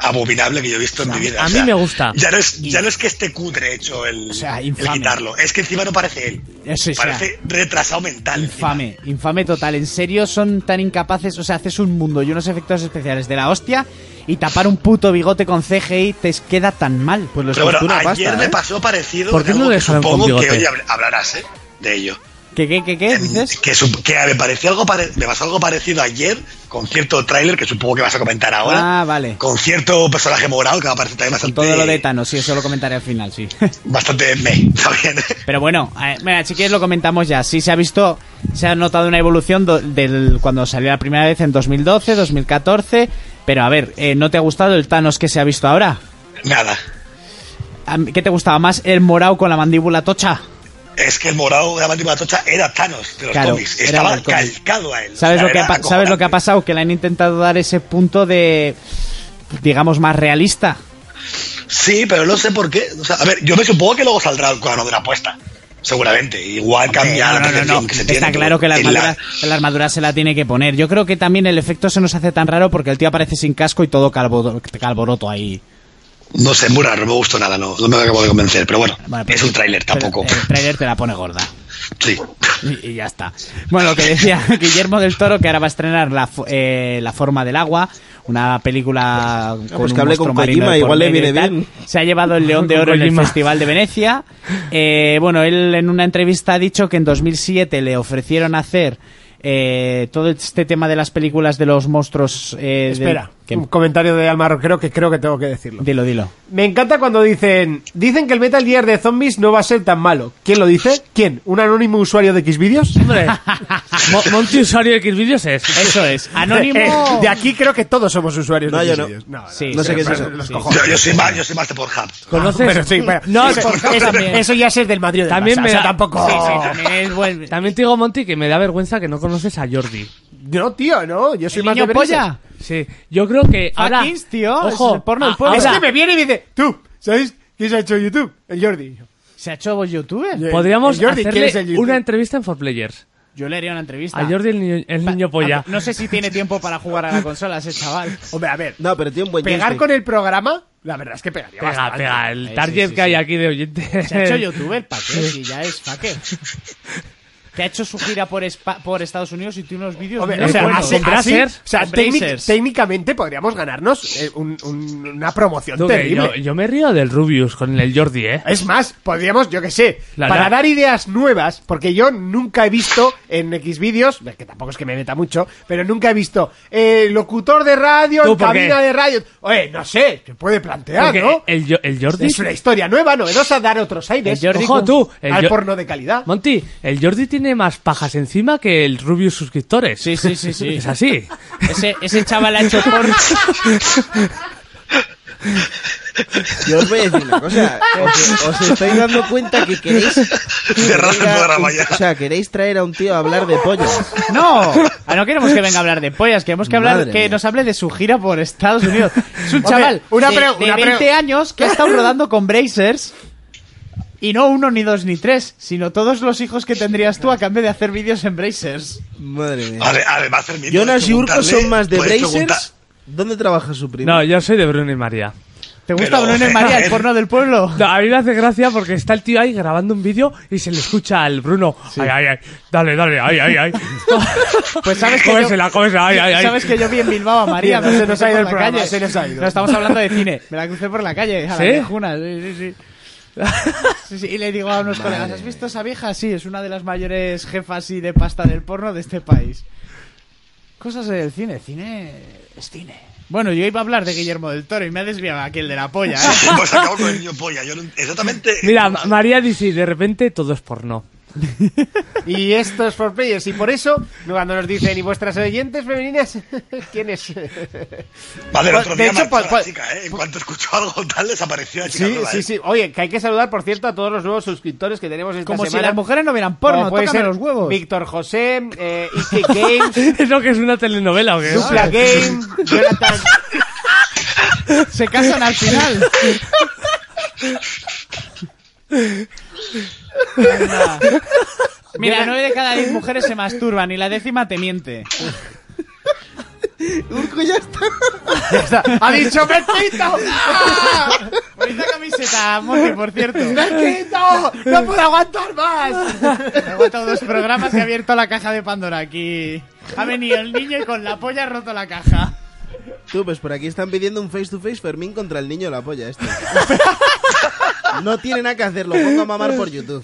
Speaker 6: abominable que yo he visto en mi vida.
Speaker 3: a
Speaker 6: o
Speaker 3: mí
Speaker 6: sea,
Speaker 3: me gusta.
Speaker 6: Ya no es, ya no es que esté cutre hecho el,
Speaker 2: sea,
Speaker 6: el
Speaker 2: infame.
Speaker 6: quitarlo, es que encima no parece él.
Speaker 2: Eso es,
Speaker 6: parece retrasado mental. encima.
Speaker 2: Infame, infame total. En serio, son tan incapaces. O sea, haces un mundo y unos efectos especiales de la hostia y tapar un puto bigote con CGI te queda tan mal.
Speaker 4: Pues les
Speaker 6: Pero bueno,
Speaker 4: costó una
Speaker 6: ayer
Speaker 4: pasta,
Speaker 6: me
Speaker 4: ¿eh?
Speaker 6: pasó parecido.
Speaker 3: ¿Por qué
Speaker 6: en
Speaker 3: no
Speaker 6: algo que
Speaker 3: dejaron con
Speaker 6: Supongo
Speaker 3: bigote?
Speaker 6: que hoy habl- hablarás eh, de ello.
Speaker 2: ¿Qué, qué, qué, qué
Speaker 6: Em,
Speaker 2: dices?
Speaker 6: Que, sup- que me, pareció algo pare- me pasó algo parecido ayer con cierto tráiler que supongo que vas a comentar ahora.
Speaker 2: Ah, vale.
Speaker 6: Con cierto personaje morado que me parece también bastante.
Speaker 2: Todo lo de Thanos, sí, eso lo comentaré al final, sí.
Speaker 6: Bastante me, también.
Speaker 2: Pero bueno, eh, mira, si quieres lo comentamos ya. Sí, se ha visto, se ha notado una evolución do- del cuando salió la primera vez en 2012, 2014. Pero a ver, eh, ¿no te ha gustado el Thanos que se ha visto ahora?
Speaker 6: Nada.
Speaker 2: A mí- ¿Qué te gustaba más? ¿El morado con la mandíbula tocha?
Speaker 6: Es que el morado de la mandíbula tocha era Thanos de los
Speaker 2: Claro,
Speaker 6: cómics.
Speaker 2: era
Speaker 6: Estaba
Speaker 2: del cómic.
Speaker 6: calcado a él.
Speaker 2: ¿Sabes,
Speaker 6: O sea,
Speaker 2: lo, que ha,
Speaker 6: era
Speaker 2: pa- ¿sabes lo que ha
Speaker 6: acojonante.
Speaker 2: pasado? Que le han intentado dar ese punto de, digamos, más realista.
Speaker 6: Sí, pero no sé por qué. O sea, a ver, yo me supongo que luego saldrá el cuadro de la apuesta. Seguramente. Igual cambia
Speaker 2: Eh,
Speaker 6: la
Speaker 2: no, no, no,
Speaker 6: percepción
Speaker 2: no.
Speaker 6: que se tiene.
Speaker 2: Está claro que la
Speaker 6: en la-
Speaker 2: armadura, la armadura se la tiene que poner. Yo creo que también el efecto se nos hace tan raro porque el tío aparece sin casco y todo calvo- calvoroto ahí.
Speaker 6: No sé, muy raro, no me gustó nada, no, no me acabo de convencer, pero bueno,
Speaker 2: Bueno, pero
Speaker 6: es
Speaker 2: sí,
Speaker 6: un tráiler
Speaker 2: pero eh,
Speaker 6: tampoco.
Speaker 2: El tráiler te la pone gorda.
Speaker 6: Sí.
Speaker 2: Y, y ya está. Bueno, lo que decía Guillermo del Toro, que ahora va a estrenar La, fo- eh, la forma del agua, una película con
Speaker 4: pues
Speaker 2: un
Speaker 4: que hable
Speaker 2: monstruo
Speaker 4: con
Speaker 2: marino de
Speaker 4: Kojima,
Speaker 2: por
Speaker 4: igual le
Speaker 2: medio y
Speaker 4: viene
Speaker 2: tal.
Speaker 4: bien.
Speaker 2: Se ha llevado el León de
Speaker 3: Con
Speaker 2: Oro en el
Speaker 3: Kojima.
Speaker 2: Festival de Venecia. Eh, bueno, él en una entrevista ha dicho que en 2007 le ofrecieron hacer eh, todo este tema de las películas de los monstruos. eh, de-
Speaker 1: Espera,
Speaker 2: que-
Speaker 1: un comentario de Alma Roquero que creo que tengo que decirlo.
Speaker 2: dilo, dilo.
Speaker 1: Me encanta cuando dicen, dicen que el Metal Gear de zombies no va a ser tan malo. ¿Quién lo dice? ¿Quién? ¿Un anónimo usuario de Xvideos?
Speaker 3: Hombre, Mo- Monty usuario de Xvideos es.
Speaker 2: Eso es. Anónimo.
Speaker 1: Eh, de aquí creo que todos somos usuarios
Speaker 4: No,
Speaker 1: de
Speaker 4: yo no.
Speaker 1: Xvideos.
Speaker 2: Sí,
Speaker 4: no sé qué es
Speaker 1: pero-
Speaker 4: eso.
Speaker 1: los
Speaker 2: Sí.
Speaker 1: cojones.
Speaker 6: Yo, yo soy más, yo soy más de Pornhub.
Speaker 3: ¿Conoces?
Speaker 1: Ah, Bueno, sí, bueno.
Speaker 3: No,
Speaker 1: eso,
Speaker 3: por-
Speaker 1: eso-
Speaker 2: también.
Speaker 1: eso ya es el del Madrid. o del
Speaker 3: También
Speaker 1: Barça,
Speaker 3: me
Speaker 1: o sea,
Speaker 3: da-
Speaker 1: tampoco.
Speaker 2: Sí, sí, también es buen-
Speaker 3: También te digo, Monty, que me da vergüenza que no conoces a Jordi.
Speaker 1: No, tío, no. Yo soy
Speaker 2: ¿El
Speaker 1: más
Speaker 2: niño
Speaker 1: de
Speaker 2: polla?
Speaker 3: Sí, yo creo que ahora...
Speaker 2: Fuckings, tío, es
Speaker 3: Ojo,
Speaker 2: el porno del
Speaker 3: a-
Speaker 2: pueblo.
Speaker 1: Es
Speaker 3: ahora
Speaker 1: que me viene y me dice, tú, ¿sabéis quién se ha hecho YouTube? El Jordi.
Speaker 2: ¿Se ha hecho vos youtuber?
Speaker 1: Yo-
Speaker 3: podríamos
Speaker 1: El Jordi, ¿quién es el
Speaker 3: hacerle
Speaker 1: YouTube?
Speaker 3: una entrevista en 4Players.
Speaker 2: Yo le haría una entrevista.
Speaker 3: A Jordi el niño, el niño polla.
Speaker 2: A- No sé si tiene tiempo para jugar a la consola ese chaval.
Speaker 1: Hombre, a ver,
Speaker 4: No, pero tiene un buen
Speaker 1: pegar
Speaker 4: joystick.
Speaker 1: con el programa, la verdad es que pegaría
Speaker 3: Pega,
Speaker 1: bastante.
Speaker 3: pega,
Speaker 2: Eh,
Speaker 3: el
Speaker 2: sí,
Speaker 3: target
Speaker 2: sí,
Speaker 3: que hay
Speaker 2: sí.
Speaker 3: aquí de oyentes.
Speaker 2: ¿Se ha hecho youtuber? ¿Para qué? Si ya es fucker. Te ha hecho su gira por, Espa- por Estados Unidos y tiene unos vídeos
Speaker 1: Hombre,
Speaker 2: muy
Speaker 1: o sea,
Speaker 2: buenos.
Speaker 1: así-
Speaker 3: Eh, con
Speaker 1: así-
Speaker 3: brasers,
Speaker 1: o sea,
Speaker 2: con
Speaker 1: técnic-
Speaker 2: brasers.
Speaker 1: técnicamente podríamos ganarnos eh, un- un- una promoción
Speaker 3: Tú, que
Speaker 1: terrible.
Speaker 3: yo, yo me río del Rubius con el Jordi, ¿eh?
Speaker 1: Es más, podríamos, yo que sé,
Speaker 3: La-
Speaker 1: para
Speaker 3: la-
Speaker 1: dar ideas nuevas, porque yo nunca he visto en X vídeos, que tampoco es que me meta mucho, pero nunca he visto eh, locutor de radio,
Speaker 3: ¿Tú
Speaker 1: en
Speaker 3: por
Speaker 1: cabina
Speaker 3: qué?
Speaker 1: de radio. Oye, no sé, se puede plantear,
Speaker 3: Porque
Speaker 1: ¿no?
Speaker 3: el, Jo- el Jordi...
Speaker 1: Es una historia nueva, novedosa, dar otros aires.
Speaker 3: El Jordi Ojo, con- tú, el
Speaker 1: al
Speaker 3: Jo-
Speaker 1: porno de calidad.
Speaker 3: Monty, el Jordi tiene más pajas encima que el Rubius suscriptores.
Speaker 2: Sí, sí, sí, sí.
Speaker 3: Es así.
Speaker 2: Ese, ese chaval ha hecho porno.
Speaker 4: Yo os voy a decir una cosa. Os, os estáis dando cuenta que queréis.
Speaker 6: Cerrad el
Speaker 4: que venga
Speaker 6: programa
Speaker 4: un-
Speaker 6: ya.
Speaker 4: O sea, queréis traer a un tío a hablar de pollas.
Speaker 2: No, Ah, no queremos que venga a hablar de pollas, queremos que hablar
Speaker 4: Madre
Speaker 2: que
Speaker 4: mía.
Speaker 2: nos hable de su gira por Estados Unidos. Es un chaval
Speaker 1: una
Speaker 2: de,
Speaker 1: pregu-
Speaker 2: de
Speaker 1: una pregu-
Speaker 2: 20 años que ha estado rodando con Brazers y no uno ni dos ni tres, sino todos los hijos que tendrías tú a cambio de hacer vídeos en Brazers.
Speaker 4: Madre mía.
Speaker 6: Ade- Además, Fermín,
Speaker 4: Jonas
Speaker 6: puedes
Speaker 4: y Urco
Speaker 6: preguntarle-
Speaker 4: son más de
Speaker 6: puedes preguntar-
Speaker 4: Brazers. ¿Dónde trabaja su primo?
Speaker 3: No, yo soy de Bruno y María.
Speaker 2: ¿Te gusta
Speaker 6: Pero,
Speaker 2: Bruno y María, el
Speaker 6: eh,
Speaker 2: porno del pueblo?
Speaker 3: No, a mí me hace gracia porque está el tío ahí grabando un vídeo y se le escucha al Bruno. Ay, ay, ay. Dale, dale, ay, ay, ay.
Speaker 2: Pues sabes que yo-
Speaker 3: Cómesela, cómesela, ay, ay, ay.
Speaker 2: Sabes que yo vi en Bilbao a María,
Speaker 1: Tío,
Speaker 2: me
Speaker 1: se nos
Speaker 2: crucé
Speaker 1: ha ido
Speaker 2: por
Speaker 1: el
Speaker 2: la
Speaker 1: programa,
Speaker 2: calle.
Speaker 1: se nos ha ido.
Speaker 2: No, estamos hablando de cine. Me la crucé por la calle, a
Speaker 3: ¿Sí?
Speaker 2: la viejuna, sí, sí, sí. Sí, sí, Y le digo a unos colegas, ¿has visto esa vieja? Sí, es una de las mayores jefas y de pasta del porno de este país. Cosas del cine, cine es cine. Bueno, yo iba a hablar de Guillermo del Toro y me ha desviado aquel de la polla, ¿eh?
Speaker 6: Hemos acabado Pues con el niño polla. Yo no- exactamente.
Speaker 3: Mira, Ma- María dice, y de repente todo es porno.
Speaker 1: Y esto es for players. Y por eso, cuando nos dicen, ¿y vuestras oyentes femeninas? ¿Quiénes?
Speaker 6: Vale, el
Speaker 1: Pues,
Speaker 6: otro
Speaker 1: de
Speaker 6: día
Speaker 1: hecho,
Speaker 6: marchó
Speaker 1: pues,
Speaker 6: la
Speaker 1: pues-
Speaker 6: chica, ¿eh? En cuanto escuchó algo tal, desapareció la chica.
Speaker 1: Sí,
Speaker 6: nueva,
Speaker 1: sí,
Speaker 6: ¿eh?
Speaker 1: sí. Oye, que hay que saludar, por cierto, a todos los nuevos suscriptores que tenemos esta
Speaker 2: Como si
Speaker 1: semana.
Speaker 2: las mujeres no vieran
Speaker 1: Como
Speaker 2: porno,
Speaker 1: puede
Speaker 2: tócame
Speaker 1: ser
Speaker 2: los huevos.
Speaker 1: Víctor José, eh, Ike Games,
Speaker 3: ¿Eso que es una telenovela o qué?
Speaker 1: Dupla Game, Jonathan.
Speaker 2: Se casan al final. Anda. Mira, nueve de cada diez mujeres se masturban y la décima te miente.
Speaker 4: Urco ya está.
Speaker 1: Ya está. ¡Ha dicho Pepito!
Speaker 2: Bonita camiseta, Monty, por cierto.
Speaker 1: ¡Pepito! ¡No puedo aguantar más!
Speaker 2: He aguantado dos programas y he abierto la caja de Pandora aquí. Ha venido el niño y con la polla ha roto la caja.
Speaker 4: Tú, pues por aquí están pidiendo un face to face Fermín contra el niño de la polla este. No tiene nada que hacer, lo pongo a mamar por YouTube.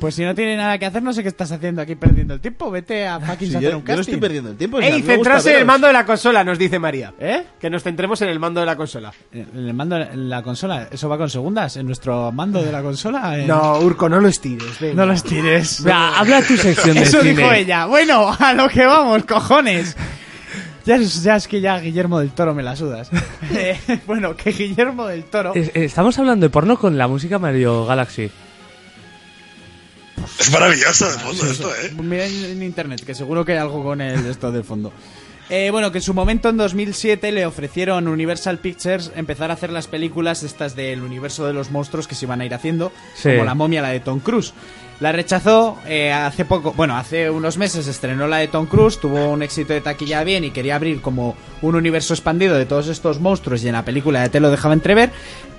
Speaker 2: Pues si no tiene nada que hacer, no sé qué estás haciendo aquí perdiendo el tiempo. Vete a fucking
Speaker 4: Sí,
Speaker 2: hacer
Speaker 4: yo,
Speaker 2: un
Speaker 4: yo no
Speaker 2: casting.
Speaker 4: estoy perdiendo el tiempo. o sea,
Speaker 1: ¡Ey,
Speaker 4: me gusta
Speaker 1: centrarse en el
Speaker 4: veros.
Speaker 1: mando de la consola! Nos dice María.
Speaker 2: ¿Eh?
Speaker 1: Que nos centremos en el mando de la consola.
Speaker 2: ¿Le mando la consola? ¿Eso va con segundas? ¿En nuestro mando de la consola? ¿En-
Speaker 1: No, Urco, no lo estires. venga.
Speaker 2: No las tires.
Speaker 3: Mira, habla tu sección de
Speaker 2: Eso
Speaker 3: cine.
Speaker 2: dijo ella. Bueno, a lo que vamos, cojones. Ya es, ya es que ya Guillermo del Toro me la sudas. Eh, bueno, que Guillermo del Toro.
Speaker 3: Es- Estamos hablando de porno con la música Mario Galaxy.
Speaker 6: Es maravilloso de fondo esto, ¿eh?
Speaker 2: Mira en, en internet, que seguro que hay algo con el esto del fondo. Eh, bueno, que en su momento en 2007 le ofrecieron Universal Pictures empezar a hacer las películas estas del universo de los monstruos que se iban a ir haciendo,
Speaker 3: Sí.
Speaker 2: como la momia, la de Tom Cruise. La rechazó eh, hace poco, bueno, hace unos meses estrenó la de Tom Cruise, tuvo un éxito de taquilla bien y quería abrir como un universo expandido de todos estos monstruos y en la película ya te lo dejaba entrever,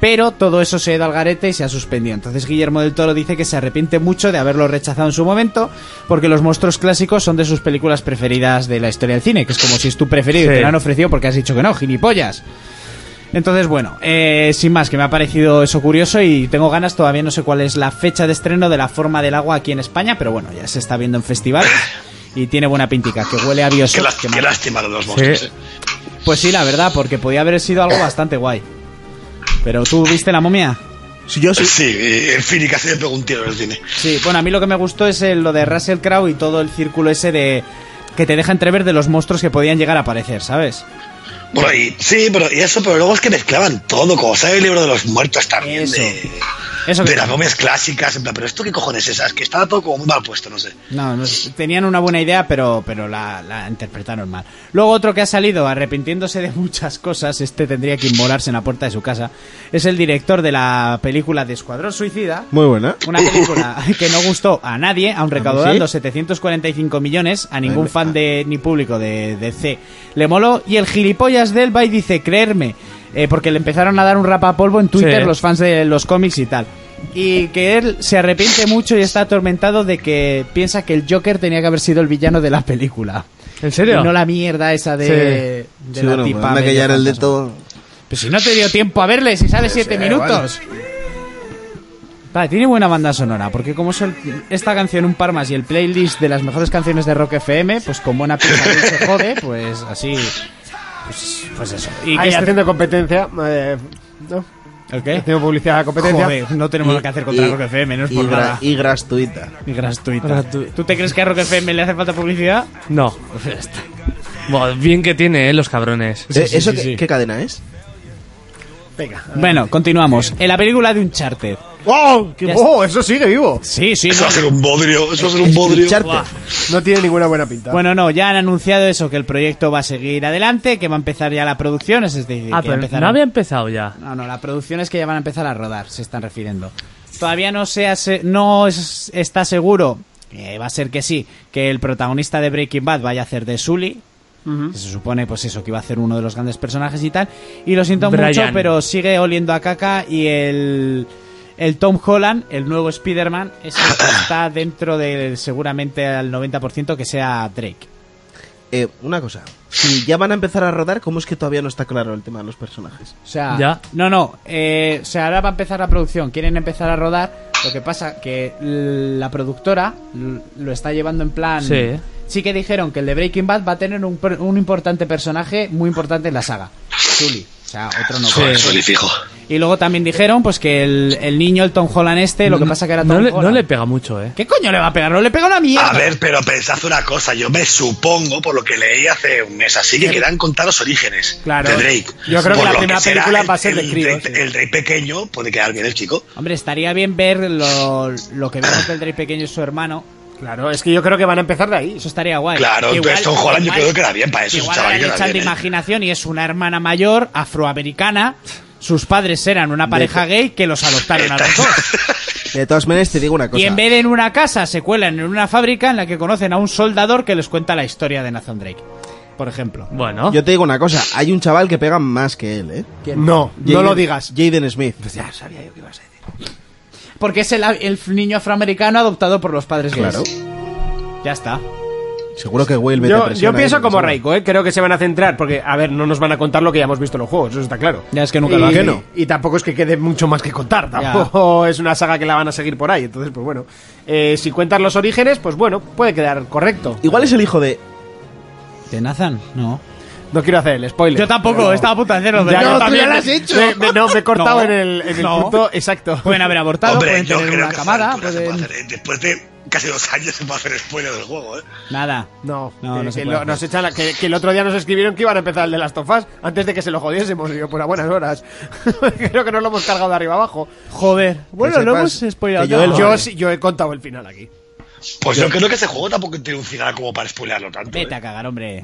Speaker 2: pero todo eso se ha ido al garete y se ha suspendido. Entonces Guillermo del Toro dice que se arrepiente mucho de haberlo rechazado en su momento porque los monstruos clásicos son de sus películas preferidas de la historia del cine, que es como si es tu preferido y
Speaker 3: Sí.
Speaker 2: te lo han ofrecido porque has dicho que no, gilipollas. Entonces, bueno, eh, sin más, que me ha parecido eso curioso y tengo ganas, todavía no sé cuál es la fecha de estreno de La Forma del Agua aquí en España, pero bueno, ya se está viendo en festivales y tiene buena pintica, que huele a
Speaker 6: Qué,
Speaker 2: Bioshock.
Speaker 6: lá-
Speaker 2: que
Speaker 6: qué
Speaker 2: mal.
Speaker 6: lástima lo de los monstruos.
Speaker 3: Sí.
Speaker 6: ¿eh?
Speaker 2: Pues sí, la verdad, porque podía haber sido algo bastante guay. Pero tú viste La Momia.
Speaker 4: Si yo soy-
Speaker 6: Sí, eh, en fin, y casi le pego un tiro en el cine.
Speaker 2: Sí, bueno, a mí lo que me gustó es el- lo de Russell Crowe y todo el círculo ese de que te deja entrever de los monstruos que podían llegar a aparecer, ¿sabes?
Speaker 6: Bueno, y, sí, pero y eso, pero luego es que mezclaban todo, como sabe el libro de los muertos también,
Speaker 2: Eso.
Speaker 6: de,
Speaker 2: Eso que
Speaker 6: de las momias clásicas, en plan, pero esto qué cojones es esas, que estaba todo como muy mal puesto, no sé.
Speaker 2: no, no sé, tenían una buena idea, pero pero la, la interpretaron mal. Luego otro que ha salido arrepintiéndose de muchas cosas, este tendría que inmolarse en la puerta de su casa, es el director de la película de Escuadrón Suicida.
Speaker 4: Muy buena.
Speaker 2: Una película que no gustó a nadie,
Speaker 3: ¿Ah,
Speaker 2: aun recaudando
Speaker 4: sí.
Speaker 2: 745 millones, a ningún
Speaker 4: Vale.
Speaker 2: fan de ni público de DC le moló. Y el gilipollas del y dice, creerme, eh, porque le empezaron a dar un rapapolvo en Twitter
Speaker 3: Sí.
Speaker 2: los fans de los cómics y tal. Y que él se arrepiente mucho y está atormentado de que piensa que el Joker tenía que haber sido el villano de la película.
Speaker 3: ¿En serio?
Speaker 2: Y no la mierda esa de, de
Speaker 4: Sí,
Speaker 2: la
Speaker 4: bueno,
Speaker 2: tipa.
Speaker 4: me
Speaker 2: medio
Speaker 4: callar el de
Speaker 2: fantasma.
Speaker 4: todo.
Speaker 2: Pero Pues si no te dio tiempo a verle, si sale 7
Speaker 4: sí,
Speaker 2: minutos. Vale, tiene buena banda sonora, porque como son esta canción un par más y el playlist de las mejores canciones de Rock FM, pues con buena pinta que se jode, pues así. Pues, pues eso. ¿Y
Speaker 1: Ahí
Speaker 2: qué este-
Speaker 1: haciendo competencia. eh, ¿no?
Speaker 2: ¿El qué?
Speaker 1: Haciendo publicidad a la competencia.
Speaker 2: Joder, no tenemos lo que hacer contra
Speaker 4: Y-
Speaker 2: Rock FM, no es
Speaker 4: y
Speaker 2: por
Speaker 4: gra-
Speaker 2: nada.
Speaker 4: Y gratuita.
Speaker 2: Y gratuita.
Speaker 3: Gratu-
Speaker 2: ¿Tú te crees que a Rock FM le hace falta publicidad?
Speaker 3: No. Bueno, bien que tiene, eh, los cabrones.
Speaker 4: Eh, ¿Eso qué,
Speaker 2: Pues sí.
Speaker 4: qué cadena es?
Speaker 1: Venga.
Speaker 2: Bueno, continuamos. En la película de Uncharted.
Speaker 1: ¡Wow!
Speaker 2: Ya
Speaker 1: ¡Oh! Eso sigue vivo.
Speaker 2: Sí, sí,
Speaker 6: Eso
Speaker 2: no.
Speaker 6: va a ser un bodrio, eso va a ser un bodrio.
Speaker 4: Uncharted.
Speaker 1: No tiene ninguna buena pinta.
Speaker 2: Bueno, no, ya han anunciado eso, que el proyecto va a seguir adelante, que va a empezar ya la producción, es decir,
Speaker 3: Ah,
Speaker 2: que ya
Speaker 3: pero
Speaker 2: empezaron-
Speaker 3: no había empezado ya.
Speaker 2: No, no, la producción es que ya van a empezar a rodar, se están refiriendo. Todavía no se hace- no es- está seguro, eh, va a ser que sí, que el protagonista de Breaking Bad vaya a hacer de Sully. que Se supone, pues eso, que iba a ser uno de los grandes personajes y tal. Y lo siento
Speaker 3: Brian.
Speaker 2: mucho, pero sigue oliendo a caca. Y el, el Tom Holland, el nuevo Spider-Man, ese está dentro de seguramente al 90% que sea Drake.
Speaker 4: Eh, una cosa. Si ya van a empezar a rodar, ¿cómo es que todavía no está claro el tema de los personajes?
Speaker 2: O sea,
Speaker 3: Ya.
Speaker 2: no, no. eh, o sea, ahora va a empezar la producción. Quieren empezar a rodar. Lo que pasa que l- la productora l- lo está llevando en plan.
Speaker 3: Sí.
Speaker 2: Sí que dijeron que el de Breaking Bad va a tener un, per- un importante personaje muy importante en la saga. Sully. O sea, otro no.
Speaker 6: Joder, Sully, fijo.
Speaker 2: Y luego también dijeron pues que el, el niño, el Tom Holland este, lo que pasa que era Tom
Speaker 3: no, le,
Speaker 2: Holland.
Speaker 3: no le pega mucho, eh.
Speaker 2: ¿Qué coño le va a pegar? No le pega una mierda.
Speaker 6: A ver, pero pensad una cosa, yo me supongo, por lo que leí hace un mes así, que quedan contados orígenes
Speaker 2: Claro.
Speaker 6: de Drake.
Speaker 1: Yo creo que
Speaker 6: Por
Speaker 1: la
Speaker 6: lo
Speaker 1: primera
Speaker 6: será
Speaker 1: película
Speaker 6: el-
Speaker 1: va a ser de
Speaker 6: el
Speaker 1: críos,
Speaker 6: Drake-
Speaker 1: sí.
Speaker 6: El Drake pequeño puede quedar bien el chico.
Speaker 2: Hombre, estaría bien ver lo, lo que vemos del Drake pequeño y su hermano.
Speaker 1: Claro, es que yo creo que van a empezar de ahí.
Speaker 2: Eso estaría guay.
Speaker 6: Claro, entonces Tom Holland yo creo que era bien para eso,
Speaker 2: Igual
Speaker 6: un chaval
Speaker 2: ahora
Speaker 6: que
Speaker 2: le
Speaker 6: era
Speaker 2: echan
Speaker 6: bien,
Speaker 2: de
Speaker 6: ¿eh?
Speaker 2: imaginación y es una hermana mayor afroamericana. Sus padres eran una pareja gay que los adoptaron a los dos.
Speaker 4: De todas maneras, te digo una cosa.
Speaker 2: Y en vez de en una casa, se cuelan en una fábrica en la que conocen a un soldador que les cuenta la historia de Nathan Drake. Por ejemplo.
Speaker 3: Bueno.
Speaker 4: Yo te digo una cosa. Hay un chaval que pega más que él, ¿eh?
Speaker 1: No, no
Speaker 4: Jaden-
Speaker 1: lo digas.
Speaker 4: Jaden Smith.
Speaker 2: Porque es el, el niño afroamericano adoptado por los padres gays. Ya está.
Speaker 4: Seguro que Will mete
Speaker 1: Yo,
Speaker 4: presión
Speaker 1: yo
Speaker 4: ahí,
Speaker 1: pienso como
Speaker 4: seguro.
Speaker 1: Reiko, ¿eh? creo que se van a centrar, porque, a ver, no nos van a contar lo que ya hemos visto en los juegos, eso está claro.
Speaker 2: Ya es que nunca lo
Speaker 1: y,
Speaker 2: hacen.
Speaker 1: no. Y tampoco es que quede mucho más que contar,
Speaker 2: Ya.
Speaker 1: tampoco es una saga que la van a seguir por ahí, entonces, pues bueno. Eh, si cuentas los orígenes, pues bueno, puede quedar correcto.
Speaker 4: Igual es el hijo de.
Speaker 2: ¿De Nathan? No.
Speaker 1: No quiero hacer el spoiler.
Speaker 2: Yo tampoco,
Speaker 1: pero-
Speaker 2: estaba a punto de hacerlo.
Speaker 1: Ya,
Speaker 2: pero-
Speaker 1: yo también
Speaker 2: me-
Speaker 1: me- me- me- no, me he cortado
Speaker 2: No,
Speaker 1: en el, en el
Speaker 2: no.
Speaker 1: punto exacto.
Speaker 2: Pueden haber abortado,
Speaker 6: Hombre,
Speaker 2: pueden
Speaker 6: yo
Speaker 2: tener
Speaker 6: creo
Speaker 2: una
Speaker 6: que a
Speaker 2: camada,
Speaker 6: estas alturas se
Speaker 2: pueden-
Speaker 6: puede hacer, eh, después de casi dos años se puede hacer spoiler del juego, ¿eh?
Speaker 2: Nada.
Speaker 1: No,
Speaker 2: No,
Speaker 1: que-
Speaker 2: no se
Speaker 1: que,
Speaker 2: puede
Speaker 1: lo-
Speaker 2: hacer.
Speaker 1: nos echan la- que, que el otro día nos escribieron que iban a empezar el de las tofas antes de que se lo jodiésemos. Y yo, por a buenas horas. Creo que nos lo hemos cargado de arriba ababajo.
Speaker 2: Joder. Bueno,
Speaker 4: Que
Speaker 2: lo
Speaker 4: sepas
Speaker 2: hemos spoilado.
Speaker 4: que Joel
Speaker 2: todo.
Speaker 1: Yo, sí- yo he contado el final aquí.
Speaker 6: Pues yo creo que ese juego tampoco tiene un final como para spoilerlo tanto. ¿eh?
Speaker 2: Vete a cagar, hombre.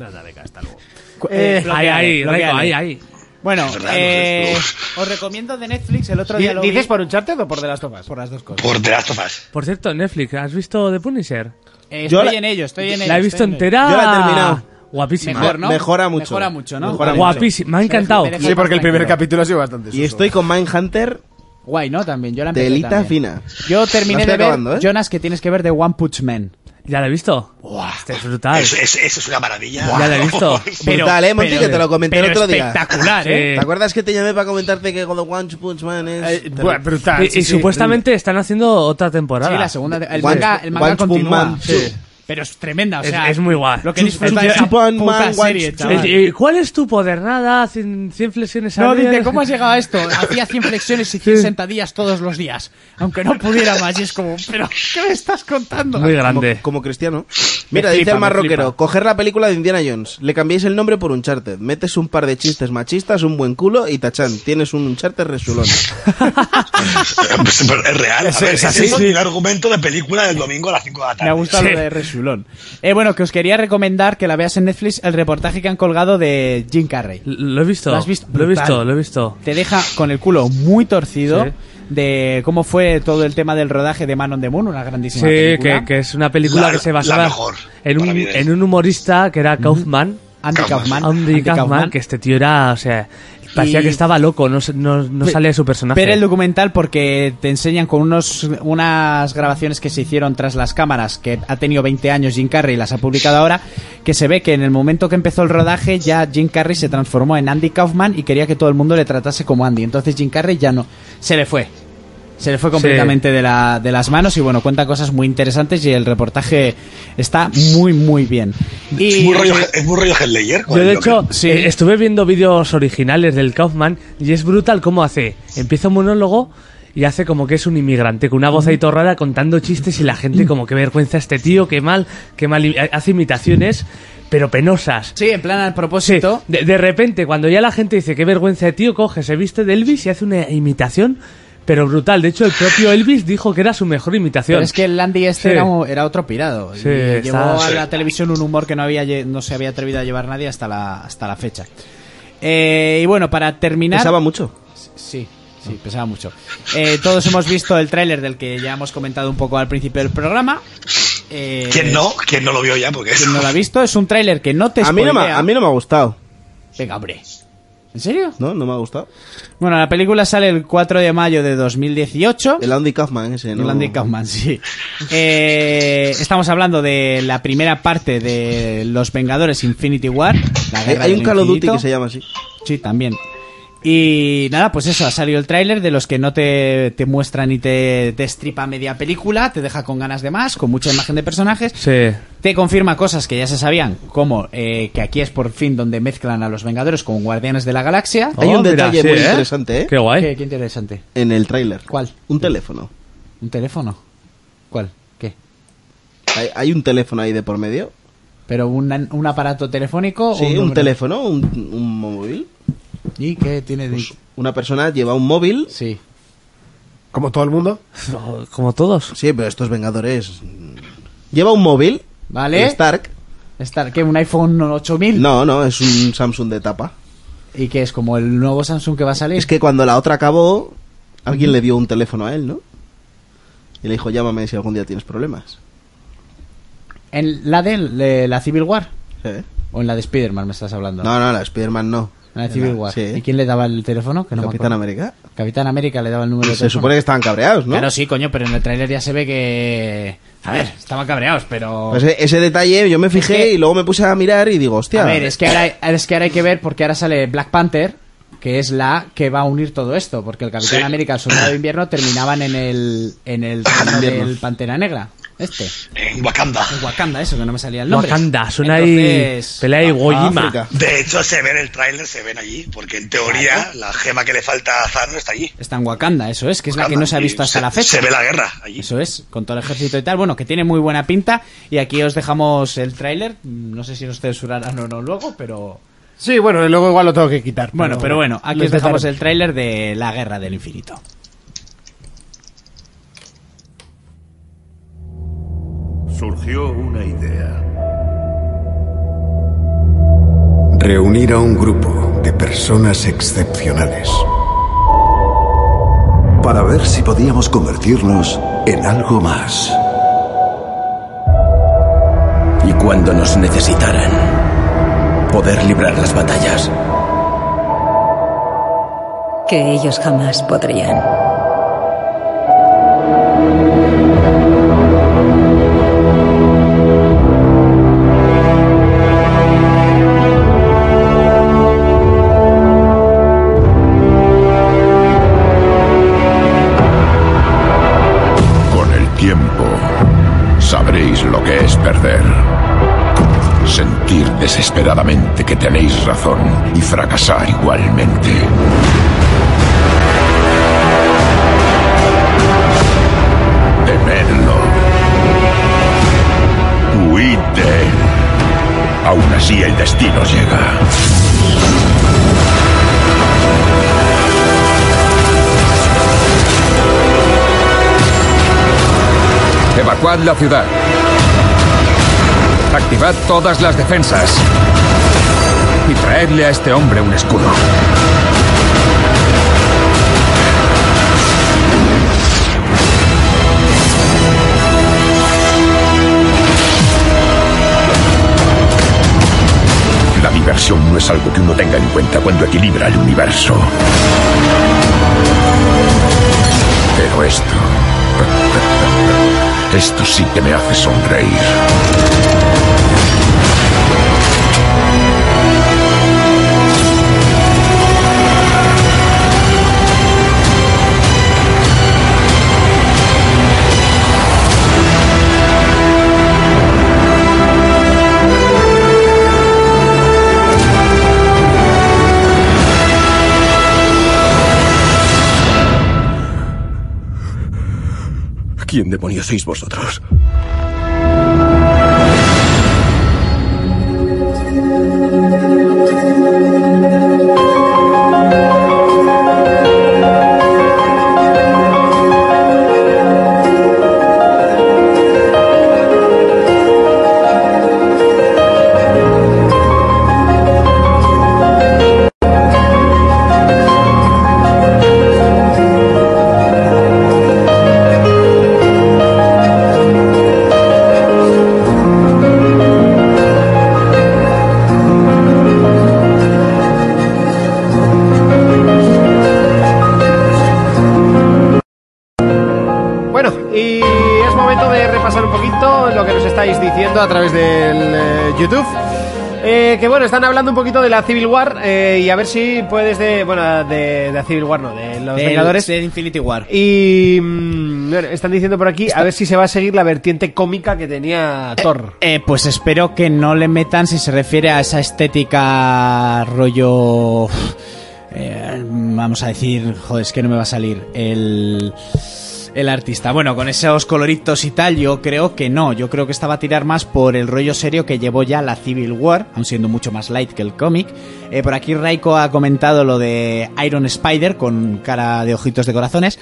Speaker 1: Eh,
Speaker 3: ahí, ahí,
Speaker 2: bloqueale.
Speaker 3: Reiko, ahí, ahí.
Speaker 2: Bueno,
Speaker 6: Es verdad,
Speaker 2: eh,
Speaker 6: no
Speaker 2: os recomiendo de Netflix el otro
Speaker 1: Di-
Speaker 2: día. lo
Speaker 1: ¿Dices
Speaker 2: vi
Speaker 1: por un charter o por de las tofas?
Speaker 2: por las dos cosas.
Speaker 6: Por The Last of Us.
Speaker 3: Por cierto, Netflix, ¿has visto The Punisher?
Speaker 2: Eh,
Speaker 4: Yo
Speaker 2: estoy
Speaker 4: la-
Speaker 2: en ello, estoy en ello.
Speaker 3: La he
Speaker 2: estoy
Speaker 3: visto
Speaker 2: en ello.
Speaker 3: entera.
Speaker 4: Yo la he terminado.
Speaker 3: Guapísima.
Speaker 2: Mejor, ¿no?
Speaker 4: Mejora mucho.
Speaker 2: Mejora mucho, ¿no?
Speaker 4: Mejora
Speaker 2: Guay.
Speaker 4: mucho.
Speaker 3: Guapísima. Me ha encantado.
Speaker 2: Sí, porque el primer
Speaker 1: capítulo ha sido bastante
Speaker 4: Y estoy con Mindhunter
Speaker 2: Guay, ¿no? También, yo la
Speaker 4: de
Speaker 2: empecé
Speaker 4: Elita
Speaker 2: también.
Speaker 4: Fina.
Speaker 2: Yo terminé
Speaker 4: La
Speaker 2: de
Speaker 4: estoy
Speaker 2: ver,
Speaker 4: acabando, ¿eh?
Speaker 2: Jonas, que tienes que ver de One Punch Man.
Speaker 3: ¿Ya la he visto? Este es brutal.
Speaker 6: Eso, eso- eso es una maravilla.
Speaker 3: Ya la he visto.
Speaker 4: Brutal, ¿eh, Monty? Que te lo comenté el
Speaker 2: pero
Speaker 4: otro día.
Speaker 2: espectacular, ¿eh?
Speaker 4: ¿Te acuerdas que te llamé para comentarte que God of One Punch Man es.
Speaker 1: Eh, brutal.
Speaker 3: Y, y supuestamente están haciendo otra temporada.
Speaker 2: Sí, la segunda. El
Speaker 4: One-
Speaker 2: manga, el manga
Speaker 4: One Punch
Speaker 2: continúa.
Speaker 4: Man.
Speaker 2: Sí. Pero es tremenda, o
Speaker 3: Es-
Speaker 2: sea.
Speaker 3: es muy guay.
Speaker 2: Lo que
Speaker 4: Sus-
Speaker 2: disfruta
Speaker 4: sus-
Speaker 2: esa
Speaker 4: Japan
Speaker 2: puta
Speaker 4: Man
Speaker 2: serie,
Speaker 4: Wants-
Speaker 2: chaval.
Speaker 3: Eh, eh, ¿Cuál es tu poder? Nada, 100, flexiones
Speaker 2: No,
Speaker 3: al día.
Speaker 2: dice, ¿cómo has llegado a esto? Hacía 100 flexiones y 100 sentadillas todos los días. Aunque no pudiera más. Y es como, ¿pero qué me estás contando?
Speaker 3: Muy grande.
Speaker 4: Como, como cristiano. Mira, dice
Speaker 3: flipa,
Speaker 4: el
Speaker 3: me
Speaker 4: marroquero,
Speaker 3: flipa.
Speaker 4: coger la película de Indiana Jones, le cambiáis el nombre por Uncharted, metes un par de chistes machistas, un buen culo y tachán, tienes un Uncharted resulón.
Speaker 6: Pues, pero es real.
Speaker 2: Es-
Speaker 6: a ver,
Speaker 2: es
Speaker 6: es
Speaker 2: así,
Speaker 6: eso
Speaker 2: sí.
Speaker 6: y el argumento de película del domingo a las 5 de la
Speaker 2: Me ha
Speaker 6: tarde.
Speaker 2: gustado
Speaker 3: Sí.
Speaker 2: lo de Resulón. Eh, bueno, que os quería recomendar que la veas en Netflix el reportaje que han colgado de Jim Carrey.
Speaker 3: Lo he visto.
Speaker 2: ¿Lo has visto?
Speaker 3: Lo he visto,
Speaker 2: Brutal.
Speaker 3: lo he visto.
Speaker 2: Te deja con el culo muy torcido
Speaker 3: Sí.
Speaker 2: de cómo fue todo el tema del rodaje de Man on the Moon, una grandísima
Speaker 3: Sí,
Speaker 2: película.
Speaker 3: que, que es una película
Speaker 6: La-
Speaker 3: que se
Speaker 6: la
Speaker 3: basaba
Speaker 6: mejor,
Speaker 3: en, un,
Speaker 6: para mí, de-
Speaker 3: en un humorista que era Kaufman.
Speaker 2: Andy Kaufman.
Speaker 6: Kaufman.
Speaker 3: Andy Kaufman, que este tío era, o sea, parecía
Speaker 2: Y-
Speaker 3: que estaba loco, no, se- no, no
Speaker 2: Ve-
Speaker 3: sale de su personaje.
Speaker 2: Ver el documental porque te enseñan con unos, unas grabaciones que se hicieron tras las cámaras, que ha tenido 20 años Jim Carrey y las ha publicado ahora, que se ve que en el momento que empezó el rodaje ya Jim Carrey se transformó en Andy Kaufman y quería que todo el mundo le tratase como Andy. Entonces Jim Carrey ya no. Se le fue. Se le fue completamente de, la- de las manos y bueno, cuenta cosas muy interesantes y el reportaje está muy, muy bien.
Speaker 6: Es
Speaker 2: Y
Speaker 6: muy rollo, es muy rollo Hellblayer,
Speaker 3: Yo,
Speaker 6: con el
Speaker 3: de
Speaker 6: Joker.
Speaker 3: hecho,
Speaker 2: Sí.
Speaker 3: eh, estuve viendo vídeos originales del Kaufman y es brutal cómo hace. Empieza un monólogo y hace como que es un inmigrante, con una voz ahí torrada contando chistes y la gente como que vergüenza este tío, qué mal, qué mal. y Hace imitaciones, pero penosas.
Speaker 2: sí, en plan al
Speaker 3: Sí,
Speaker 2: propósito.
Speaker 3: de, de repente, cuando ya la gente dice qué vergüenza de tío, coge, se viste de Elvis y hace una imitación, pero brutal. De hecho, el propio Elvis dijo que era su mejor imitación.
Speaker 2: Pero es que el Landy este
Speaker 3: Sí.
Speaker 2: era, un- era otro pirado. y
Speaker 3: Sí,
Speaker 2: llevó
Speaker 3: está-
Speaker 2: a la
Speaker 6: sí.
Speaker 2: televisión un humor que no, había, lle- no se había atrevido a llevar nadie hasta la, hasta la fecha. Eh, y bueno, para terminar.
Speaker 4: Pesaba mucho.
Speaker 2: Sí, sí, pesaba mucho. Eh, todos hemos visto el tráiler del que ya hemos comentado un poco al principio del programa. Eh,
Speaker 6: ¿Quién no? ¿Quién no lo vio ya? Porque
Speaker 2: ¿Quién no lo ha visto? Es un tráiler que no te
Speaker 4: A mí, no me,
Speaker 2: spoilea.
Speaker 4: a mí no me ha gustado,
Speaker 2: Venga, hombre. ¿En serio?
Speaker 4: ¿no? No me ha gustado.
Speaker 2: Bueno, la película sale el 4 de mayo de 2018.
Speaker 4: El Andy Kaufman ese, ¿no?
Speaker 2: El Andy Kaufman, sí. Eh, estamos hablando de la primera parte de Los Vengadores Infinity War. La
Speaker 4: Hay,
Speaker 2: guerra
Speaker 4: hay
Speaker 2: del
Speaker 4: un Call of Duty
Speaker 2: infinito.
Speaker 4: que se llama así.
Speaker 2: Sí, también. Y nada, pues eso, ha salido el tráiler de los que no te, te muestran y te destripa media película, te deja con ganas de más, con mucha imagen de personajes.
Speaker 3: Sí.
Speaker 2: Te confirma cosas que ya se sabían, como eh, que aquí es por fin donde mezclan a los Vengadores con Guardianes de la Galaxia.
Speaker 4: Hay un
Speaker 3: mira,
Speaker 4: detalle
Speaker 3: sí,
Speaker 4: muy
Speaker 3: ¿eh?
Speaker 4: interesante, ¿eh?
Speaker 3: Qué guay.
Speaker 2: Qué, qué interesante.
Speaker 4: En el tráiler.
Speaker 2: ¿Cuál?
Speaker 4: Un teléfono.
Speaker 2: ¿Un teléfono? ¿Cuál? ¿Qué?
Speaker 4: Hay, hay un teléfono ahí de por medio.
Speaker 2: ¿Pero un, un aparato telefónico? o
Speaker 4: Sí, un,
Speaker 2: número?
Speaker 4: teléfono, un, un móvil.
Speaker 2: ¿Y qué tiene de...?
Speaker 4: Pues una persona lleva un móvil.
Speaker 2: Sí.
Speaker 1: Como todo el mundo.
Speaker 3: Oh, Como todos.
Speaker 4: Sí, pero estos Vengadores... mm, Lleva un móvil.
Speaker 2: Vale.
Speaker 4: el Stark.
Speaker 2: Estar, ¿Qué? ¿Un iPhone 8000?
Speaker 4: No, no, es un Samsung de tapa.
Speaker 2: ¿Y qué es? ¿Como el nuevo Samsung que va a salir?
Speaker 4: Es que cuando la otra acabó, alguien le dio un teléfono a él, ¿no? Y le dijo, llámame si algún día tienes problemas.
Speaker 2: ¿En la de de la Civil War?
Speaker 4: ¿Eh?
Speaker 2: ¿O en la de Spider-Man me estás hablando?
Speaker 4: No, no, la de Spider-Man no.
Speaker 2: En la de Civil War.
Speaker 4: Sí.
Speaker 2: ¿Y quién le daba el teléfono? Que no me
Speaker 4: Capitán
Speaker 2: acuerdo.
Speaker 4: América.
Speaker 2: Capitán América le daba el número de
Speaker 4: Se
Speaker 2: teléfono.
Speaker 4: supone que estaban cabreados, ¿no?
Speaker 2: Claro, sí, coño, pero en el tráiler ya se ve que... A ver, estaban cabreados, pero...
Speaker 4: Pues e- ese detalle yo me fijé
Speaker 2: que-
Speaker 4: y luego me puse a mirar y digo, hostia.
Speaker 2: A ver, es que, ahora, es que ahora hay que ver porque ahora sale Black Panther, que es la que va a unir todo esto, porque el Capitán
Speaker 6: Sí.
Speaker 2: América y el Soldado de Invierno terminaban en el en el reino
Speaker 4: Invierno.
Speaker 2: del Pantera Negra, este,
Speaker 6: en Wakanda.
Speaker 2: en Wakanda, eso que no me salía el nombre.
Speaker 3: Wakanda, suena
Speaker 2: Entonces,
Speaker 3: ahí. Pelea ahí Gojima.
Speaker 4: África.
Speaker 6: De hecho, se ve en el tráiler, se ven allí, porque en teoría la gema que le falta a Zano está allí.
Speaker 2: Está en Wakanda, eso es, que es la que no se ha
Speaker 6: Y
Speaker 2: visto hasta la fecha.
Speaker 6: Se ve la guerra allí.
Speaker 2: Eso es, con todo el ejército y tal. Bueno, que tiene muy buena pinta. Y aquí os dejamos el tráiler. No sé si nos censurarán o no luego, pero...
Speaker 1: Sí, bueno, luego igual lo tengo que quitar.
Speaker 2: Bueno, pero bueno, aquí
Speaker 1: lo
Speaker 2: os dejamos
Speaker 1: dejaron.
Speaker 2: el tráiler de La Guerra del Infinito.
Speaker 9: surgió una idea. Reunir a un grupo de personas excepcionales para ver si podíamos convertirnos en algo más.
Speaker 10: y cuando nos necesitaran, poder librar las batallas.
Speaker 11: que ellos jamás podrían.
Speaker 9: Con el tiempo, sabréis lo que es perder.
Speaker 12: admitir desesperadamente que tenéis razón y fracasar igualmente. Temedlo. Huid de él. Aún así el destino llega. Evacuad la ciudad. Activad todas las defensas. Y traedle a este hombre un escudo. La diversión no es algo que uno tenga en cuenta cuando equilibra el universo. Pero esto... Esto sí que me hace sonreír.
Speaker 13: ¿Quién demonios sois vosotros?
Speaker 1: Bueno, y es momento de repasar un poquito lo que nos estáis diciendo a través del eh, YouTube. Eh, que bueno, están hablando un poquito de la Civil War eh, y a ver si puedes de... Bueno, de, de Civil War no, de los
Speaker 2: Del-
Speaker 1: Vengadores.
Speaker 2: del Infinity War.
Speaker 1: Y mm, bueno, están diciendo por aquí a ver si se va a seguir la vertiente cómica que tenía Thor.
Speaker 2: Eh, pues espero que no le metan si se refiere a esa estética rollo... eh, vamos a decir, joder, es que no me va a salir el, el artista. Bueno, con esos coloritos y tal, yo creo que no. Yo creo que esta va a tirar más por el rollo serio que llevó ya la Civil War, aun siendo mucho más light que el cómic. Eh, por aquí Raiko ha comentado lo de Iron Spider con cara de ojitos de corazones.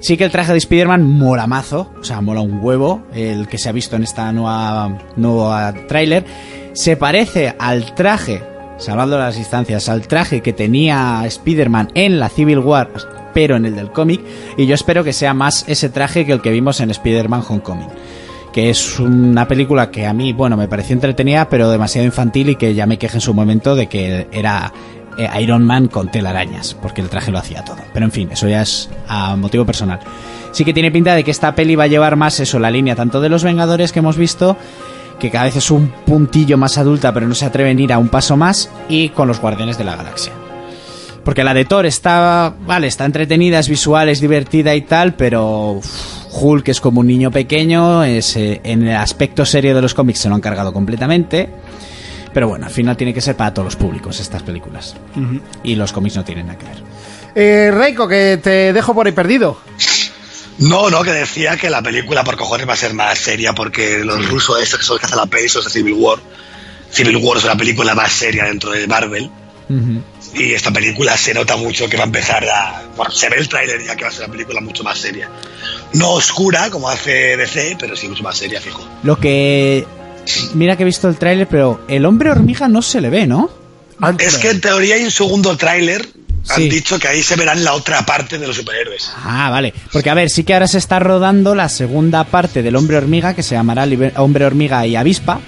Speaker 2: Sí que el traje de Spider-Man mola mazo, o sea, mola un huevo, el que se ha visto en esta nueva, nueva tráiler. Se parece al traje, salvando las distancias, al traje que tenía Spider-Man en la Civil War, pero en el del cómic, y yo espero que sea más ese traje que el que vimos en Spider-Man Homecoming, que es una película que a mí, bueno, me pareció entretenida, pero demasiado infantil y que ya me quejé en su momento de que era eh, Iron Man con telarañas, porque el traje lo hacía todo. Pero en fin, eso ya es a motivo personal. Sí que tiene pinta de que esta peli va a llevar más eso, la línea tanto de los Vengadores que hemos visto, que cada vez es un puntillo más adulta, pero no se atreven a ir a un paso más, y con los Guardianes de la Galaxia. Porque la de Thor está, vale, está entretenida, es visual, es divertida y tal, pero uf, Hulk es como un niño pequeño, es, eh, en el aspecto serio de los cómics se lo han cargado completamente. Pero bueno, al final tiene que ser para todos los públicos estas películas. Y los cómics no tienen nada que ver.
Speaker 1: Eh, Reiko, que te dejo por ahí perdido.
Speaker 6: No, no, que decía que la película por cojones va a ser más seria porque los rusos estos que son los que hacen la peli son de Civil War. Civil War es una película más seria dentro de Marvel. Y esta película se nota mucho que va a empezar a... Bueno, se ve el tráiler ya que va a ser una película mucho más seria. No oscura como hace DC, pero sí mucho más seria, fijo.
Speaker 2: Lo que... Mira que he visto el tráiler, pero el hombre hormiga no se le ve, ¿no?
Speaker 6: Es que en teoría hay un segundo tráiler.
Speaker 2: Sí.
Speaker 6: Han dicho que ahí se verán la otra parte de los superhéroes.
Speaker 2: Ah, vale. Porque a ver, sí que ahora se está rodando la segunda parte del Hombre Hormiga, que se llamará Liber- Hombre Hormiga y Avispa.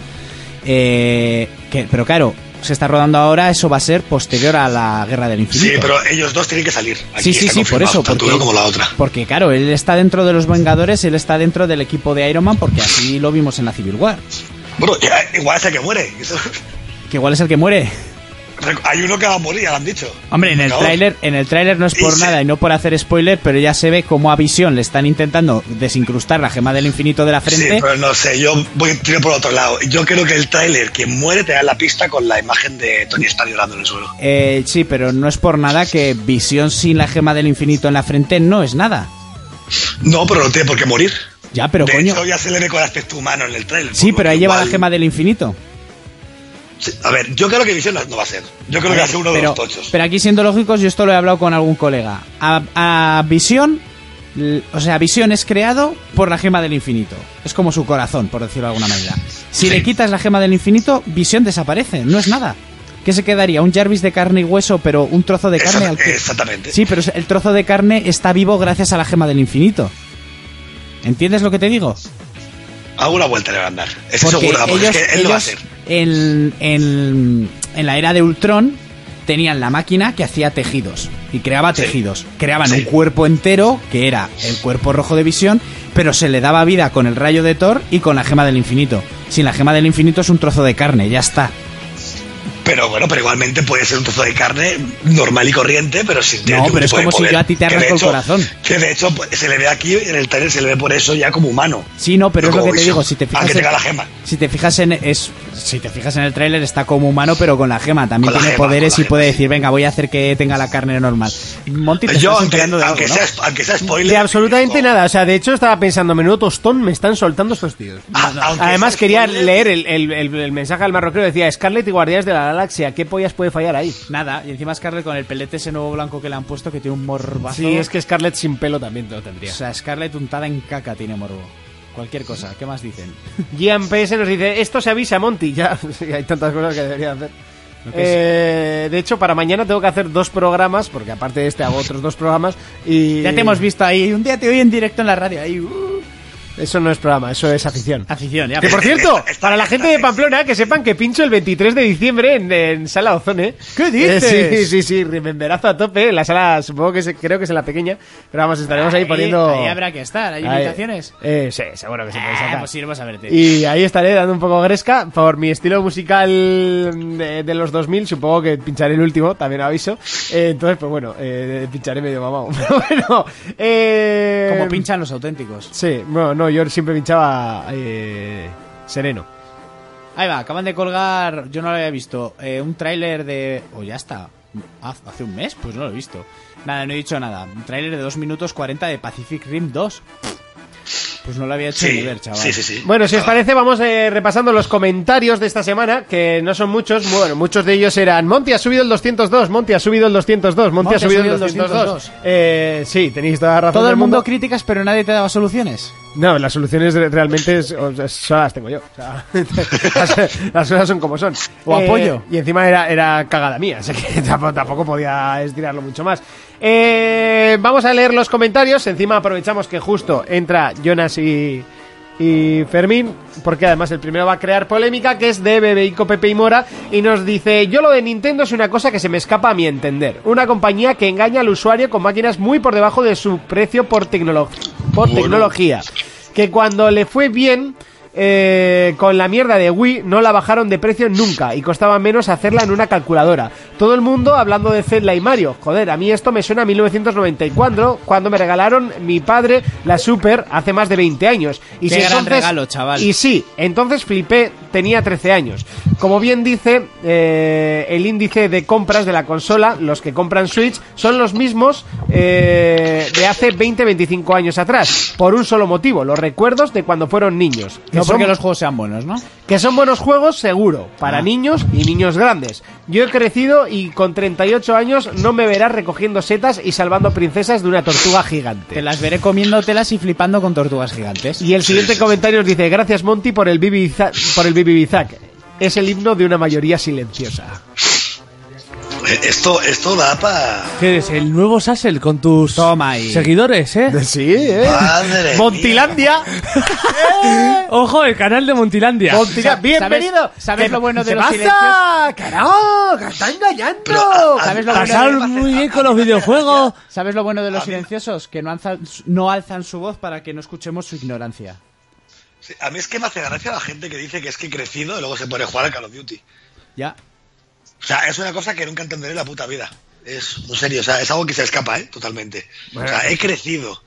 Speaker 2: Eh, que, pero claro, se está rodando ahora, eso va a ser posterior a la Guerra del
Speaker 6: Sí,
Speaker 2: Infinito.
Speaker 6: pero ellos dos tienen que salir.
Speaker 2: Sí, sí,
Speaker 6: está
Speaker 2: sí, por
Speaker 6: confirmado,
Speaker 2: eso.
Speaker 6: Tanto
Speaker 2: Porque,
Speaker 6: uno como la otra.
Speaker 2: porque claro, él está dentro de los Vengadores, él está dentro del equipo de Iron Man, porque así lo vimos en la Civil War.
Speaker 6: Bueno, ya, igual es el que muere. Eso-
Speaker 2: Que igual es el que muere.
Speaker 6: Hay uno que va a morir, ya lo han dicho.
Speaker 2: Hombre, en el
Speaker 6: No.
Speaker 2: tráiler, en el tráiler no es por nada y no por hacer spoiler, pero ya se ve cómo a Visión le están intentando desincrustar la gema del infinito de la frente.
Speaker 6: Sí, pero no sé, yo voy tiro por otro lado. Yo creo que el tráiler, quien muere, te da la pista con la imagen de Tony Stark llorando en el suelo.
Speaker 2: Eh, sí, pero no es por nada que Visión sin la gema del infinito en la frente no es nada.
Speaker 6: No, pero no tiene por qué morir.
Speaker 2: Ya, pero
Speaker 6: de
Speaker 2: coño.
Speaker 6: hecho, ya se le ve con aspecto humano en el tráiler.
Speaker 2: Sí,
Speaker 6: por lo
Speaker 2: pero ahí
Speaker 6: que
Speaker 2: lleva la
Speaker 6: igual-
Speaker 2: gema del infinito.
Speaker 6: Sí, A ver, yo creo que Visión no- no va a ser. Yo creo que va a ser uno de
Speaker 2: Pero,
Speaker 6: los tochos.
Speaker 2: pero aquí siendo lógicos, yo esto lo he hablado con algún colega. A, a Visión, l- o sea, Visión es creado por la gema del infinito. Es como su corazón, por decirlo de alguna manera. Si le quitas la gema del infinito, Visión desaparece, no es nada. ¿Qué se quedaría? ¿Un Jarvis de carne y hueso, pero un trozo de carne al que...
Speaker 6: Exactamente.
Speaker 2: Sí, pero el trozo de carne está vivo gracias a la gema del infinito. ¿Entiendes lo que te digo?
Speaker 6: Alguna vuelta le van a dar. Es
Speaker 2: Porque
Speaker 6: segura, porque
Speaker 2: ellos,
Speaker 6: es que él lo va a
Speaker 2: ellos
Speaker 6: hacer.
Speaker 2: En, en- en la era de Ultron tenían la máquina que hacía tejidos y creaba tejidos. Creaban un cuerpo entero que era el cuerpo rojo de visión, pero se le daba vida con el rayo de Thor y con la gema del infinito. Sin la gema del infinito es un trozo de carne, ya está.
Speaker 6: Pero bueno, pero igualmente puede ser un trozo de carne normal y corriente, pero sin tener
Speaker 2: No,
Speaker 6: ningún
Speaker 2: pero es
Speaker 6: tipo de
Speaker 2: como si
Speaker 6: poder.
Speaker 2: yo a ti te
Speaker 6: Que de
Speaker 2: arranco el
Speaker 6: hecho-
Speaker 2: corazón.
Speaker 6: Que de hecho pues, se le ve aquí en el tráiler, se le ve por eso ya como humano.
Speaker 2: Sí, no, pero
Speaker 6: No
Speaker 2: es lo
Speaker 6: como
Speaker 2: que te
Speaker 6: Vision.
Speaker 2: digo, si te
Speaker 6: Ah,
Speaker 2: fijas
Speaker 6: que
Speaker 2: en,
Speaker 6: tenga la gema.
Speaker 2: si te fijas en es si te fijas en el tráiler está como humano pero con la gema, también
Speaker 6: Con la
Speaker 2: tiene
Speaker 6: gema,
Speaker 2: poderes
Speaker 6: con
Speaker 2: y
Speaker 6: la
Speaker 2: puede decir, "Venga, voy a hacer que tenga la carne normal." Monty te
Speaker 6: Yo,
Speaker 2: estás
Speaker 6: aunque,
Speaker 2: enterando de algo,
Speaker 6: aunque
Speaker 2: ¿no?
Speaker 6: sea, aunque sea spoiler,
Speaker 1: De absolutamente nada. O sea, de hecho estaba pensando, menudo tostón me están soltando estos tíos.
Speaker 6: aunque
Speaker 1: Además
Speaker 6: sea
Speaker 1: quería
Speaker 6: spoiler-
Speaker 1: leer el, el- el- el mensaje al marroquero. Decía, Scarlet y Guardianes de la Galaxia, ¿qué pollas puede fallar ahí?
Speaker 2: Nada, y encima Scarlett con el pelete ese nuevo blanco que le han puesto que tiene un morbazo.
Speaker 1: Sí, es que Scarlet sin pelo también lo tendría.
Speaker 2: O sea, Scarlett untada en caca tiene morbo. Cualquier cosa, ¿qué más dicen?
Speaker 1: Gian PS nos dice, esto se avisa, Monty. Ya, sí, hay tantas cosas que debería hacer.
Speaker 2: Ok, sí.
Speaker 1: Eh, de hecho, para mañana tengo que hacer dos programas, porque aparte de este hago otros dos programas. Y
Speaker 2: Ya te hemos visto ahí, un día te oí en directo en la radio, ahí, uh,
Speaker 1: Eso no es programa, eso es afición.
Speaker 2: afición, ya.
Speaker 1: Que por cierto,
Speaker 6: Está-
Speaker 1: para la gente de Pamplona, que sepan que pincho el 23 de diciembre en, en Sala Ozone.
Speaker 2: ¿Qué dices?
Speaker 1: Eh, sí, sí, sí, rememberazo a tope. En la sala, supongo que se- creo que es en la pequeña. Pero vamos, estaremos ahí,
Speaker 2: Ahí-
Speaker 1: poniendo.
Speaker 2: ahí habrá que estar, ¿hay
Speaker 1: Ahí-
Speaker 2: invitaciones?
Speaker 1: Eh, sí, seguro que se puede
Speaker 2: Ah,
Speaker 1: sacar.
Speaker 2: pues iremos a verte.
Speaker 1: Y ahí estaré dando un poco gresca por mi estilo musical de, de los 2000. Supongo que pincharé el último, también aviso. Eh, entonces, pues bueno, eh, pincharé medio mamado. Pero bueno, eh,
Speaker 2: Como pinchan los auténticos.
Speaker 1: Sí, bueno, no, yo siempre pinchaba eh, sereno.
Speaker 2: Ahí va, acaban de colgar, yo no lo había visto, eh, un tráiler de... O ya está, haz- hace un mes, pues no lo he visto. Nada, no he dicho nada. Un tráiler de 2 minutos 40 de Pacific Rim 2. Pues no lo había hecho ni
Speaker 6: Sí,
Speaker 2: ver, chaval.
Speaker 6: sí, sí, sí.
Speaker 1: Bueno,
Speaker 2: Ah.
Speaker 1: si os parece, vamos eh, repasando los comentarios de esta semana, que no son muchos. Bueno, muchos de ellos eran: Monty ha subido el 202, Monty ha subido el 202, Monty, ha subido el 202. Eh, sí, tenéis toda la razón.
Speaker 2: Todo
Speaker 1: del
Speaker 2: el mundo críticas, pero nadie te daba soluciones.
Speaker 1: No, las soluciones re- realmente es- o sea, solo las tengo yo. O sea, las, las cosas son como son. Eh,
Speaker 2: O apoyo.
Speaker 1: Y encima era, era cagada mía, así que tampoco, tampoco podía estirarlo mucho más. Eh, vamos a leer los comentarios. Encima aprovechamos que justo entra Jonas y, y Fermín, porque además el primero va a crear polémica, que es de Bebeico Pepe y Mora, y nos dice, yo lo de Nintendo es una cosa que se me escapa a mi entender. Una compañía que engaña al usuario con máquinas muy por debajo de su precio por, tecnolo- por tecnología. Que cuando le fue bien... eh, con la mierda de Wii no la bajaron de precio nunca y costaba menos hacerla en una calculadora. Todo el mundo hablando de Zelda y Mario. Joder, a mí esto me suena a 1994 cuando me regalaron mi padre la Super hace más de 20 años. Y
Speaker 2: Qué gran regalo, chaval.
Speaker 1: Y sí, entonces flipé, tenía 13 años. Como bien dice eh, el índice de compras de la consola, los que compran Switch son los mismos eh, de hace 20-25 años atrás, por un solo motivo, los recuerdos de cuando fueron niños. que
Speaker 2: No porque
Speaker 1: son-
Speaker 2: los Ah. juegos sean buenos, ¿no?
Speaker 1: que son buenos juegos, seguro, para niños y niños grandes. Yo he crecido y con 38 años no me verás recogiendo setas y salvando princesas de una tortuga gigante.
Speaker 2: Te las veré comiéndotelas y flipando con tortugas gigantes.
Speaker 1: Y el siguiente comentario nos dice, gracias Monty por el Bibi Zac- por el Bibi Zac. Es el himno de una mayoría silenciosa.
Speaker 6: Eh, Esto, esto da para.
Speaker 3: ¿Qué eres? El nuevo Sassel con tus
Speaker 2: Toma ahí.
Speaker 3: seguidores, ¿eh?
Speaker 1: Sí, ¿eh?
Speaker 6: Madre.
Speaker 1: Montilandia.
Speaker 3: Ojo, el canal de Montilandia.
Speaker 1: Montila-
Speaker 2: ¿Sabes-
Speaker 1: Bienvenido.
Speaker 2: sabes
Speaker 1: ¿Qué-
Speaker 2: lo bueno de
Speaker 1: ¿qué
Speaker 2: los
Speaker 1: pasa?
Speaker 2: silencios?
Speaker 1: ¡Carajo! que ¡Está engañando!
Speaker 6: Pero, a- a-
Speaker 1: ¿Sabes lo
Speaker 6: a-
Speaker 1: bueno de-
Speaker 3: Pasar muy bien con los videojuegos.
Speaker 2: ¿Sabes lo bueno de
Speaker 6: Ah,
Speaker 2: los silenciosos? Que no alzan, no alzan su voz para que no escuchemos su ignorancia.
Speaker 6: Sí, A mí es que me hace gracia la gente que dice que es que he crecido y luego se pone a jugar a Call of Duty.
Speaker 2: Ya.
Speaker 6: O sea, es una cosa que nunca entenderé en la puta vida. Es, en serio, o sea, es algo que se escapa, ¿eh? Totalmente. O sea, he crecido.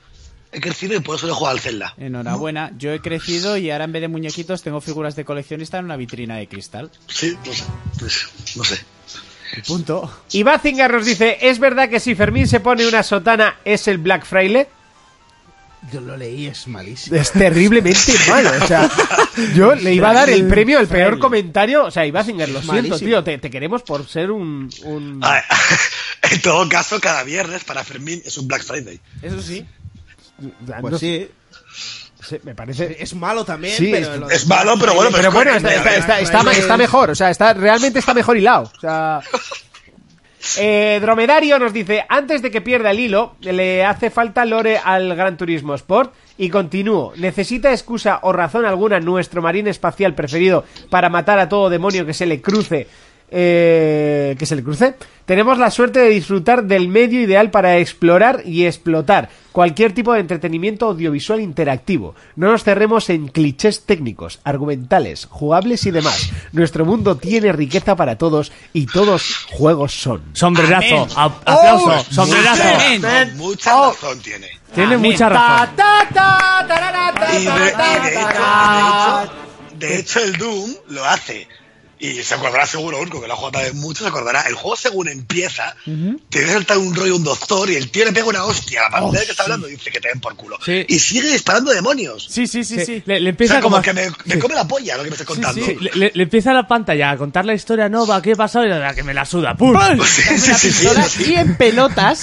Speaker 6: He crecido y por eso le juego al Zelda.
Speaker 2: Enhorabuena, yo he crecido y ahora en vez de muñequitos tengo figuras de coleccionista en una vitrina de cristal.
Speaker 6: Sí, no sé. pues, no sé.
Speaker 2: Punto.
Speaker 1: Y Bazingar nos dice, ¿es verdad que si Fermín se pone una sotana es el Black Fraile?
Speaker 4: Yo lo leí, es malísimo.
Speaker 1: Es terriblemente malo. O sea, yo le iba a dar el premio al peor comentario. O sea, Ibazinger, lo siento,
Speaker 6: Malísimo.
Speaker 1: tío. Te, te queremos por ser un. un-
Speaker 4: Ah,
Speaker 6: A ver, Ah, en todo caso, cada viernes para Fermín es un Black Friday.
Speaker 1: Eso sí.
Speaker 4: Pues sí.
Speaker 1: Sí, me parece.
Speaker 4: Es malo también,
Speaker 1: Sí,
Speaker 4: pero
Speaker 1: es-
Speaker 4: lo de-
Speaker 6: Es malo, pero bueno,
Speaker 1: Pero
Speaker 6: es ¿eh?
Speaker 1: bueno,
Speaker 6: coherente,
Speaker 1: está, está-
Speaker 6: a ver.
Speaker 1: está- está- está- está mejor. O sea, está, realmente está mejor hilado. O sea. Eh, Dromedario nos dice, antes de que pierda el hilo, le hace falta lore al Gran Turismo Sport. Y continúo, ¿necesita excusa o razón alguna nuestro marín espacial preferido para matar a todo demonio que se le cruce? eh, que se le cruce. Tenemos la suerte de disfrutar del medio ideal para explorar y explotar cualquier tipo de entretenimiento audiovisual interactivo. No nos cerremos en clichés técnicos, argumentales, jugables y demás. Nuestro mundo tiene riqueza para todos y todos juegos son.
Speaker 3: Sombrerazo, a- aplauso,
Speaker 6: Oh,
Speaker 3: sombrerazo.
Speaker 6: mucha razón, Mucha
Speaker 1: Oh.
Speaker 6: razón tiene.
Speaker 3: Tiene mucha razón.
Speaker 1: Ta, ta, tarara, ta,
Speaker 6: Y de, y
Speaker 1: ta,
Speaker 6: de
Speaker 1: ta,
Speaker 6: hecho, de hecho- de hecho, el Doom lo hace. Y se acordará seguro, Urco, que lo ha jugado también mucho, se acordará. El juego, según empieza, te que saltar un rollo a un doctor y el tío le pega una hostia a la pantalla que está hablando y dice que te den por culo.
Speaker 3: Sí.
Speaker 6: Y sigue disparando demonios.
Speaker 3: Sí, sí, sí, sí. Le, le
Speaker 6: O
Speaker 3: empieza
Speaker 6: sea, como
Speaker 3: como a-
Speaker 6: que me, me
Speaker 3: Sí.
Speaker 6: come la polla lo que me estás
Speaker 3: Sí,
Speaker 6: contando.
Speaker 3: sí. Le, le- le empieza la pantalla a contar la historia nova, qué pasó y la que me la suda. ¡Pum!
Speaker 6: Sí, sí, sí, sí,
Speaker 2: Ahora,
Speaker 6: sí.
Speaker 2: y en pelotas,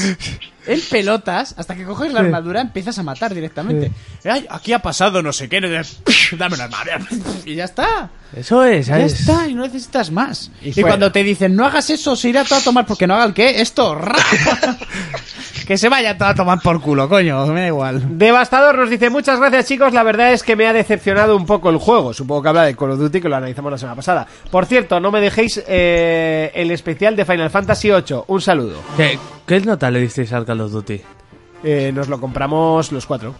Speaker 2: en pelotas, hasta que coges la armadura empiezas a matar directamente. Ay, aquí ha pasado no sé qué, no sé- dame una armadura. Y ya está.
Speaker 3: Eso es,
Speaker 2: Ya
Speaker 3: ¿sabes?
Speaker 2: está, y no necesitas más. Y,
Speaker 1: fuera.
Speaker 2: cuando te dicen, no hagas eso, se irá todo a tomar porque no haga el qué, esto. ra. que se vaya todo a tomar por culo, coño, me da igual.
Speaker 1: Devastador nos dice muchas gracias chicos, la verdad es que me ha decepcionado un poco el juego, supongo que habla de Call of Duty que lo analizamos la semana pasada. Por cierto, no me dejéis eh, el especial de Final Fantasy VIII, un saludo.
Speaker 3: ¿Qué, qué nota le disteis al Call of Duty?
Speaker 1: Eh, nos lo compramos los cuatro.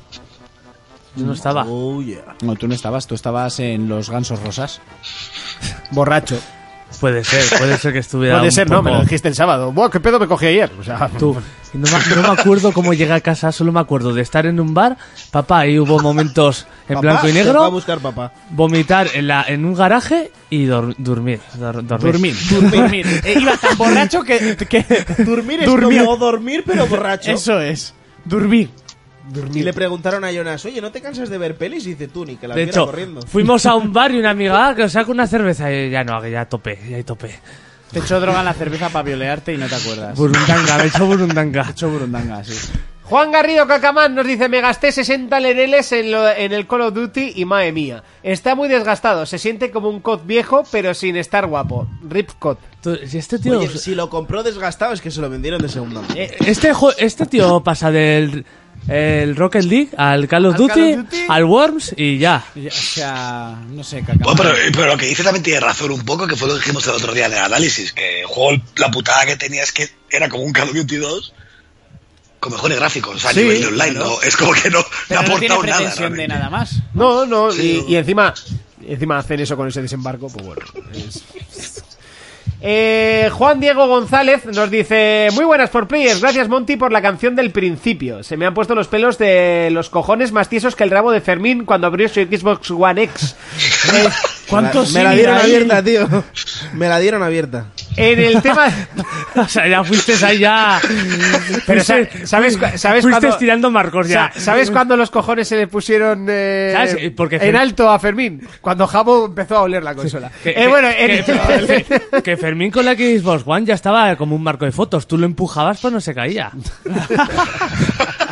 Speaker 3: Yo no estaba.
Speaker 4: Oh, yeah.
Speaker 2: No, tú no estabas, tú estabas en los gansos rosas.
Speaker 1: Borracho.
Speaker 3: Puede ser, puede ser que estuviera.
Speaker 1: Puede
Speaker 3: un
Speaker 1: ser, no,
Speaker 3: poco-
Speaker 1: me lo dijiste el sábado. Buah, qué pedo me cogí ayer. O sea,
Speaker 3: Tú. No me, no me acuerdo cómo llegué a casa, solo me acuerdo de estar en un bar, papá, y hubo momentos en
Speaker 4: Papá,
Speaker 3: blanco y
Speaker 4: te Va a
Speaker 3: negro,
Speaker 4: buscar papá.
Speaker 3: vomitar en, la, en un garaje y dor- dormir, dor- dormir.
Speaker 2: Dormir, dormir. Eh, iba tan borracho que. que
Speaker 4: Dormir es
Speaker 2: Durmió.
Speaker 4: como dormir, pero borracho.
Speaker 2: Eso es. Dormir.
Speaker 4: Y le preguntaron a Jonas, oye, ¿no te cansas de ver pelis? Y dice tú, ni que la
Speaker 3: De
Speaker 4: viera
Speaker 3: hecho,
Speaker 4: corriendo.
Speaker 3: fuimos a un bar y una amiga, "Ah, que os saco una cerveza. Y yo, ya no, que ya tope, ya hay tope.
Speaker 2: Te echó droga en la cerveza para violearte y no te acuerdas.
Speaker 3: Burundanga, me he hecho burundanga.
Speaker 2: Hecho burundanga, sí.
Speaker 1: Juan Garrido Cacamán nos dice, me gasté 60 lereles en, lo- en el Call of Duty y madre mía. Está muy desgastado, se siente como un COD viejo, pero sin estar guapo. Rip COD.
Speaker 3: Tú, si este tío.
Speaker 4: Oye, si lo compró desgastado es que se lo vendieron de segunda mano.
Speaker 3: eh, Este, jue- este tío pasa del el Rocket League al Call
Speaker 2: Al
Speaker 3: of
Speaker 2: Call of
Speaker 3: Duty,
Speaker 2: Duty.
Speaker 3: al Worms y ya.
Speaker 2: Ya, O sea, no sé, caca.
Speaker 6: Bueno, pero, pero lo que dice también tiene razón un poco, que fue lo que dijimos el otro día en el análisis, que el juego, la putada que tenía es que era como un Call of Duty 2 con mejores gráficos, o sea, a
Speaker 1: Sí,
Speaker 6: nivel de online, ¿no? Es como que no, no ha
Speaker 2: Pero no tiene
Speaker 6: aportado nada.
Speaker 2: pretensión de
Speaker 6: realmente.
Speaker 2: nada más.
Speaker 1: No, no,
Speaker 6: Sí.
Speaker 1: y, y encima encima hacen eso con ese desembarco, pues bueno. es- Eh, Juan Diego González nos dice Muy buenas por players, gracias Monty por la canción del principio Se me han puesto los pelos de los cojones más tiesos que el rabo de Fermín cuando abrió su Xbox One X Eh,
Speaker 4: ¿Cuántos me la, me la
Speaker 1: sí
Speaker 4: dieron
Speaker 1: hay?
Speaker 4: abierta, tío. Me la dieron abierta.
Speaker 1: En el tema...
Speaker 3: O sea, ya fuiste ahí ya.
Speaker 1: Pero
Speaker 3: Fuiste-
Speaker 1: sa- ¿sabes, cu- sabes
Speaker 3: fuiste
Speaker 1: cuándo-
Speaker 3: estirando marcos Pues ya.
Speaker 1: sa- ¿Sabes
Speaker 2: Mm.
Speaker 1: cuándo los cojones se le pusieron eh,
Speaker 3: ¿Sabes? Porque
Speaker 1: en
Speaker 3: Fer-
Speaker 1: alto a Fermín? Cuando Jabo empezó a oler la consola.
Speaker 3: Que,
Speaker 1: Eh, bueno,
Speaker 3: que-
Speaker 1: en-
Speaker 3: que- que- que Fermín con la Xbox One ya estaba como un marco de fotos. Tú lo empujabas, pues no se caía.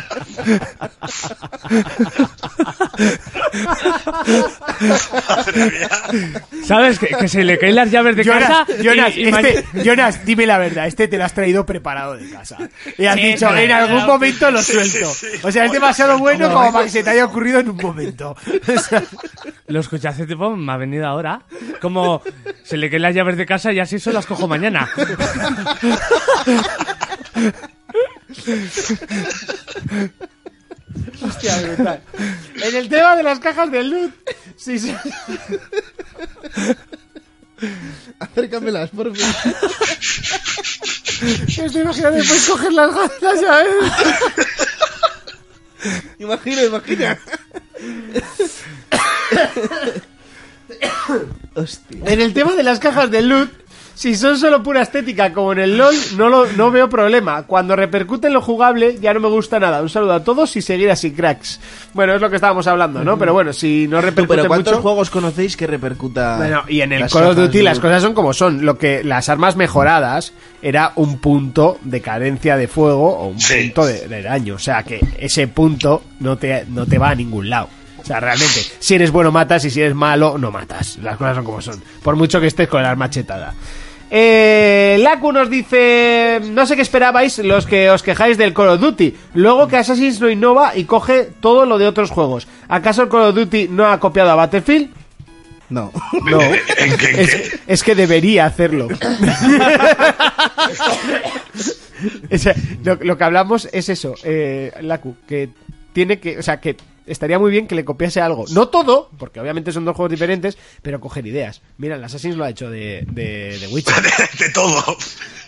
Speaker 6: Madre mía.
Speaker 3: ¿Sabes? Que, que se le caen las llaves de casa.
Speaker 1: Jonas,
Speaker 3: y-
Speaker 1: Jonas,
Speaker 3: y ma-
Speaker 1: este- Jonas, dime la verdad, este te lo has traído preparado de casa. Y has
Speaker 2: Sí,
Speaker 1: dicho,
Speaker 2: claro,
Speaker 1: en algún
Speaker 2: claro.
Speaker 1: momento lo
Speaker 6: Sí,
Speaker 1: suelto.
Speaker 6: sí, sí.
Speaker 1: O sea, es
Speaker 6: Oye,
Speaker 1: demasiado bueno
Speaker 6: ¿cómo
Speaker 1: como
Speaker 6: lo
Speaker 1: para que se te haya ocurrido en un momento. O sea,
Speaker 3: Lo escuché hace tiempo, me ha venido ahora. Como se le caen las llaves de casa y así se las cojo mañana.
Speaker 1: hostia, brutal. En el tema de las cajas de loot, sí, sí.
Speaker 4: Acércamelas, por favor.
Speaker 1: Estoy imaginando después coger las, ga- las llaves.
Speaker 4: Imagina, imagina. Hostia.
Speaker 1: En el tema de las cajas de loot, si son solo pura estética como en el LOL, no, lo, no veo problema. Cuando repercute en lo jugable, ya no me gusta nada. Un saludo a todos y seguir así, cracks. Bueno, es lo que estábamos hablando, ¿no? Pero bueno, si no repercute
Speaker 4: Pero ¿cuántos
Speaker 1: mucho...
Speaker 4: juegos conocéis que repercuta?
Speaker 1: Bueno, y en el
Speaker 4: las
Speaker 1: Call of
Speaker 4: cajas
Speaker 1: Duty
Speaker 4: de
Speaker 1: las
Speaker 4: luz?
Speaker 1: cosas son como son. Lo que las armas mejoradas era un punto de carencia de fuego o un punto de, de daño. O sea que ese punto no te, no te va a ningún lado. O sea, realmente, si eres bueno matas y si eres malo no matas. Las cosas son como son. Por mucho que estés con el arma chetada. Eh, Laku nos dice, no sé qué esperabais los que os quejáis del Call of Duty, luego que Assassin's no innova y coge todo lo de otros juegos. ¿Acaso el Call of Duty no ha copiado a Battlefield?
Speaker 4: No.
Speaker 1: No. Es, es que debería hacerlo. O sea, lo, lo que hablamos es eso, eh, Laku, que tiene que, o sea, que estaría muy bien que le copiase algo. No todo, porque obviamente son dos juegos diferentes, pero coger ideas. Mira, el Assassin's lo ha hecho de, de, de Witcher.
Speaker 6: De, todo.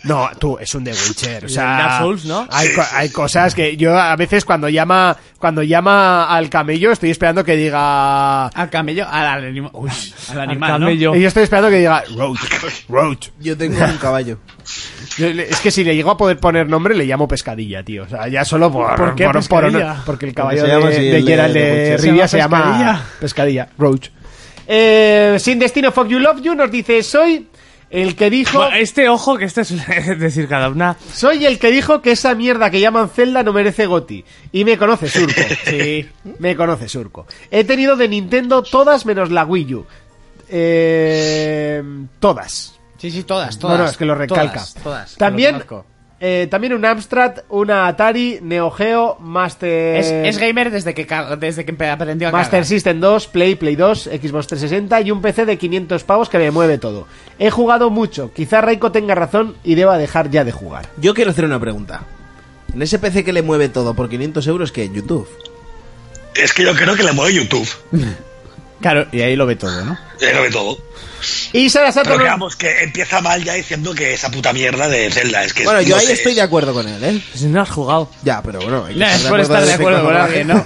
Speaker 1: No, tú, es un The Witcher. O
Speaker 3: Y
Speaker 1: sea,
Speaker 3: el Dark Souls, ¿no?
Speaker 1: Hay, co- hay cosas que yo a veces cuando llama, cuando llama al camello estoy esperando que diga...
Speaker 2: Al camello, al, al anima- uy, al animal, ¿no?
Speaker 1: Y yo estoy esperando que diga Road, Road.
Speaker 4: Yo tengo un caballo.
Speaker 1: Yo le- Es que si le llego a poder poner nombre, le llamo pescadilla, tío. O sea, ya solo por.
Speaker 3: ¿Por qué Pescadilla?
Speaker 1: honor- porque el caballo
Speaker 4: Porque se llama
Speaker 1: de,
Speaker 4: así
Speaker 1: de
Speaker 4: el de-
Speaker 1: Geralt de,
Speaker 4: de Witcher.
Speaker 1: Rivia se
Speaker 2: Se
Speaker 1: llama
Speaker 2: llama
Speaker 1: Pescadilla, Roach. Eh, sin destino, Fuck You Love You nos dice: Soy el que dijo.
Speaker 3: Bueno, eh. Este ojo que este es decir cada una.
Speaker 1: Soy el que dijo que esa mierda que llaman Zelda no merece Goti. Y me conoce Surco. Sí, me conoce Surco. He tenido de Nintendo todas menos la Wii U. Eh, todas.
Speaker 2: Sí, sí, todas,
Speaker 1: No,
Speaker 2: todas.
Speaker 1: no, es que lo recalca.
Speaker 2: Todas, todas,
Speaker 1: también,
Speaker 2: lo conozco.
Speaker 1: eh, también un Amstrad, una Atari, Neo Geo, Master,
Speaker 2: Es, es gamer desde que, ca- desde que empe- aprendió a
Speaker 1: Master
Speaker 2: cagar.
Speaker 1: System 2, Play, Play 2, Xbox 360 y un PC de 500 pavos que me mueve todo. He jugado mucho, quizá Raiko tenga razón y deba dejar ya de jugar.
Speaker 4: Yo quiero hacer una pregunta. En ese PC que le mueve todo por 500 euros, que en YouTube.
Speaker 6: Es que yo creo que le mueve YouTube.
Speaker 2: Claro, y ahí lo ve todo, ¿no?
Speaker 6: Yo lo ve todo.
Speaker 1: Y Sara Sato
Speaker 6: Pero que
Speaker 1: nos-
Speaker 6: vamos, que empieza mal ya diciendo que esa puta mierda de Zelda es que.
Speaker 4: Bueno, yo
Speaker 6: no
Speaker 4: ahí
Speaker 6: sé,
Speaker 4: estoy de acuerdo con él, ¿eh?
Speaker 3: Si no has jugado.
Speaker 4: Ya, pero bueno. hay que
Speaker 2: No, es por estar de
Speaker 4: vez en
Speaker 2: acuerdo con
Speaker 4: cuando
Speaker 2: alguien, ¿no?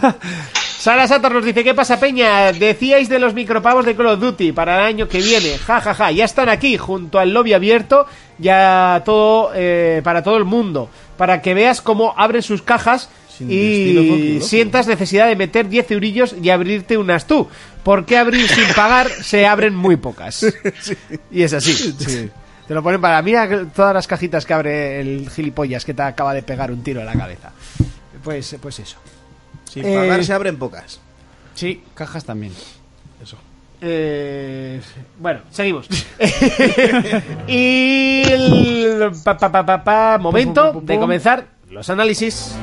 Speaker 1: Sara Sator nos dice, ¿qué pasa Peña? Decíais de los micropavos de Call of Duty para el año que viene. Ja, ja, ja. Ya están aquí, junto al lobby abierto, ya todo, eh, para todo el mundo. Para que veas cómo abren sus cajas
Speaker 4: Sin destino, fuck you,
Speaker 1: y
Speaker 4: loco.
Speaker 1: sientas necesidad de meter 10 eurillos y abrirte unas tú. Porque abrir sin pagar se abren muy pocas. Y es así. Te lo ponen para... Mira todas las cajitas que abre el gilipollas que te acaba de pegar un tiro en la cabeza. Pues, pues eso.
Speaker 4: Sin
Speaker 1: Eh,
Speaker 4: pagar se abren pocas.
Speaker 2: Sí, cajas también.
Speaker 1: Eh, bueno, seguimos. y el pa, pa, pa, pa, pa, momento de comenzar los análisis.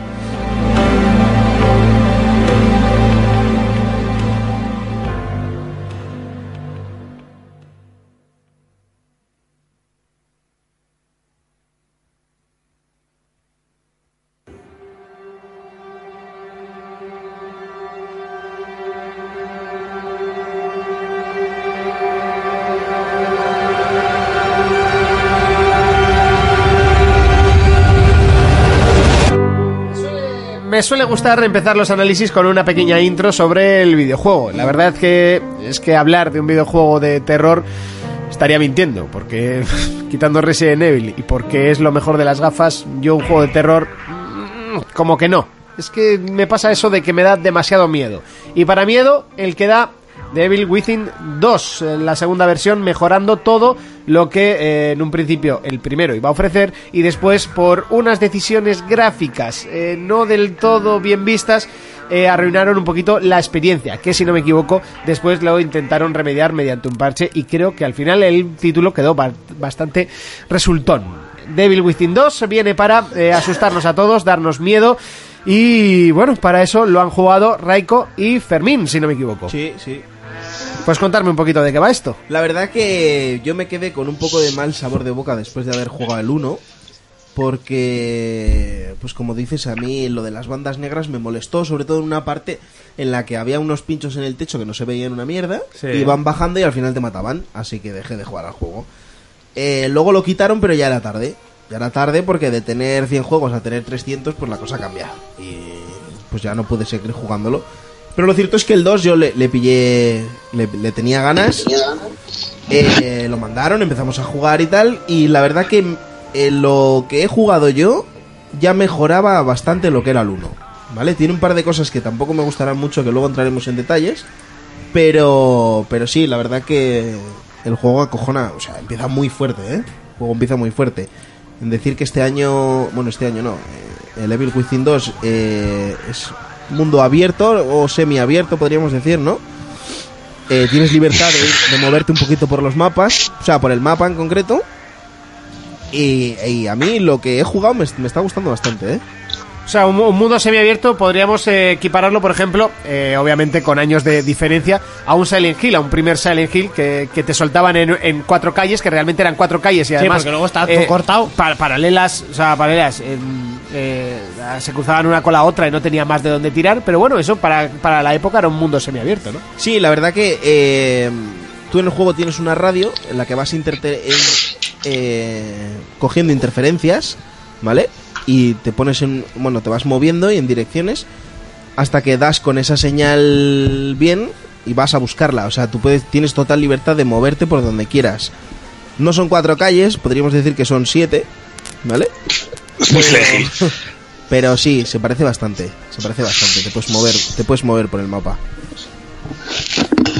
Speaker 1: Me suele gustar empezar los análisis con una pequeña intro sobre el videojuego. La verdad es que es que hablar de un videojuego de terror estaría mintiendo, porque quitando Resident Evil y porque es lo mejor de las gafas, yo un juego de terror mm, como que no. Es que me pasa eso de que me da demasiado miedo. Y para miedo, el que da Devil Within 2, eh, la segunda versión, mejorando todo lo que eh, en un principio el primero iba a ofrecer y después por unas decisiones gráficas eh, no del todo bien vistas. eh, arruinaron un poquito la experiencia, que si no me equivoco, después lo intentaron remediar mediante un parche y creo que al final el título quedó ba- bastante resultón. Devil Within 2 viene para eh, asustarnos a todos, darnos miedo y bueno, para eso lo han jugado Raiko y Fermín, si no me equivoco.
Speaker 4: Sí, sí.
Speaker 1: Pues contarme un poquito de qué va esto.
Speaker 4: La verdad que yo me quedé con un poco de mal sabor de boca después de haber jugado el 1. Porque pues como dices, a mí lo de las bandas negras me molestó, sobre todo en una parte en la que había unos pinchos en el techo que no se veían una mierda,
Speaker 3: Sí.
Speaker 4: iban bajando y al final te mataban, así que dejé de jugar al juego. Eh, luego lo quitaron, pero ya era tarde. Ya era tarde porque de tener 100 juegos a tener 300, pues la cosa cambia. Y pues ya no pude seguir jugándolo. Pero lo cierto es que el 2 yo le, le pillé, le, le tenía ganas. Eh, lo mandaron, empezamos a jugar y tal. Y la verdad que eh, lo que he jugado yo ya mejoraba bastante lo que era el 1. ¿Vale? Tiene un par de cosas que tampoco me gustarán mucho, que luego entraremos en detalles. Pero, pero sí, la verdad que el juego acojona, o sea, empieza muy fuerte, ¿eh? El juego empieza muy fuerte. En decir que este año, bueno, este año no, eh, el Evil Within 2 eh, es mundo abierto o semiabierto, podríamos decir, ¿no? Eh, tienes libertad de, ir- de moverte un poquito por los mapas, o sea, por el mapa en concreto. Y, y a mí lo que he jugado me, me está gustando bastante, ¿eh?
Speaker 1: O sea, un, mu- un mundo semiabierto podríamos eh, equipararlo, por ejemplo, eh, obviamente con años de diferencia, a un Silent Hill, a un primer Silent Hill que, que te soltaban en, en cuatro calles, que realmente eran cuatro calles y además. eh,
Speaker 5: porque luego está todo
Speaker 1: cortado. paralelas, o sea, paralelas. en- eh, se cruzaban una con la otra y no tenía más de dónde tirar, pero bueno, eso para, para la época era un mundo semiabierto, ¿no?
Speaker 4: Sí, la verdad que eh, tú en el juego tienes una radio en la que vas interte- en- eh, cogiendo interferencias, ¿vale? Y te pones en. Bueno, te vas moviendo y en direcciones hasta que das con esa señal bien y vas a buscarla. O sea, tú puedes, tienes total libertad de moverte por donde quieras. No son cuatro calles, podríamos decir que son siete, ¿vale?
Speaker 6: Es muy frágil.
Speaker 4: Pero sí, se parece bastante. Se parece bastante. Te puedes mover, te puedes mover por el mapa.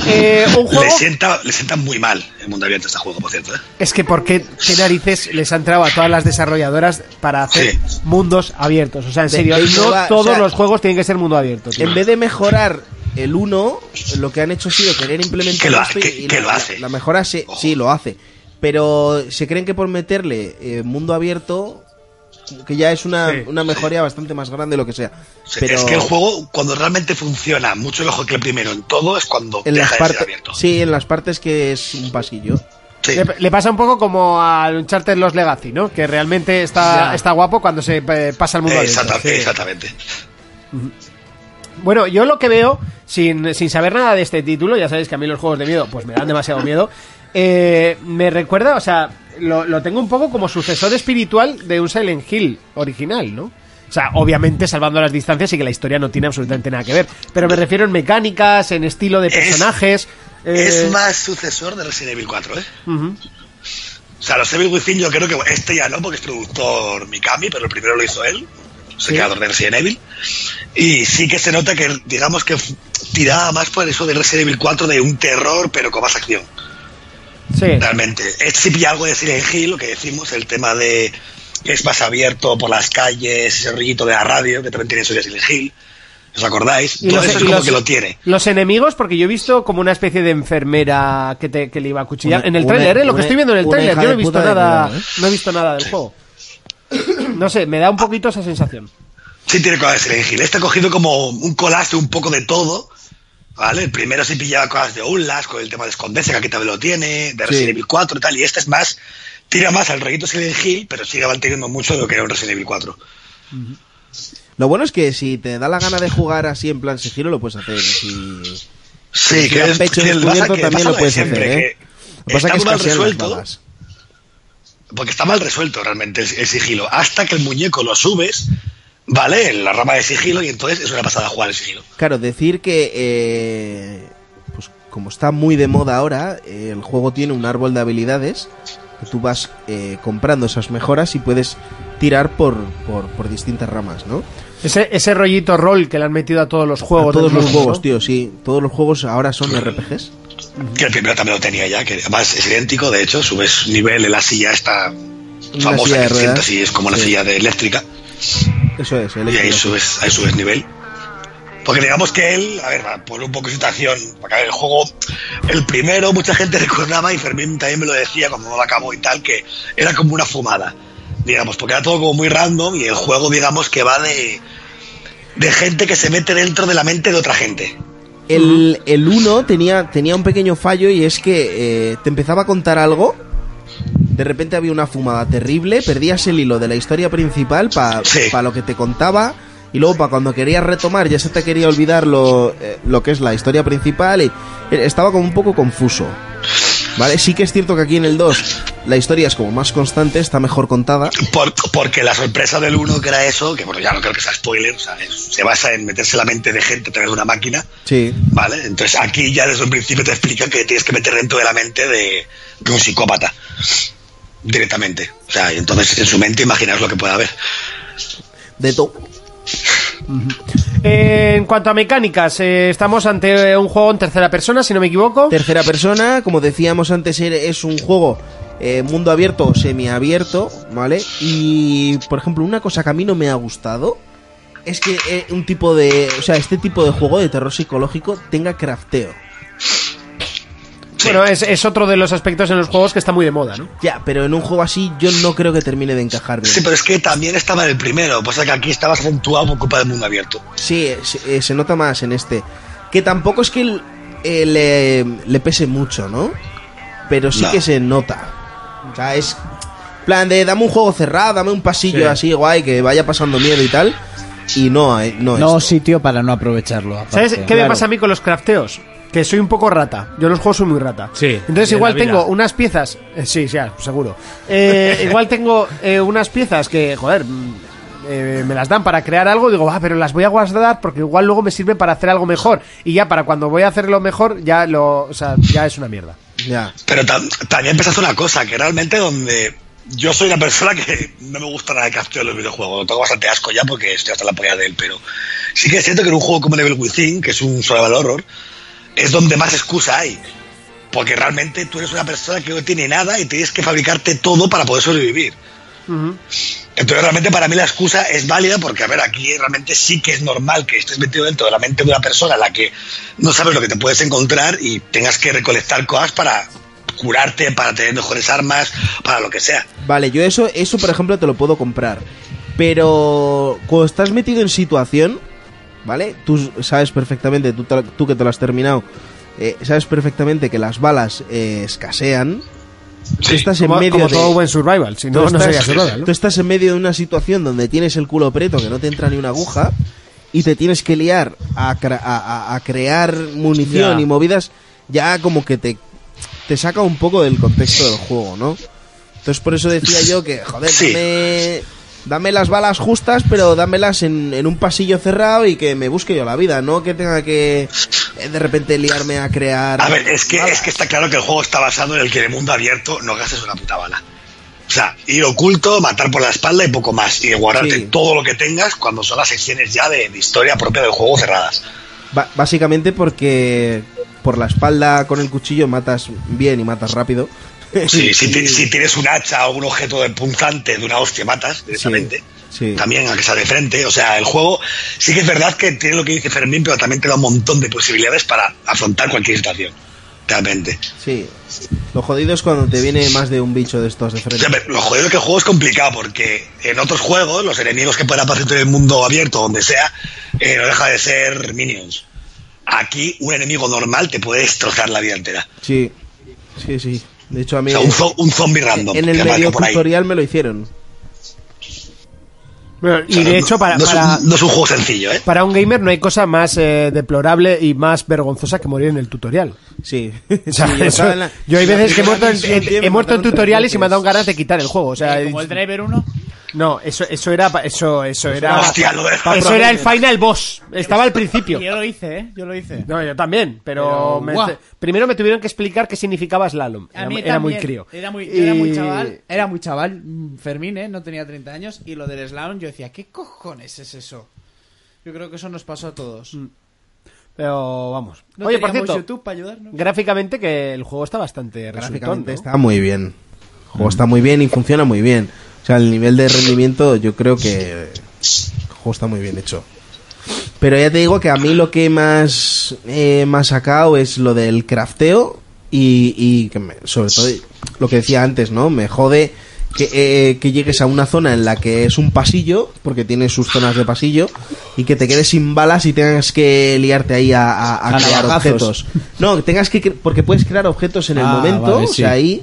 Speaker 1: Eh,
Speaker 6: Le sienta, le sienta muy mal el mundo abierto a este juego, por cierto. ¿eh?
Speaker 1: Es que ¿por qué, qué narices les han entrado a todas las desarrolladoras para hacer mundos abiertos? O sea, en
Speaker 4: De-
Speaker 1: serio,
Speaker 4: de
Speaker 1: no
Speaker 4: innova-
Speaker 1: todos
Speaker 4: o sea,
Speaker 1: los juegos tienen que ser mundo abierto. tío.
Speaker 4: En vez de mejorar el 1, lo que han hecho ha sido querer implementar
Speaker 6: Que lo ha-
Speaker 4: esto y-
Speaker 6: que-
Speaker 4: y
Speaker 6: que
Speaker 4: la,
Speaker 6: lo
Speaker 4: la-
Speaker 6: hace. Oh.
Speaker 4: la mejora se, sí lo hace. Pero se creen que por meterle eh, mundo abierto, que ya es una,
Speaker 6: Sí.
Speaker 4: una mejoría bastante más grande, lo que sea.
Speaker 6: O sea,
Speaker 4: Pero
Speaker 6: Es que el juego, cuando realmente funciona mucho mejor que el primero en todo, es cuando
Speaker 4: en
Speaker 6: deja
Speaker 4: las
Speaker 6: de ser
Speaker 4: partes,
Speaker 6: abierto.
Speaker 4: sí, en las partes que es un pasillo.
Speaker 1: Le, le pasa un poco como al Uncharted Los Legacy, ¿no? Que realmente está, está guapo cuando se eh, pasa al mundo abierto.
Speaker 6: Exacta-
Speaker 1: Sí.
Speaker 6: Exactamente.
Speaker 1: Bueno, yo lo que veo, sin, sin saber nada de este título, ya sabéis que a mí los juegos de miedo pues me dan demasiado miedo, eh, me recuerda, o sea, lo, lo tengo un poco como sucesor espiritual de un Silent Hill original, ¿no? O sea, obviamente salvando las distancias y que la historia no tiene absolutamente nada que ver, pero me refiero en mecánicas, en estilo de personajes... eh,
Speaker 6: Es más sucesor de Resident Evil 4, ¿eh?
Speaker 1: ujú.
Speaker 6: O sea, los Evil Within yo creo que bueno, este ya no, porque es productor Mikami, pero el primero lo hizo él, es el creador de Resident Evil. Y sí que se nota que, digamos que f- tiraba más por eso de Resident Evil 4 de un terror, pero con más acción.
Speaker 1: Sí.
Speaker 6: Realmente. Este sí pilla algo de Silent Hill, lo que decimos, el tema de que es más abierto por las calles, ese rollito de la radio, que también tiene eso de Silent Hill. ¿Os acordáis?
Speaker 1: Y
Speaker 6: Todo
Speaker 1: los-
Speaker 6: eso es
Speaker 1: y
Speaker 6: como
Speaker 1: los-
Speaker 6: que lo tiene.
Speaker 1: Los enemigos, porque yo he visto como una especie de enfermera que, te, que le iba a cuchillar.
Speaker 4: Una-
Speaker 1: en el
Speaker 4: una-
Speaker 1: tráiler, ¿eh? Lo que
Speaker 4: una-
Speaker 1: estoy viendo en el
Speaker 4: una
Speaker 1: tráiler.
Speaker 4: hija
Speaker 1: Yo no he
Speaker 4: de
Speaker 1: visto
Speaker 4: puta ¿eh? de
Speaker 1: nada.
Speaker 4: cuidado,
Speaker 1: No he visto nada del juego. No sé, me da un poquito esa sensación.
Speaker 6: Sí tiene cosas de Silent Hill. Este ha cogido como un collage un poco de todo. ¿Vale? El primero sí pillaba cosas de Outlast, con el tema de esconderse, que aquí también lo tiene, de Resident Evil 4 y tal. Y este es más, tira más al rollito Silent Hill, pero sigue manteniendo mucho de lo que era un Resident Evil 4.
Speaker 4: Lo bueno es que si te da la gana de jugar así en plan sigilo, lo puedes hacer. Si,
Speaker 6: Sí,
Speaker 4: si
Speaker 6: que
Speaker 4: a
Speaker 6: es
Speaker 4: pecho
Speaker 6: que es- pasa
Speaker 4: descubierto
Speaker 6: que-
Speaker 4: también
Speaker 6: pasa
Speaker 4: lo
Speaker 6: de
Speaker 4: puedes hacer,
Speaker 6: siempre,
Speaker 4: ¿eh? Lo que
Speaker 6: está
Speaker 4: pasa que es
Speaker 6: muy mal
Speaker 4: casear las
Speaker 6: resuelto.
Speaker 4: balas.
Speaker 6: Porque está mal resuelto realmente el, el sigilo. Hasta que el muñeco lo subes, ¿vale? En la rama de sigilo y entonces es una pasada jugar el sigilo.
Speaker 4: Claro, decir que, eh, pues como está muy de moda ahora, eh, el juego tiene un árbol de habilidades que tú vas eh, comprando esas mejoras y puedes tirar por, por, por distintas ramas, ¿no?
Speaker 1: Ese, ese rollito rol que le han metido a todos los
Speaker 4: A
Speaker 1: juegos.
Speaker 4: todos
Speaker 1: del
Speaker 4: los
Speaker 1: mundo,
Speaker 4: juegos,
Speaker 1: ¿no?
Speaker 4: tío, sí. Todos los juegos ahora son RPGs.
Speaker 6: Que el primero también lo tenía ya, que además es idéntico, de hecho, subes nivel en la silla esta
Speaker 4: silla
Speaker 6: famosa
Speaker 4: de
Speaker 6: que te
Speaker 4: ruedas.
Speaker 6: sientas y es como una
Speaker 4: Sí.
Speaker 6: silla de eléctrica.
Speaker 4: Eso es, el
Speaker 6: Y ahí
Speaker 4: Xbox.
Speaker 6: subes, ahí subes nivel. Porque digamos que él, a ver, va, por un poco de situación, porque a ver, el juego, el primero, mucha gente recordaba, y Fermín también me lo decía cuando lo acabó y tal, que era como una fumada, digamos, porque era todo como muy random y el juego, digamos, que va de, de gente que se mete dentro de la mente de otra gente.
Speaker 4: El, el 1 tenía, tenía un pequeño fallo y es que eh, te empezaba a contar algo de repente había una fumada terrible, perdías el hilo de la historia principal para lo que te contaba. Y luego, para cuando querías retomar, ya se te quería olvidar lo, eh, lo que es la historia principal. Y eh, estaba como un poco confuso. ¿Vale? Sí que es cierto que aquí en el 2 la historia es como más constante, está mejor contada.
Speaker 6: Por- porque la sorpresa del uno que era eso, que bueno, ya no creo que sea spoiler, o sea, es- se basa en meterse la mente de gente a través de una máquina,
Speaker 4: Sí.
Speaker 6: ¿vale? Entonces aquí ya desde un principio te explican que tienes que meter dentro de la mente de, de un psicópata directamente. O sea, y entonces en su mente imaginaos lo que pueda haber.
Speaker 4: De todo.
Speaker 1: Eh, en cuanto a mecánicas, eh, estamos ante eh, un juego en tercera persona, si no me equivoco.
Speaker 4: Tercera persona, como decíamos antes, e- es un juego eh, mundo abierto o semiabierto, ¿vale? Y, por ejemplo, una cosa que a mí no me ha gustado es que eh, un tipo de. O sea, este tipo de juego de terror psicológico tenga crafteo.
Speaker 1: Bueno, es, es otro de los aspectos en los juegos que está muy de moda, ¿no?
Speaker 4: Ya, pero en un juego así yo no creo que termine de encajar bien.
Speaker 6: Sí, pero es que también estaba en el primero, pasa que aquí estabas acentuado por culpa del mundo abierto.
Speaker 4: Sí, eh, se, eh, se nota más en este. Que tampoco es que el- eh, le, le pese mucho, ¿no? Pero sí
Speaker 6: No.
Speaker 4: que se nota. O sea, es plan de dame un juego cerrado, dame un pasillo
Speaker 5: Sí.
Speaker 4: así guay que vaya pasando miedo y tal. Y no, eh, no,
Speaker 5: No
Speaker 4: es.
Speaker 5: sitio para no aprovecharlo.
Speaker 1: ¿Sabes
Speaker 5: aparte.
Speaker 1: qué me pasa a mí con los crafteos? Que soy un poco rata. Yo en los juegos soy muy rata.
Speaker 3: Sí.
Speaker 1: Entonces
Speaker 3: de
Speaker 1: igual
Speaker 3: la vida.
Speaker 1: tengo unas piezas... eh, sí, sí, ah, seguro. Eh, igual tengo eh, unas piezas que, joder, mm, eh, me las dan para crear algo. Digo, ah, pero las voy a guardar porque igual luego me sirve para hacer algo mejor. Y ya para cuando voy a hacerlo mejor, ya lo... O sea, ya es una mierda.
Speaker 4: Ya.
Speaker 6: Pero tam- también pensaste una cosa, que realmente donde yo soy una persona que no me gusta nada el crafteo de los videojuegos, lo tengo bastante asco ya porque estoy hasta la polla de él, pero sí que es cierto que en un juego como Level Within, que es un survival horror, es donde más excusa hay. Porque realmente tú eres una persona que no tiene nada y tienes que fabricarte todo para poder sobrevivir. Entonces realmente para mí la excusa es válida porque, a ver, aquí realmente sí que es normal que estés metido dentro de la mente de una persona a la que no sabes lo que te puedes encontrar y tengas que recolectar cosas para curarte, para tener mejores armas, para lo que sea.
Speaker 4: Vale, yo eso, eso por ejemplo te lo puedo comprar. Pero cuando estás metido en situación, ¿vale? Tú sabes perfectamente, tú, te- tú que te lo has terminado, eh, sabes perfectamente que las balas eh, escasean. Tú estás en
Speaker 1: como
Speaker 4: medio
Speaker 1: como
Speaker 4: de-
Speaker 1: todo buen survival. Si no,
Speaker 4: tú
Speaker 1: no
Speaker 4: estás-
Speaker 1: sería survival, ¿no?
Speaker 4: Tú estás en medio de una situación donde tienes el culo preto que no te entra ni una aguja y te tienes que liar a, cra- a- a- a crear munición
Speaker 3: Ya.
Speaker 4: y movidas, ya como que te, te saca un poco del contexto del juego, ¿no? Entonces por eso decía yo que, joder,
Speaker 6: Sí.
Speaker 4: dame, dame las balas justas, pero dámelas en, en un pasillo cerrado y que me busque yo la vida, no que tenga que eh, de repente liarme a crear...
Speaker 6: A ver, es que, es que está claro que el juego está basado en el que en el mundo abierto no gastes una puta bala. O sea, ir oculto, matar por la espalda y poco más. Y guardarte
Speaker 4: Sí.
Speaker 6: todo lo que tengas cuando son las secciones ya de, de historia propia del juego cerradas.
Speaker 4: Ba- básicamente porque por la espalda con el cuchillo matas bien y matas rápido.
Speaker 6: Sí, si, ti- si tienes un hacha o un objeto de punzante de una hostia, matas directamente.
Speaker 4: Sí.
Speaker 6: También, aunque sea de frente. O sea, el juego sí que es verdad que tiene lo que dice Fermín, pero también te da un montón de posibilidades para afrontar cualquier situación. Realmente.
Speaker 4: Sí. Lo jodido es cuando te viene más de un bicho de estos de
Speaker 6: O
Speaker 4: frente.
Speaker 6: sea, pero lo jodido es que el juego es complicado porque en otros juegos los enemigos que pueden aparecer en el mundo abierto, donde sea, eh, no deja de ser minions. Aquí un enemigo normal te puede destrozar la vida entera.
Speaker 4: Sí. Sí, sí. De hecho a
Speaker 6: O
Speaker 4: mí
Speaker 6: sea, un, zo- un zombie random.
Speaker 4: en
Speaker 6: que
Speaker 4: el
Speaker 6: aparezca
Speaker 4: medio
Speaker 6: por ahí.
Speaker 4: tutorial me lo hicieron.
Speaker 1: Bueno,
Speaker 6: O
Speaker 1: y
Speaker 6: sea,
Speaker 1: de
Speaker 6: no-
Speaker 1: hecho, para...
Speaker 6: no es un-
Speaker 1: para-
Speaker 6: no es un juego sencillo, ¿eh?
Speaker 1: Para un gamer no hay cosa más eh, deplorable y más vergonzosa que morir en el tutorial.
Speaker 4: Sí.
Speaker 1: O sea,
Speaker 4: Sí,
Speaker 1: eso-
Speaker 4: yo estaba en la-
Speaker 1: yo hay
Speaker 4: en la
Speaker 1: veces que he
Speaker 4: primera
Speaker 1: muerto en,
Speaker 4: misión,
Speaker 1: en-
Speaker 4: tío, me
Speaker 1: he muerto en
Speaker 4: mataron tres
Speaker 1: tutoriales y me han dado
Speaker 4: veces.
Speaker 1: ganas de quitar el juego. O sea,
Speaker 2: Como el Driver 1.
Speaker 1: no, eso, eso era, pa- eso, eso era,
Speaker 6: Hostia, lo de-
Speaker 1: eso era el final boss. Estaba al principio.
Speaker 2: eh. Yo lo hice, ¿eh? Yo lo hice.
Speaker 1: No, yo también, pero,
Speaker 2: Pero,
Speaker 1: me-
Speaker 2: guau.
Speaker 1: primero me tuvieron que explicar qué significaba slalom.
Speaker 2: A
Speaker 1: Era,
Speaker 2: mí
Speaker 1: era muy
Speaker 2: también.
Speaker 1: crío.
Speaker 2: Era muy, yo era muy
Speaker 1: Y-
Speaker 2: chaval. Era muy chaval. mm, Fermín, ¿eh? No tenía 30 años. Y lo del slalom yo decía, ¿qué cojones es eso? Yo creo que eso nos pasó a todos.
Speaker 1: Pero vamos.
Speaker 2: No
Speaker 1: Mm. Oye, por
Speaker 2: teníamos
Speaker 1: cierto,
Speaker 2: YouTube para ayudarnos.
Speaker 1: gráficamente que el juego está bastante resultón,
Speaker 4: Gráficamente
Speaker 1: ¿no?
Speaker 4: está muy bien. El juego está muy bien y funciona muy bien. O sea, el nivel de rendimiento yo creo que el juego está muy bien hecho. Pero ya te digo que a mí lo que más eh, me ha sacado es lo del crafteo y, y que me- sobre todo lo que decía antes, ¿no? Me jode que, eh, que llegues a una zona en la que es un pasillo, porque tiene sus zonas de pasillo, y que te quedes sin balas y tengas que liarte ahí a, a- a
Speaker 2: A
Speaker 4: crear
Speaker 2: navajazos.
Speaker 4: objetos. No, que tengas que... cre- Porque puedes crear objetos en el
Speaker 2: Ah,
Speaker 4: momento,
Speaker 2: vale,
Speaker 4: o
Speaker 2: sí.
Speaker 4: sea, ahí...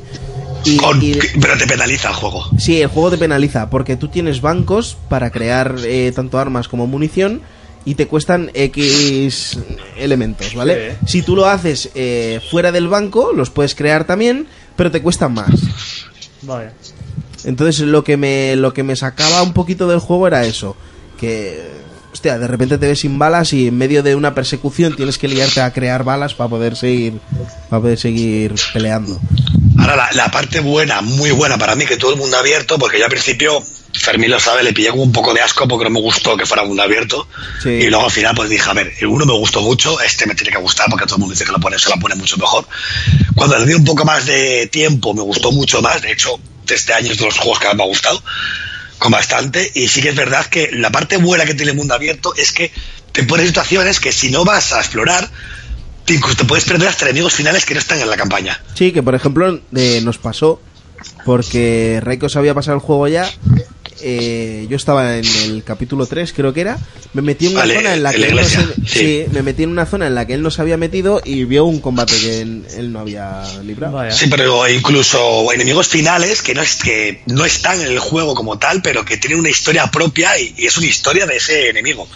Speaker 4: Y-
Speaker 6: Con-
Speaker 4: y-
Speaker 6: pero te penaliza el juego.
Speaker 4: Sí, el juego te penaliza porque tú tienes bancos para crear eh, tanto armas como munición y te cuestan X elementos, ¿vale? Si tú lo haces eh, fuera del banco, los puedes crear también, pero te cuestan más.
Speaker 3: Vale.
Speaker 4: Entonces lo que me, lo que me sacaba un poquito del juego era eso, que... Hostia, de repente te ves sin balas y en medio de una persecución tienes que liarte a crear balas para poder seguir, para poder seguir peleando.
Speaker 6: Ahora, la, la parte buena, muy buena para mí, que todo el mundo abierto, porque yo al principio, Fermín lo sabe, le pillé como un poco de asco porque no me gustó que fuera mundo abierto. Y luego al final, pues dije, a ver, el uno me gustó mucho, este me tiene que gustar porque todo el mundo dice que lo pone, se la pone mucho mejor. Cuando le di un poco más de tiempo, me gustó mucho más. De hecho, este año es de los juegos que más me ha gustado, con bastante. Y sí que es verdad que la parte buena que tiene el mundo abierto es que te pone en situaciones que si no vas a explorar, te, incluso te puedes perder hasta enemigos finales que no están en la campaña.
Speaker 4: Sí, que por ejemplo eh, nos pasó porque Reiko se había pasado el juego ya. eh, yo estaba en el capítulo 3, creo que era. Me metí en una
Speaker 6: Vale,
Speaker 4: zona en la
Speaker 6: en
Speaker 4: que
Speaker 6: la
Speaker 4: él no se,
Speaker 6: iglesia, sí.
Speaker 4: sí, me metí en una zona en la que él no se había metido y vio un combate que él, él no había librado.
Speaker 6: Sí, pero incluso enemigos finales que no, es, que no están en el juego como tal, pero que tienen una historia propia y, y es una historia de ese enemigo.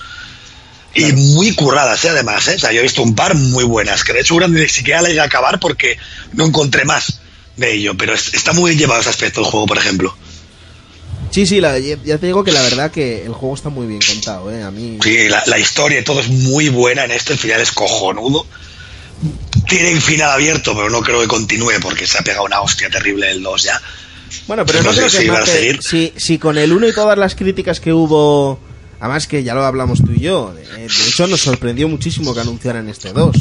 Speaker 6: Y muy curradas, ¿eh? además. ¿eh? O sea, yo he visto un par muy buenas, que de hecho una ni siquiera la llegué a acabar porque no encontré más de ello. Pero es- está muy bien llevado ese aspecto el juego, por ejemplo.
Speaker 4: Sí, sí, la- ya ya te digo que la verdad que el juego está muy bien contado, eh, a mí.
Speaker 6: Sí, la, la historia y todo es muy buena en este, el final es cojonudo. Tiene final abierto, pero no creo que continúe porque se ha pegado una hostia terrible el 2 ya.
Speaker 4: Bueno, pero no,
Speaker 6: sé
Speaker 4: creo que
Speaker 6: si va a
Speaker 4: mate-
Speaker 6: seguir.
Speaker 4: Si, si con el 1 y todas las críticas que hubo, además que ya lo hablamos tú y yo, de, de hecho nos sorprendió muchísimo que anunciaran este 2.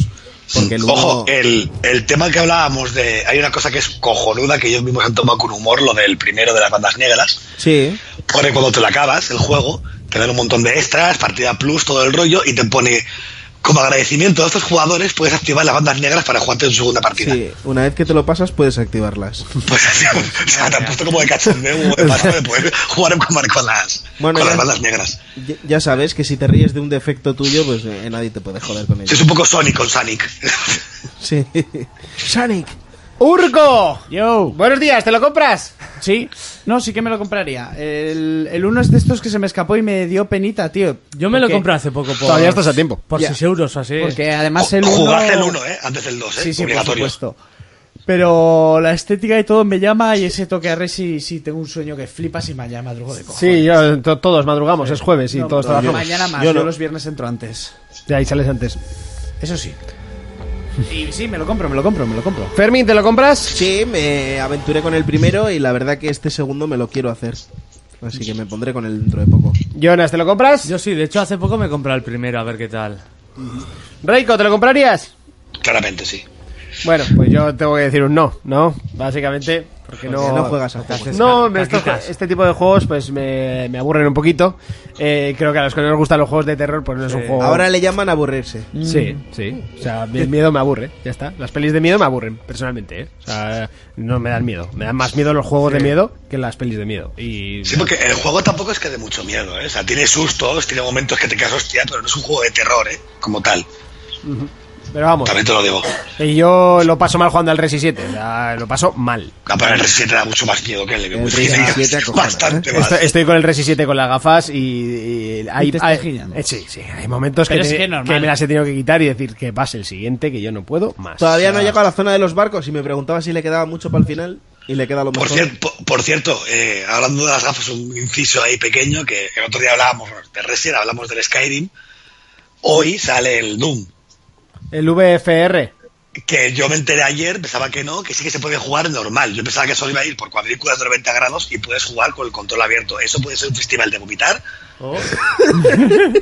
Speaker 4: Porque el 1...
Speaker 6: Ojo, eh, el, el tema que hablábamos de. Hay una cosa que es cojonuda que ellos mismos han tomado con humor, lo del primero de las bandas negras.
Speaker 4: Sí.
Speaker 6: Pone cuando te lo acabas el juego, te dan un montón de extras, partida plus, todo el rollo, y te pone. Como agradecimiento a estos jugadores, puedes activar las bandas negras para jugarte en su segunda partida.
Speaker 4: Sí, una vez que te lo pasas puedes activarlas.
Speaker 6: Pues así, o sea, te han puesto como de cachondeo, como de paso de poder jugar con, con las,
Speaker 4: Bueno,
Speaker 6: con
Speaker 4: ya-
Speaker 6: las bandas negras.
Speaker 4: Ya, ya sabes que si te ríes de un defecto tuyo, pues eh, nadie te puede joder con
Speaker 6: Sí,
Speaker 4: ello.
Speaker 6: es un poco Sonic con Sonic.
Speaker 4: Sí. Sonic.
Speaker 1: ¡Urgo!
Speaker 5: Yo.
Speaker 1: Buenos días, ¿te lo compras?
Speaker 5: Sí. No, sí que me lo compraría. El, el uno es de estos que se me escapó y me dio penita, tío.
Speaker 3: Yo me lo
Speaker 5: Porque-
Speaker 3: compré hace poco por...
Speaker 1: Todavía estás a tiempo.
Speaker 3: Por
Speaker 5: Ya.
Speaker 3: 6 euros o así.
Speaker 5: Porque además el uno...
Speaker 6: Jugaste el 1, ¿eh? Antes del 2, ¿eh?
Speaker 5: Sí, sí, por
Speaker 6: Obligatorio.
Speaker 5: supuesto. Pero la estética y todo me llama y ese toque a Resi, sí, sí, tengo un sueño que flipas y mañana madrugo de cojones.
Speaker 1: Sí, yo, to- todos madrugamos, es jueves y
Speaker 5: No,
Speaker 1: todos
Speaker 5: pero yo-
Speaker 1: trabajamos.
Speaker 5: mañana más, yo,
Speaker 1: Yo no.
Speaker 5: los viernes entro antes.
Speaker 1: De ahí sales antes.
Speaker 5: Eso sí. Y sí, me lo compro, me lo compro, me lo compro.
Speaker 1: Fermín, ¿te lo compras?
Speaker 4: Sí, me aventuré con el primero y la verdad que este segundo me lo quiero hacer. Así que me pondré con él dentro de poco.
Speaker 1: Jonas, ¿te lo compras?
Speaker 3: Yo sí, de hecho hace poco me compré el primero, a ver qué tal.
Speaker 1: Reiko, ¿te lo comprarías?
Speaker 6: Claramente, sí.
Speaker 1: Bueno, pues yo tengo que decir un no, ¿no? Básicamente, porque
Speaker 4: Porque
Speaker 1: no...
Speaker 4: no juegas a juegos.
Speaker 1: No,
Speaker 3: ca-
Speaker 1: estos-
Speaker 3: caquitas.
Speaker 1: este tipo de juegos pues me, me aburren un poquito. Eh, creo que a los que no nos gustan los juegos de terror, pues no es un juego...
Speaker 4: Ahora le llaman aburrirse.
Speaker 1: Sí, sí. O sea, el miedo me aburre, ya está. Las pelis de miedo me aburren, personalmente, ¿eh? O sea, no me dan miedo. Me dan más miedo los juegos de miedo que las pelis de miedo. Y...
Speaker 6: Sí, porque el juego tampoco es que dé mucho miedo, ¿eh? O sea, tiene sustos, tiene momentos que te quedas hostia, pero no es un juego de terror, ¿eh? Como tal.
Speaker 1: Pero vamos,
Speaker 6: También te lo digo.
Speaker 1: y yo lo paso mal jugando al Resi 7. O sea, lo paso mal.
Speaker 6: No, pero el Resident te da mucho más miedo que el Evil
Speaker 4: El
Speaker 6: Within.
Speaker 4: Resident siete ¿eh? acojona,
Speaker 6: Bastante más.
Speaker 1: Estoy, estoy con el Resi 7 con las gafas y, y hay,
Speaker 5: Y te estás
Speaker 1: hay-
Speaker 5: girando.
Speaker 1: eh, sí, sí, hay momentos que,
Speaker 5: Pero es
Speaker 1: te-
Speaker 5: que es normal.
Speaker 1: me las he tenido que quitar y decir que pase el siguiente, que yo no puedo más.
Speaker 4: Todavía no
Speaker 1: O
Speaker 4: he
Speaker 1: sea,
Speaker 4: llegado a la zona de los barcos y me preguntaba si le quedaba mucho para el final y le queda lo
Speaker 6: Por,
Speaker 4: mejor.
Speaker 6: cier- po- por cierto, eh, hablando de las gafas, un inciso ahí pequeño, que el otro día hablábamos de Resident, hablamos del Skyrim, hoy sale el Doom.
Speaker 1: El VFR.
Speaker 6: Que yo me enteré ayer, pensaba que no, que sí que se puede jugar normal. Yo pensaba que solo iba a ir por cuadrículas de 90 grados y puedes jugar con el control abierto. Eso puede ser un festival de vomitar.
Speaker 5: Oh.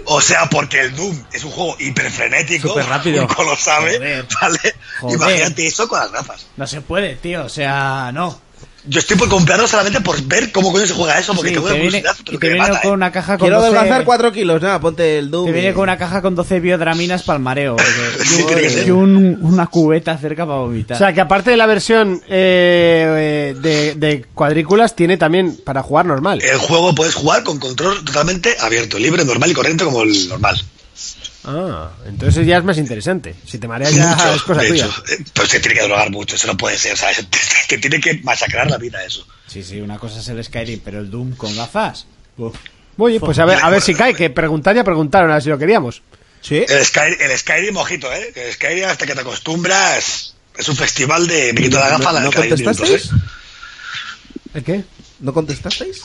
Speaker 6: o sea, porque el Doom es un juego hiperfrenético.
Speaker 3: Súper rápido.
Speaker 6: Urko lo sabe,
Speaker 5: Joder.
Speaker 6: ¿vale?
Speaker 5: Joder.
Speaker 6: Imagínate eso con las gafas.
Speaker 5: No se puede, tío, o sea, no.
Speaker 6: Yo estoy por comprarlo solamente por ver cómo coño se juega eso, porque
Speaker 5: Sí,
Speaker 6: tengo una
Speaker 5: te viene,
Speaker 6: curiosidad,
Speaker 5: y
Speaker 6: pero
Speaker 5: te
Speaker 6: que me
Speaker 5: viene
Speaker 6: mata,
Speaker 5: con
Speaker 6: ¿eh?
Speaker 5: una caja con
Speaker 4: Quiero
Speaker 5: 12
Speaker 4: adelgazar 4 kilos, nada, ponte el Doom.
Speaker 5: Te viene
Speaker 4: y-
Speaker 5: con una caja con 12 biodraminas para el mareo. porque-
Speaker 6: ¿eh? Sí, tiene que ser.
Speaker 5: y un- una cubeta cerca para vomitar.
Speaker 1: O sea, que aparte de la versión eh, eh, de, de cuadrículas, tiene también para jugar normal.
Speaker 6: Eh. El juego puedes jugar con control totalmente abierto, libre, normal y corriente como el normal.
Speaker 1: Ah, entonces ya es más interesante. Si te mareas ya
Speaker 6: Mucho,
Speaker 1: es cosa
Speaker 6: de
Speaker 1: tuya.
Speaker 6: hecho. Eh, Pero se tiene que drogar mucho, eso no puede ser, o sea, te, te tiene que masacrar la vida eso.
Speaker 2: Sí, sí, una cosa es el Skyrim, pero el Doom con gafas. Uf.
Speaker 1: Oye, pues a ver, a ver si cae, que preguntar ya preguntaron, a ver si lo queríamos.
Speaker 2: Sí.
Speaker 6: El, Sky- el Skyrim, ojito, ¿eh? El Skyrim, hasta que te acostumbras, es un festival de me quito la gafa a la
Speaker 4: ¿No
Speaker 6: de cada diez minutos,
Speaker 4: contestasteis?
Speaker 6: ¿eh?
Speaker 1: ¿El qué?
Speaker 4: ¿No contestasteis?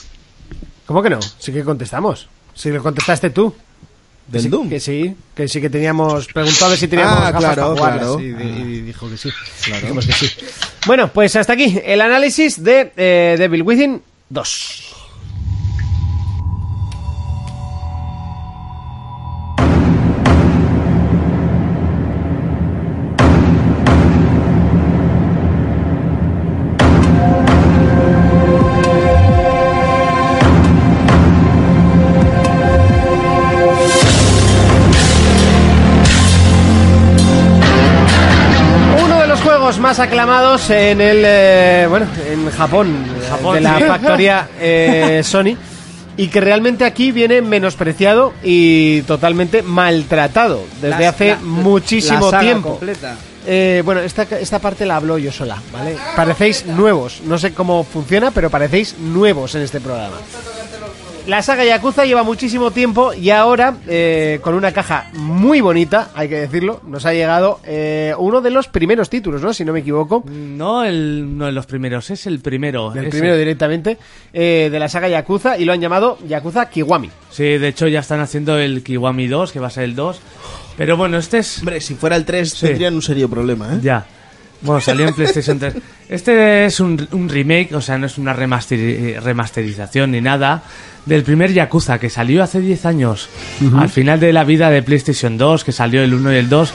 Speaker 1: ¿Cómo que no? Sí que contestamos. Si lo contestaste tú.
Speaker 4: ¿Del
Speaker 1: Sí,
Speaker 4: Doom?
Speaker 1: Que sí, que sí que teníamos. Preguntó a ver si teníamos.
Speaker 4: Ah,
Speaker 1: gafas
Speaker 4: claro,
Speaker 1: para jugarlas,
Speaker 4: claro.
Speaker 1: Y, di- y dijo que sí.
Speaker 4: Claro.
Speaker 1: Dijimos que sí. Bueno, pues hasta aquí el análisis de eh, Devil Within 2. Uno de los juegos más aclamados en el eh, bueno en Japón, eh,
Speaker 3: Japón,
Speaker 1: de la
Speaker 3: sí.
Speaker 1: factoría eh, Sony y que realmente aquí viene menospreciado y totalmente maltratado desde
Speaker 5: La-
Speaker 1: hace
Speaker 5: la-
Speaker 1: muchísimo
Speaker 5: la saga
Speaker 1: tiempo.
Speaker 5: completa.
Speaker 1: Eh, bueno, esta, esta parte la hablo yo sola, ¿vale? Parecéis nuevos, no sé cómo funciona, pero parecéis nuevos en este programa. La saga Yakuza lleva muchísimo tiempo y ahora, eh, con una caja muy bonita, hay que decirlo, nos ha llegado eh, uno de los primeros títulos, ¿no? Si no me equivoco.
Speaker 3: No, el, no de los primeros, es el primero.
Speaker 1: El
Speaker 3: ese.
Speaker 1: primero directamente eh, de la saga Yakuza y lo han llamado Yakuza Kiwami.
Speaker 3: Sí, de hecho ya están haciendo el Kiwami 2, que va a ser el 2. Pero bueno, este es...
Speaker 4: Hombre, si fuera el 3 tendrían un serio problema, ¿eh?
Speaker 3: Ya. Bueno, salió en PlayStation 3. Este es un, un remake, o sea, no es una remasteri- remasterización ni nada, del primer Yakuza que salió hace 10 años, al final de la vida de PlayStation 2, que salió el 1 y el 2,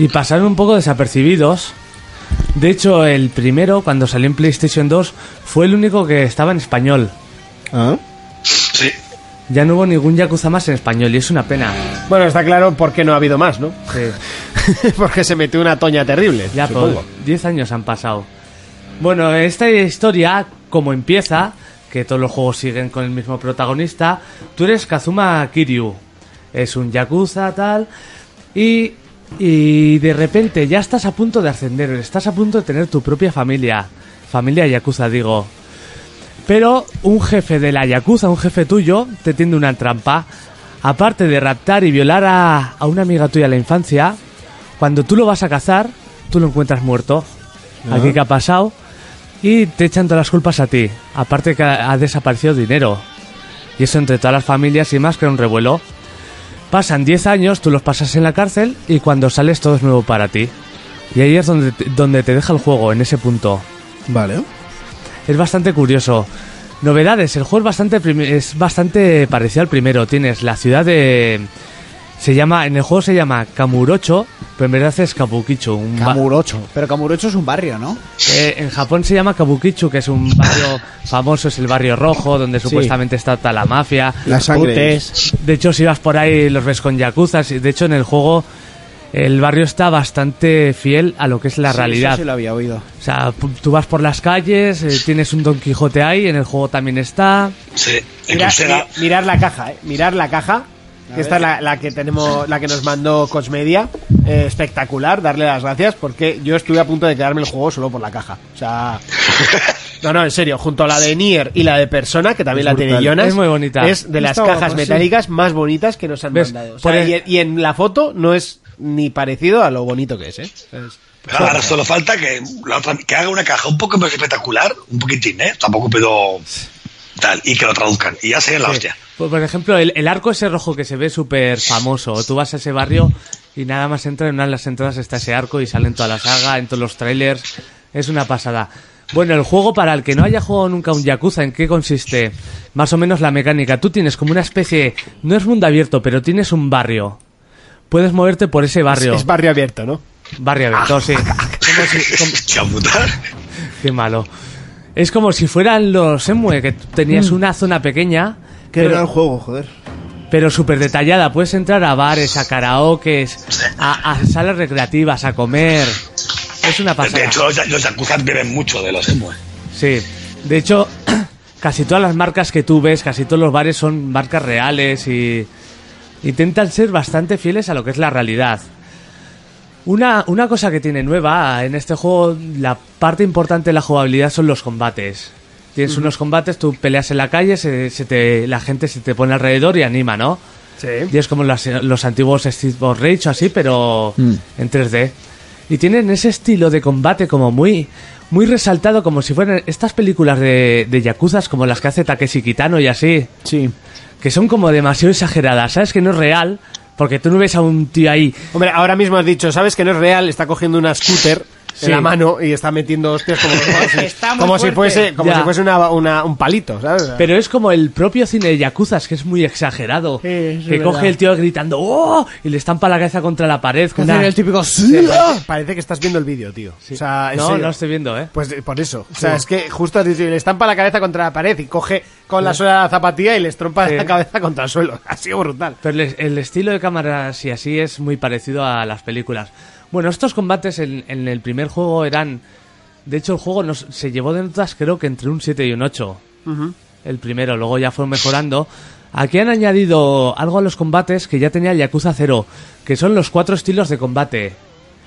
Speaker 3: y pasaron un poco desapercibidos. De hecho, el primero, cuando salió en PlayStation 2, fue el único que estaba en español.
Speaker 4: Ah.
Speaker 6: Sí.
Speaker 3: Ya no hubo ningún Yakuza más en español, y es una pena.
Speaker 1: Bueno, está claro por qué no ha habido más, ¿no? Porque se metió una toña terrible.
Speaker 3: Ya, pero
Speaker 1: supongo.
Speaker 3: 10 años han pasado. Bueno, esta historia, como empieza, que todos los juegos siguen con el mismo protagonista, tú eres Kazuma Kiryu. Es un yakuza, tal. Y, y de repente ya estás a punto de ascender, estás a punto de tener tu propia familia. Familia yakuza, digo. Pero un jefe de la Yakuza, un jefe tuyo, te tiende una trampa. Aparte de raptar y violar a, a una amiga tuya de la infancia, cuando tú lo vas a cazar, tú lo encuentras muerto. Aquí que ha pasado. Y te echan todas las culpas a ti. Aparte que ha, ha desaparecido dinero. Y eso entre todas las familias y más que un revuelo. Pasan 10 años, tú los pasas en la cárcel y cuando sales todo es nuevo para ti. Y ahí es donde te- donde te deja el juego, en ese punto
Speaker 4: Vale.
Speaker 3: es bastante curioso. Novedades, el juego es bastante, prim- es bastante parecido al primero. Tienes la ciudad de... Se llama, en el juego se llama Kamurocho, pero en verdad es Kabukicho. Un ba-
Speaker 5: Kamurocho. Pero Kamurocho es un barrio, ¿no?
Speaker 3: eh, en Japón se llama Kabukicho, que es un barrio famoso, es el barrio rojo, donde supuestamente está toda la mafia.
Speaker 4: La sangre.
Speaker 5: Putes.
Speaker 3: De hecho, si vas por ahí los ves con yakuzas. y De hecho, en el juego el barrio está bastante fiel a lo que es la
Speaker 5: Sí,
Speaker 3: realidad.
Speaker 5: eso sí lo había oído.
Speaker 3: O sea, pu- tú vas por las calles, eh, tienes un Don Quijote ahí, en el juego también está. Eh,
Speaker 6: Sí, en
Speaker 1: Mira-
Speaker 6: Crucera.
Speaker 1: mi- mirar la caja, eh. Mirar la caja. Que esta es la, la que tenemos, la que nos mandó Cosmedia. Eh, espectacular, darle las gracias, porque yo estuve a punto de quedarme el juego solo por la caja. O sea. No, no, en serio, junto a la de Nier y la de Persona, que también
Speaker 4: Es
Speaker 1: la tiene
Speaker 4: brutal.
Speaker 1: Jonas.
Speaker 3: Es muy bonita.
Speaker 1: Es de las
Speaker 5: Está
Speaker 1: cajas
Speaker 5: guapo, sí.
Speaker 1: metálicas más bonitas que nos han
Speaker 3: ¿Ves?
Speaker 1: mandado. O
Speaker 3: Por
Speaker 1: sea,
Speaker 3: el-
Speaker 1: y, y en la foto no es ni parecido a lo bonito que es, ¿eh?
Speaker 6: Ahora solo falta que, la otra- que haga una caja un poco más espectacular, un poquitín, ¿eh? Tampoco pido tal, y que lo traduzcan. Y ya sería la hostia.
Speaker 3: Por, por ejemplo, el, el arco ese rojo que se ve súper famoso. Tú vas a ese barrio y nada más entra en una de las entradas está ese arco y sale en toda la saga, en todos los trailers. Es una pasada. Bueno, el juego para el que no haya jugado nunca un Yakuza, ¿en qué consiste? Más o menos la mecánica. Tú tienes como una especie... No es mundo abierto, pero tienes un barrio. Puedes moverte por ese barrio.
Speaker 1: Es barrio abierto, ¿no?
Speaker 3: barrio abierto, sí. Como si- como-
Speaker 6: Hostia puta.
Speaker 3: Qué malo. Es como si fueran los Emue, que tú tenías una zona pequeña,
Speaker 4: Qué Mm. era el
Speaker 3: pero,
Speaker 4: juego, joder.
Speaker 3: pero súper detallada. Puedes entrar a bares, a karaokes, a, a salas recreativas, a comer. Es una
Speaker 6: De
Speaker 3: pasada.
Speaker 6: hecho, los, los Yakuza beben mucho de los emo, ¿eh?
Speaker 3: Sí. De hecho, casi todas las marcas que tú ves, casi todos los bares son marcas reales y intentan ser bastante fieles a lo que es la realidad. Una, una cosa que tiene nueva en este juego, la parte importante de la jugabilidad son los combates. Tienes
Speaker 1: Ujú.
Speaker 3: unos combates, tú peleas en la calle, se, se te, la gente se te pone alrededor y anima, ¿no? Y es como las- los antiguos Street of Rage o así, pero
Speaker 2: Mm.
Speaker 3: en 3D. Y tienen ese estilo de combate como muy, muy resaltado, como si fueran estas películas de, de yakuzas como las que hace Takeshi Kitano y así.
Speaker 5: Sí.
Speaker 3: Que son como demasiado exageradas, ¿sabes? Que no es real, porque tú no ves a un tío ahí.
Speaker 1: Hombre, ahora mismo has dicho, sabes que no es real, está cogiendo una scooter
Speaker 3: Sí.
Speaker 1: en la mano y está metiendo hostias como, como si,
Speaker 3: Está muy
Speaker 1: como si
Speaker 3: fuerte.
Speaker 1: fuese, como
Speaker 3: Ya.
Speaker 1: si fuese una- una- un palito, ¿sabes?
Speaker 3: Pero es como el propio cine de yakuzas, que es muy exagerado.
Speaker 1: es
Speaker 3: que
Speaker 1: verdad.
Speaker 3: coge el tío gritando ¡Oh! y le estampa la cabeza contra la pared. con una-
Speaker 1: Sí, parece, parece que estás viendo el vídeo, tío. O sea, en
Speaker 3: No,
Speaker 1: serio.
Speaker 3: no estoy viendo, ¿eh?
Speaker 1: Pues eh, por eso. O sea,
Speaker 3: Sí.
Speaker 1: es que justo has dicho, y le estampa la cabeza contra la pared y coge con la
Speaker 3: Sí.
Speaker 1: suela de la zapatilla y le estropa
Speaker 3: Sí.
Speaker 1: la cabeza contra el suelo. Ha sido brutal.
Speaker 3: Pero el, el estilo de cámaras y así es muy parecido a las películas. Bueno, estos combates en, en el primer juego eran... De hecho, el juego nos, se llevó de notas creo que entre un 7 y un 8. El primero, luego ya fue mejorando. Aquí han añadido algo a los combates que ya tenía el Yakuza 0, que son los cuatro estilos de combate.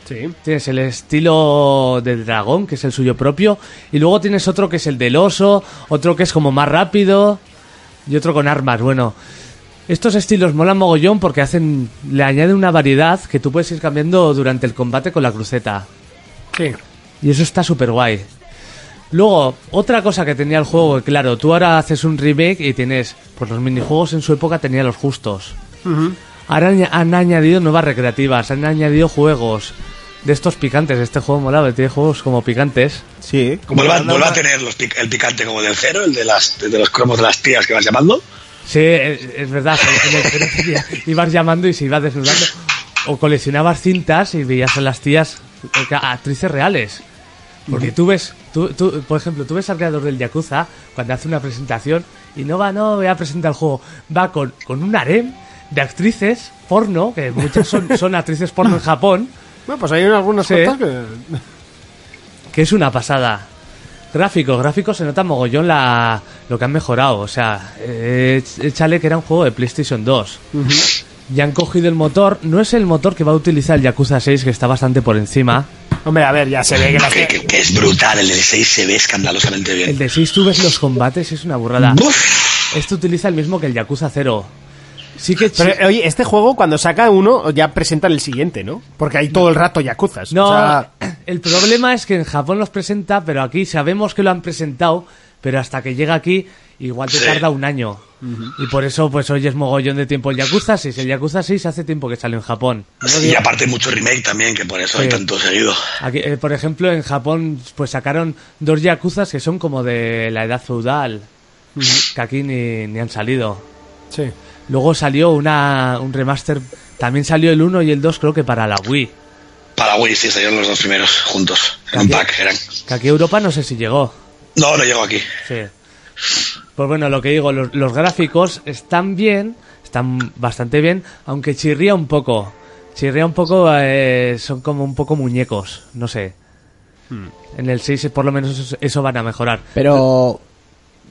Speaker 1: Sí.
Speaker 3: Tienes el estilo del dragón, que es el suyo propio, y luego tienes otro que es el del oso, otro que es como más rápido, y otro con armas. Bueno, estos estilos molan mogollón porque hacen, le añaden una variedad que tú puedes ir cambiando durante el combate con la cruceta.
Speaker 1: Sí.
Speaker 3: Y eso está súper guay. Luego, otra cosa que tenía el juego, que claro, tú ahora haces un remake y tienes, pues los minijuegos en su época tenía los justos. Ahora añ- han añadido nuevas recreativas, han añadido juegos de estos picantes. Este juego molaba, tiene juegos como picantes.
Speaker 4: Sí.
Speaker 6: Como el Batman, vuelve a tener los pic- el picante como del cero, el de, las, de los cromos de las tías que vas llamando.
Speaker 3: Sí, es, es verdad. en el cero tenía- ibas llamando y se ibas desnudando. O coleccionabas cintas y veías a las tías eh, ca- actrices reales. Porque tú ves, tú, tú, por ejemplo, tú ves al creador del Yakuza cuando hace una presentación y no va, no, voy a presentar el juego. Va con, con un harem de actrices porno, que muchas son, son actrices porno en Japón,
Speaker 1: Bueno, pues hay algunos
Speaker 3: Sí.
Speaker 1: cuantas que...
Speaker 3: que es una pasada. Gráficos, gráficos se nota mogollón la, lo que han mejorado. O sea, eh, échale que era un juego de PlayStation 2. Ya han cogido el motor. No es el motor que va a utilizar el Yakuza 6, que está bastante por encima.
Speaker 1: Hombre, a ver, ya se ve que las...
Speaker 6: Que, que- que es brutal, el del 6 se ve escandalosamente bien.
Speaker 3: El de 6 tú ves los combates, es una burrada.
Speaker 6: Buf.
Speaker 3: Este utiliza el mismo que el Yakuza 0. Sí que...
Speaker 1: Pero, eh, oye, este juego cuando saca uno ya presentan el siguiente, ¿no? Porque hay todo el rato yakuzas.
Speaker 3: No,
Speaker 1: O sea,
Speaker 3: el problema es que en Japón los presenta, pero aquí sabemos que lo han presentado, pero hasta que llega aquí igual te
Speaker 6: Sí.
Speaker 3: tarda un año. Y por eso, pues hoy es mogollón de tiempo el Yakuza 6. El Yakuza 6 hace tiempo que salió en Japón. No
Speaker 6: Y
Speaker 3: digo-
Speaker 6: aparte mucho remake también, que por eso hay
Speaker 3: Sí.
Speaker 6: tanto seguido.
Speaker 3: Aquí, eh, por ejemplo, en Japón pues sacaron dos yakuzas que son como de la edad feudal, que aquí ni, ni han salido.
Speaker 1: sí.
Speaker 3: Luego salió una, un remaster, también salió el 1 y el 2 creo que para la Wii,
Speaker 6: Paraguay sí salieron los dos primeros juntos, en un pack eran.
Speaker 3: que aquí a Europa no sé si llegó.
Speaker 6: No, no llegó aquí.
Speaker 3: Sí. Pues bueno, lo que digo, los, los gráficos están bien, están bastante bien, aunque chirría un poco. Chirría un poco, eh, son como un poco muñecos, no sé. En el 6 por lo menos eso, eso van a mejorar.
Speaker 5: Pero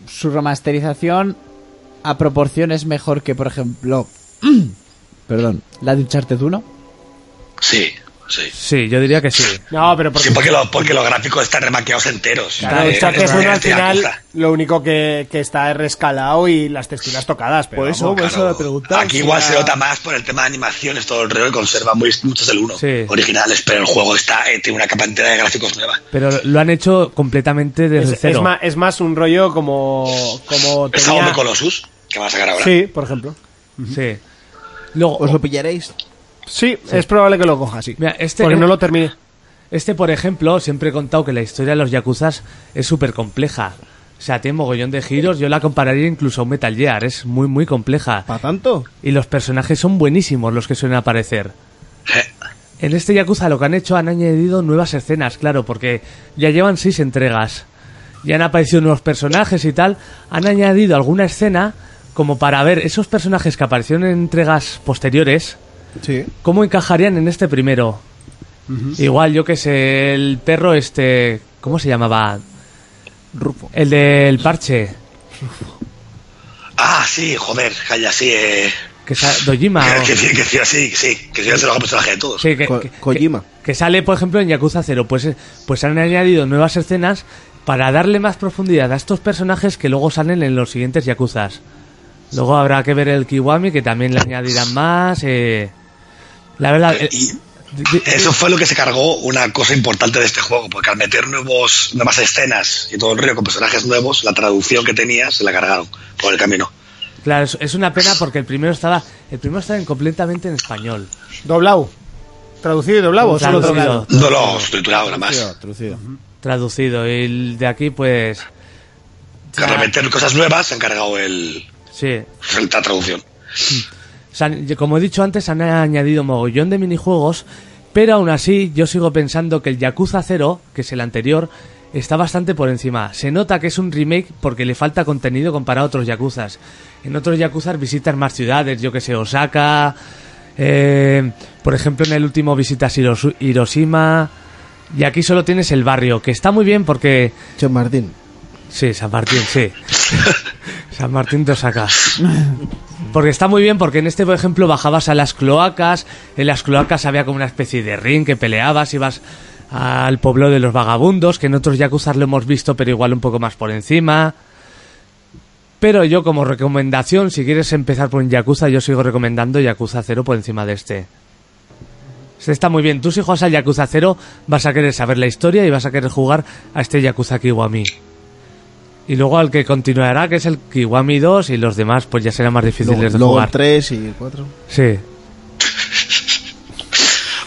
Speaker 5: su remasterización a proporción es mejor que, por ejemplo, perdón, la de Uncharted 1.
Speaker 6: Sí, sí.
Speaker 3: Sí, yo diría que sí.
Speaker 1: No, pero porque...
Speaker 6: Sí, porque, lo- porque los gráficos están remaqueados enteros.
Speaker 1: Claro,
Speaker 6: Eh,
Speaker 1: Uncharted
Speaker 6: es-
Speaker 1: uno al
Speaker 6: es- es-
Speaker 1: final
Speaker 6: acusa.
Speaker 1: lo único que, que está es rescalado y las texturas tocadas. Pero
Speaker 5: Por eso,
Speaker 1: vamos,
Speaker 5: por eso
Speaker 6: Claro.
Speaker 5: la preguntaba.
Speaker 6: Aquí igual se nota más por el tema de animaciones, todo el rollo, y conserva muy, muchos del 1
Speaker 3: Sí.
Speaker 6: originales, pero el juego está eh, tiene una capa entera de gráficos nueva.
Speaker 3: Pero lo han hecho completamente desde
Speaker 1: es,
Speaker 3: cero.
Speaker 1: es más, es más un rollo como, como
Speaker 6: El Shadow
Speaker 1: tenía...
Speaker 6: of the Colossus, que van a sacar ahora.
Speaker 1: Sí, por ejemplo.
Speaker 3: Sí. Luego,
Speaker 4: ¿Os lo pillaréis?
Speaker 1: Sí, es probable que lo coja, sí.
Speaker 3: Mira, este-
Speaker 1: Porque no lo terminé.
Speaker 3: este, por ejemplo, siempre he contado que la historia de los yakuzas es súper compleja. O sea, tiene mogollón de giros. Yo la compararía incluso a un Metal Gear. Es muy, muy compleja.
Speaker 4: ¿Para tanto?
Speaker 3: Y los personajes son buenísimos los que suelen aparecer. En este Yakuza lo que han hecho han añadido nuevas escenas, claro, porque ya llevan seis entregas. Ya han aparecido nuevos personajes y tal. Han añadido alguna escena como para ver esos personajes que aparecieron en entregas posteriores,
Speaker 4: Sí.
Speaker 3: cómo encajarían en este primero. Igual, yo que sé, el perro este... ¿Cómo se llamaba?
Speaker 4: Rufo.
Speaker 3: El del parche.
Speaker 6: Ah, sí, joder, calla, sí. eh,
Speaker 3: Que sa- Dojima. o-
Speaker 6: Que, que, que sí, sí, sí, que sí, se lo haga personaje de todos.
Speaker 3: Sí, que, que- que sale, por ejemplo, en Yakuza 0. Pues, eh, pues han añadido nuevas escenas para darle más profundidad a estos personajes que luego salen en los siguientes Yakuzas. Luego habrá que ver el Kiwami, que también le añadirán más. eh. La verdad. eh,
Speaker 6: Eso fue lo que se cargó una cosa importante de este juego, porque al meter nuevos, nuevas escenas y todo el río con personajes nuevos, la traducción que tenía se la cargaron por el camino.
Speaker 3: Claro, es, es una pena porque el primero estaba el primero estaba en- completamente en español.
Speaker 1: Doblado. Traducido y doblado. o solo doblado?
Speaker 6: No lo triturado nada más.
Speaker 3: Traducido. Y el de aquí, pues.
Speaker 6: Que al meter cosas nuevas se han cargado el,
Speaker 3: Sí.
Speaker 6: la traducción.
Speaker 3: Se han- como he dicho antes, han añadido mogollón de minijuegos, pero aún así yo sigo pensando que el Yakuza 0, que es el anterior, está bastante por encima. Se nota que es un remake porque le falta contenido comparado a otros Yakuzas. En otros Yakuzas visitan más ciudades, yo que sé, Osaka, eh, por ejemplo en el último visitas Hirosu- Hiroshima, y aquí solo tienes el barrio, que está muy bien porque...
Speaker 4: San Martín.
Speaker 3: Sí, San Martín, sí. San Martín te saca. Porque está muy bien, porque en este, por ejemplo, bajabas a las cloacas, en las cloacas había como una especie de ring que peleabas, ibas al pueblo de los vagabundos, que en otros Yakuza lo hemos visto, pero igual un poco más por encima. Pero yo como recomendación, si quieres empezar por un Yakuza, yo sigo recomendando Yakuza 0 por encima de este. Este está muy bien. Tú si juegas al Yakuza 0, vas a querer saber la historia y vas a querer jugar a este Yakuza Kiwami. Y luego al que continuará, que es el Kiwami 2, y los demás pues ya serán más difíciles
Speaker 4: Luego,
Speaker 3: de
Speaker 4: luego
Speaker 3: jugar.
Speaker 4: el 3 y el 4.
Speaker 3: Sí.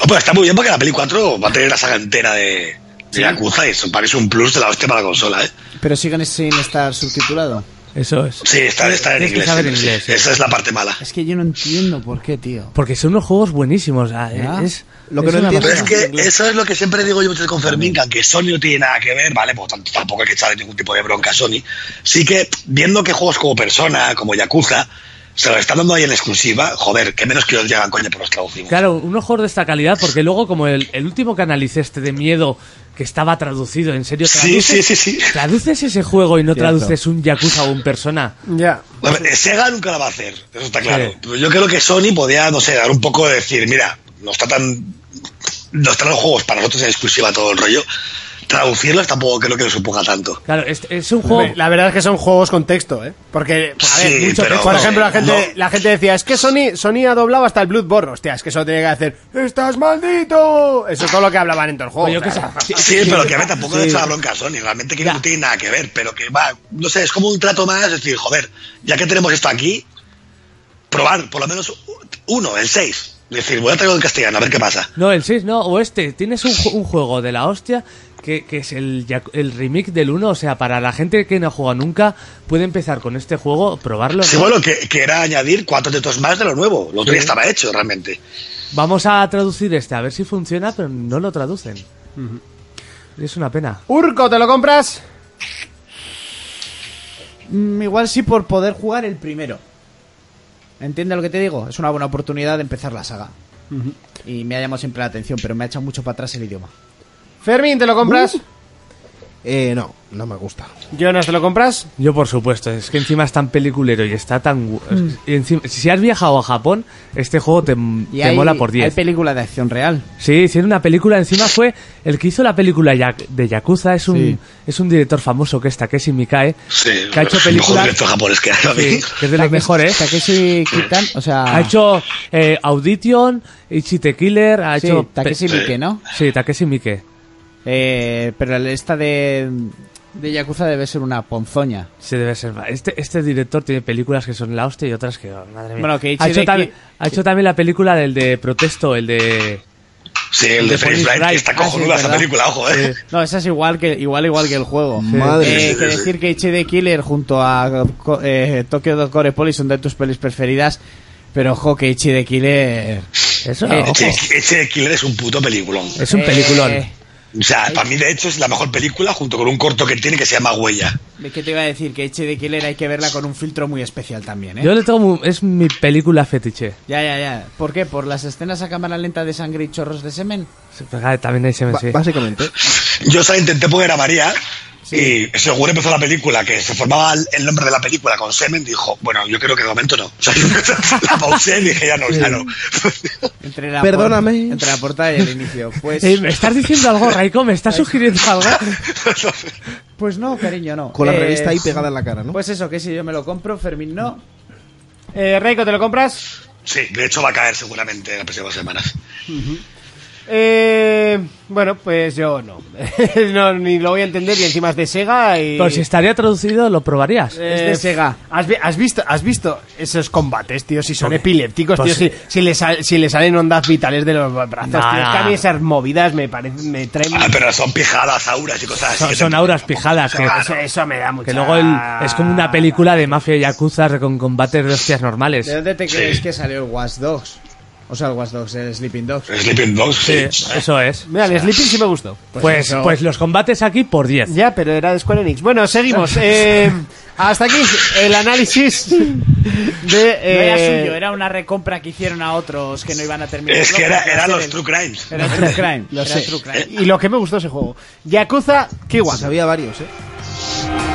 Speaker 6: Oh, pero está muy bien porque la Peli 4 va a tener la saga entera de, de Yakuza y eso parece un plus de la hostia para la consola, ¿eh?
Speaker 2: Pero siguen sin estar subtitulado.
Speaker 3: Eso es.
Speaker 6: Sí, está, está en
Speaker 3: Tienes que
Speaker 6: inglés.
Speaker 3: saber
Speaker 6: sí, sí.
Speaker 3: inglés, sí.
Speaker 6: Esa es la parte mala.
Speaker 2: Es que yo no entiendo por qué, tío.
Speaker 3: Porque son unos juegos buenísimos. ah,
Speaker 2: Ya.
Speaker 3: es,
Speaker 2: Lo
Speaker 3: es una
Speaker 6: Pero es
Speaker 3: pasada.
Speaker 6: que eso es lo que siempre digo yo muchas veces con Fermín, que aunque Sony no tiene nada que ver, ¿vale? Pues tant- tampoco hay que echarle ningún tipo de bronca a Sony. Sí que viendo que juegos como Persona, como Yakuza, se lo están dando ahí en exclusiva, joder, que menos que os llegan coña por los traducimos.
Speaker 3: Claro, unos juegos de esta calidad, porque luego como el, el último que analicé este de miedo que estaba traducido, en serio,
Speaker 6: Sí,
Speaker 3: traduces,
Speaker 6: sí, sí, sí.
Speaker 3: traduces ese juego y no
Speaker 6: Cierto.
Speaker 3: traduces un Yakuza o un persona.
Speaker 1: Ya.
Speaker 6: A ver, eh, Sega nunca la va a hacer, eso está claro.
Speaker 3: Sí.
Speaker 6: Pero yo creo que Sony podía, no sé, dar un poco de decir, mira, nos tratan, nos tratan los juegos para nosotros en exclusiva todo el rollo. Traducirlos tampoco creo que nos suponga tanto.
Speaker 3: Claro, es, es un
Speaker 1: Hombre, La verdad es que son juegos con texto, ¿eh? Porque, a
Speaker 6: Sí,
Speaker 1: ver, mucho
Speaker 6: pero
Speaker 1: texto. por
Speaker 6: no,
Speaker 1: ejemplo, la gente,
Speaker 6: no.
Speaker 1: la gente decía, es que Sony, Sony ha doblado hasta el Bloodborne. Hostia, es que eso tenía que hacer, ¡estás maldito! Eso es todo lo que hablaban en todo el
Speaker 3: Pues
Speaker 1: juego.
Speaker 6: Oye, que
Speaker 1: claro.
Speaker 6: Sí, pero que a ver, tampoco le he hecho la bronca a Sony, realmente que no tiene nada que ver, pero que va, no sé, es como un trato más, es decir, joder, ya que tenemos esto aquí, probar por lo menos uno, el 6. Decir, voy a traerlo en castellano, a ver qué pasa.
Speaker 3: No, el 6 no, o este, tienes un, ju- un juego de la hostia que, que es el, Yaku- el remake del 1, o sea, para la gente que no ha jugado nunca, puede empezar con este juego, probarlo.
Speaker 6: Sí,
Speaker 3: ¿no?
Speaker 6: bueno, que, que era añadir cuatro tetos más de lo nuevo, lo otro ya
Speaker 3: Sí.
Speaker 6: estaba hecho realmente.
Speaker 3: Vamos a traducir este, a ver si funciona, pero no lo traducen. Y Es una pena.
Speaker 1: Urco, ¿te lo compras?
Speaker 2: Mm, igual sí por poder jugar el primero. ¿Entiendes lo que te digo? Es una buena oportunidad de empezar la saga. Y me ha llamado siempre la atención, pero me ha echado mucho para atrás el idioma.
Speaker 1: Fermín, ¿te lo compras?
Speaker 3: Uh.
Speaker 4: Eh, no, no me gusta.
Speaker 1: Jonas, ¿te lo compras?
Speaker 3: Yo, por supuesto, es que encima es tan peliculero y está tan. gu-
Speaker 2: Mm.
Speaker 3: y encima- si has viajado a Japón, este juego te,
Speaker 2: Y
Speaker 3: te
Speaker 2: hay-
Speaker 3: mola por
Speaker 2: Hay
Speaker 3: 10.
Speaker 2: película de acción real.
Speaker 3: Sí, hicieron una película, encima fue. El que hizo la película ya- de Yakuza es un, es un director famoso que está, que es Mikae.
Speaker 6: Sí,
Speaker 3: que ha hecho películas.
Speaker 6: Mejor japonés que a mí.
Speaker 3: Sí, que es de los mejores.
Speaker 2: Takeshi Kitan, o sea...
Speaker 3: ¿Eh? Ha hecho eh, Audition, Ichite Killer, ha
Speaker 2: Sí,
Speaker 3: hecho. pe-
Speaker 2: Takeshi Miike, ¿no?
Speaker 3: Sí, Takeshi Miike.
Speaker 2: Eh, pero esta de... De Yakuza debe ser una ponzoña.
Speaker 3: Sí, debe ser. Este, este director tiene películas que son la hostia y otras que. oh, madre mía.
Speaker 2: Bueno, que
Speaker 3: ha, hecho
Speaker 2: Ichideki-
Speaker 3: también, ha hecho también la película del de Protesto, el de.
Speaker 6: Sí, el de Phoenix Wright, que
Speaker 3: Ah,
Speaker 6: está cojonuda esa película, ojo, eh.
Speaker 2: No, esa es igual que igual igual que el juego.
Speaker 4: Madre.
Speaker 2: Eh, que decir que HD Killer junto a co- eh, Tokyo Core Police son de tus pelis preferidas, pero ojo que HD Killer.
Speaker 3: Eso.
Speaker 2: Eh,
Speaker 6: Ese, ese Killer es un puto peliculón.
Speaker 3: Ah, Es un peliculón.
Speaker 6: O sea, para mí de hecho es la mejor película junto con un corto que tiene que se llama Huella.
Speaker 2: ¿De qué te iba a decir? Que HD Killer hay que verla con un filtro muy especial también, ¿eh?
Speaker 3: Yo le tengo. mu- Es mi película fetiche.
Speaker 2: Ya, ya, ya. ¿Por qué? ¿Por las escenas a cámara lenta de sangre y chorros de semen?
Speaker 3: ah, Pero, claro, También hay semen, Pues sí.
Speaker 4: Básicamente.
Speaker 6: Yo se la intenté poner a María Y según empezó la película, que se formaba el el nombre de la película con semen, dijo, bueno, yo creo que de momento no. O sea, la pausé y dije, ya no, ya no.
Speaker 2: Entre la
Speaker 4: Perdóname.
Speaker 2: por- entre la portada y el inicio. Pues,
Speaker 3: Eh, ¿Me estás diciendo algo, Raiko? ¿Me estás sugiriendo algo?
Speaker 2: pues no, cariño, no.
Speaker 4: Con la
Speaker 2: Eh,
Speaker 4: revista ahí pegada en la cara, ¿no?
Speaker 2: Pues eso, que si yo me lo compro, Fermín no.
Speaker 1: Eh, Reiko, ¿te lo compras?
Speaker 6: Sí, de hecho va a caer seguramente en las próximas semanas.
Speaker 1: Eh, bueno, pues yo no. No, Ni lo voy a entender y encima es de Sega y...
Speaker 3: Pero si estaría traducido, lo probarías.
Speaker 1: Eh,
Speaker 2: Es de Sega.
Speaker 1: ¿Has, vi- has visto, ¿Has visto esos combates, tío? Si son epilépticos,
Speaker 3: Pues-
Speaker 1: tío. Si, si le sal- si le salen ondas vitales de los brazos,
Speaker 3: Nah.
Speaker 1: tío. Es que a mí esas movidas me, parecen me traen...
Speaker 6: Ah, pero son pijadas, auras y cosas así.
Speaker 3: Son, son auras pijadas. Ah, Que,
Speaker 1: eso, eso me da mucha...
Speaker 3: que luego el- es como una película de mafia y yakuza con combates de hostias normales.
Speaker 2: ¿De dónde te
Speaker 6: Sí.
Speaker 2: crees que salió el Watch Dogs? O sea, el Watch Dogs, el Sleeping Dogs.
Speaker 6: Sleeping Dogs, sí.
Speaker 3: Sí, Eh, eso es.
Speaker 1: Mira, el Sleeping sí me gustó.
Speaker 3: Pues, pues,
Speaker 2: eso.
Speaker 3: los combates aquí por 10.
Speaker 1: Ya, pero era de Square Enix. Bueno, seguimos. Eh, hasta aquí el análisis de...
Speaker 5: No era
Speaker 1: eh,
Speaker 5: suyo, era una recompra que hicieron a otros que no iban a terminar.
Speaker 6: Es que era,
Speaker 5: Era
Speaker 6: eran
Speaker 5: hacer
Speaker 6: los
Speaker 5: el-
Speaker 6: True Crimes.
Speaker 2: Era True Crime.
Speaker 1: Lo
Speaker 2: era
Speaker 1: sé.
Speaker 2: True Crime.
Speaker 1: Y lo que me gustó ese juego. Yakuza Kiwami.
Speaker 4: Sabía varios, ¿eh?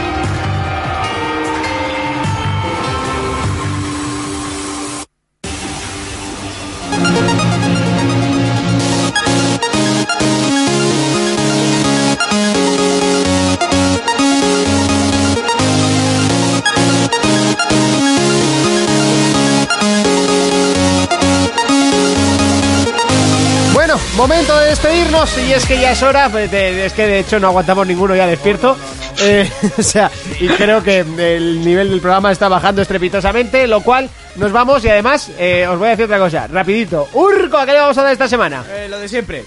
Speaker 1: Bueno, momento de despedirnos y es que ya es hora, pues, de- es que de hecho no aguantamos ninguno ya despierto. Eh, o sea, y creo que el nivel del programa está bajando estrepitosamente, lo cual nos vamos y además eh, os voy a decir otra cosa, rapidito. Urco, ¿a qué le vamos a dar esta semana?
Speaker 2: Eh, lo de siempre.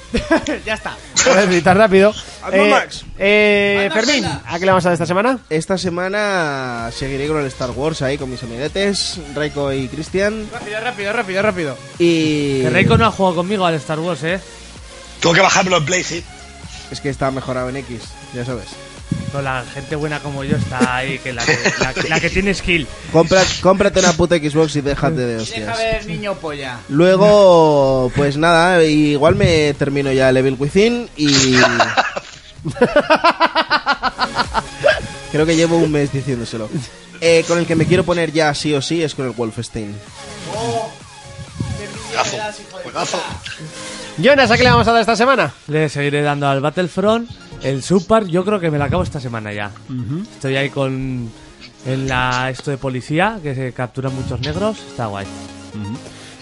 Speaker 2: ya está.
Speaker 1: Voy a necesitar rápido.
Speaker 4: Hazlo, Max.
Speaker 1: eh,
Speaker 2: Anda,
Speaker 1: Fermín,
Speaker 2: anda.
Speaker 1: ¿a qué le vamos a dar esta semana?
Speaker 4: Esta semana seguiré con el Star Wars ahí con mis amiguetes, Raiko y Cristian.
Speaker 2: Rápido, rápido, rápido, rápido.
Speaker 4: Y.
Speaker 3: Que Reiko no ha jugado conmigo al Star Wars, ¿eh?
Speaker 6: Tengo que bajármelo en Play, sí.
Speaker 4: Es que está mejorado en X, ya sabes.
Speaker 3: No, la gente buena como yo está ahí, que la que, la que- la que tiene skill.
Speaker 4: Compra- cómprate una puta Xbox y déjate de hostias.
Speaker 2: ver, niño polla.
Speaker 4: Luego, pues nada, igual me termino ya el Evil Within y. Creo que llevo un mes diciéndoselo. Eh, con el que me quiero poner ya sí o sí es con el Wolfenstein.
Speaker 6: Gazo. Juegazo.
Speaker 1: Jonas, ¿a qué le vamos a dar esta semana?
Speaker 3: Le seguiré dando al Battlefront. El Super, yo creo que me lo acabo esta semana ya. Estoy ahí con. En la, esto de policía, que se capturan muchos negros. Está guay.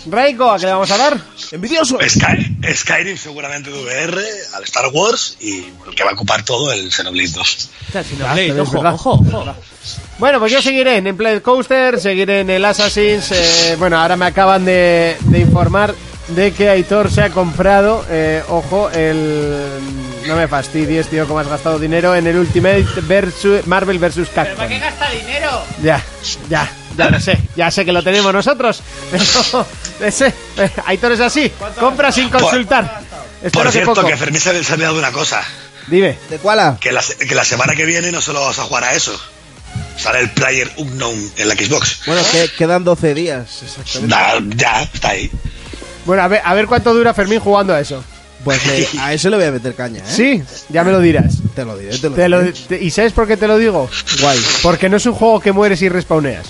Speaker 1: Raiko, ¿a qué le vamos a dar?
Speaker 4: ¡Envidioso!
Speaker 6: Sky- Skyrim seguramente de VR, al Star Wars y el que va a ocupar todo el Xenoblade 2.
Speaker 3: O sea, si no leéis, ojo,
Speaker 1: verdad.
Speaker 3: ojo, ojo.
Speaker 1: Bueno, pues yo seguiré en Planet Coaster, seguiré en el Assassin's. eh, bueno, ahora me acaban de, de informar de que Aitor se ha comprado, eh, ojo, el. No me fastidies, tío, cómo has gastado dinero en el Ultimate versus Marvel vs. Capcom.
Speaker 5: ¿Para qué gasta dinero?
Speaker 1: Ya, ya, ya lo sé, ya sé que lo tenemos nosotros. Pero, ese, eh, Aitor es así, compra sin consultar. Espero
Speaker 6: Por
Speaker 1: que
Speaker 6: cierto,
Speaker 1: poco.
Speaker 6: que Fermín se había olvidado de una cosa.
Speaker 1: Dime.
Speaker 4: ¿De cuál?
Speaker 6: Que la, se- que la semana que viene no solo vas a jugar a eso. Sale el Player Unknown en la Xbox.
Speaker 4: Bueno, que- quedan 12 días, exactamente.
Speaker 6: Da- ya, está ahí.
Speaker 1: Bueno, a ver, a ver cuánto dura Fermín jugando a eso.
Speaker 4: Pues me- a eso le voy a meter caña, ¿eh?
Speaker 1: Sí, ya me lo dirás.
Speaker 4: Te lo diré, te lo
Speaker 1: Te
Speaker 4: diré.
Speaker 1: lo- te- ¿Y sabes por qué te lo digo?
Speaker 4: Guay.
Speaker 1: Porque no es un juego que mueres y respawneas.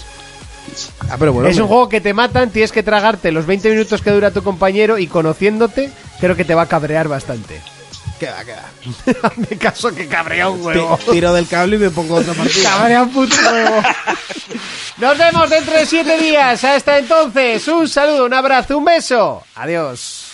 Speaker 4: Ah, pero bueno.
Speaker 1: es un
Speaker 4: mira.
Speaker 1: juego que te matan, tienes que tragarte los 20 minutos que dura tu compañero y conociéndote, creo que te va a cabrear bastante.
Speaker 4: Que va, que va.
Speaker 1: Hazme caso que cabrea un huevo.
Speaker 4: Ti- Tiro del cable y me pongo otra partida.
Speaker 1: Cabrea un puto huevo. Nos vemos dentro de 7 días. Hasta entonces, un saludo, un abrazo, un beso. Adiós.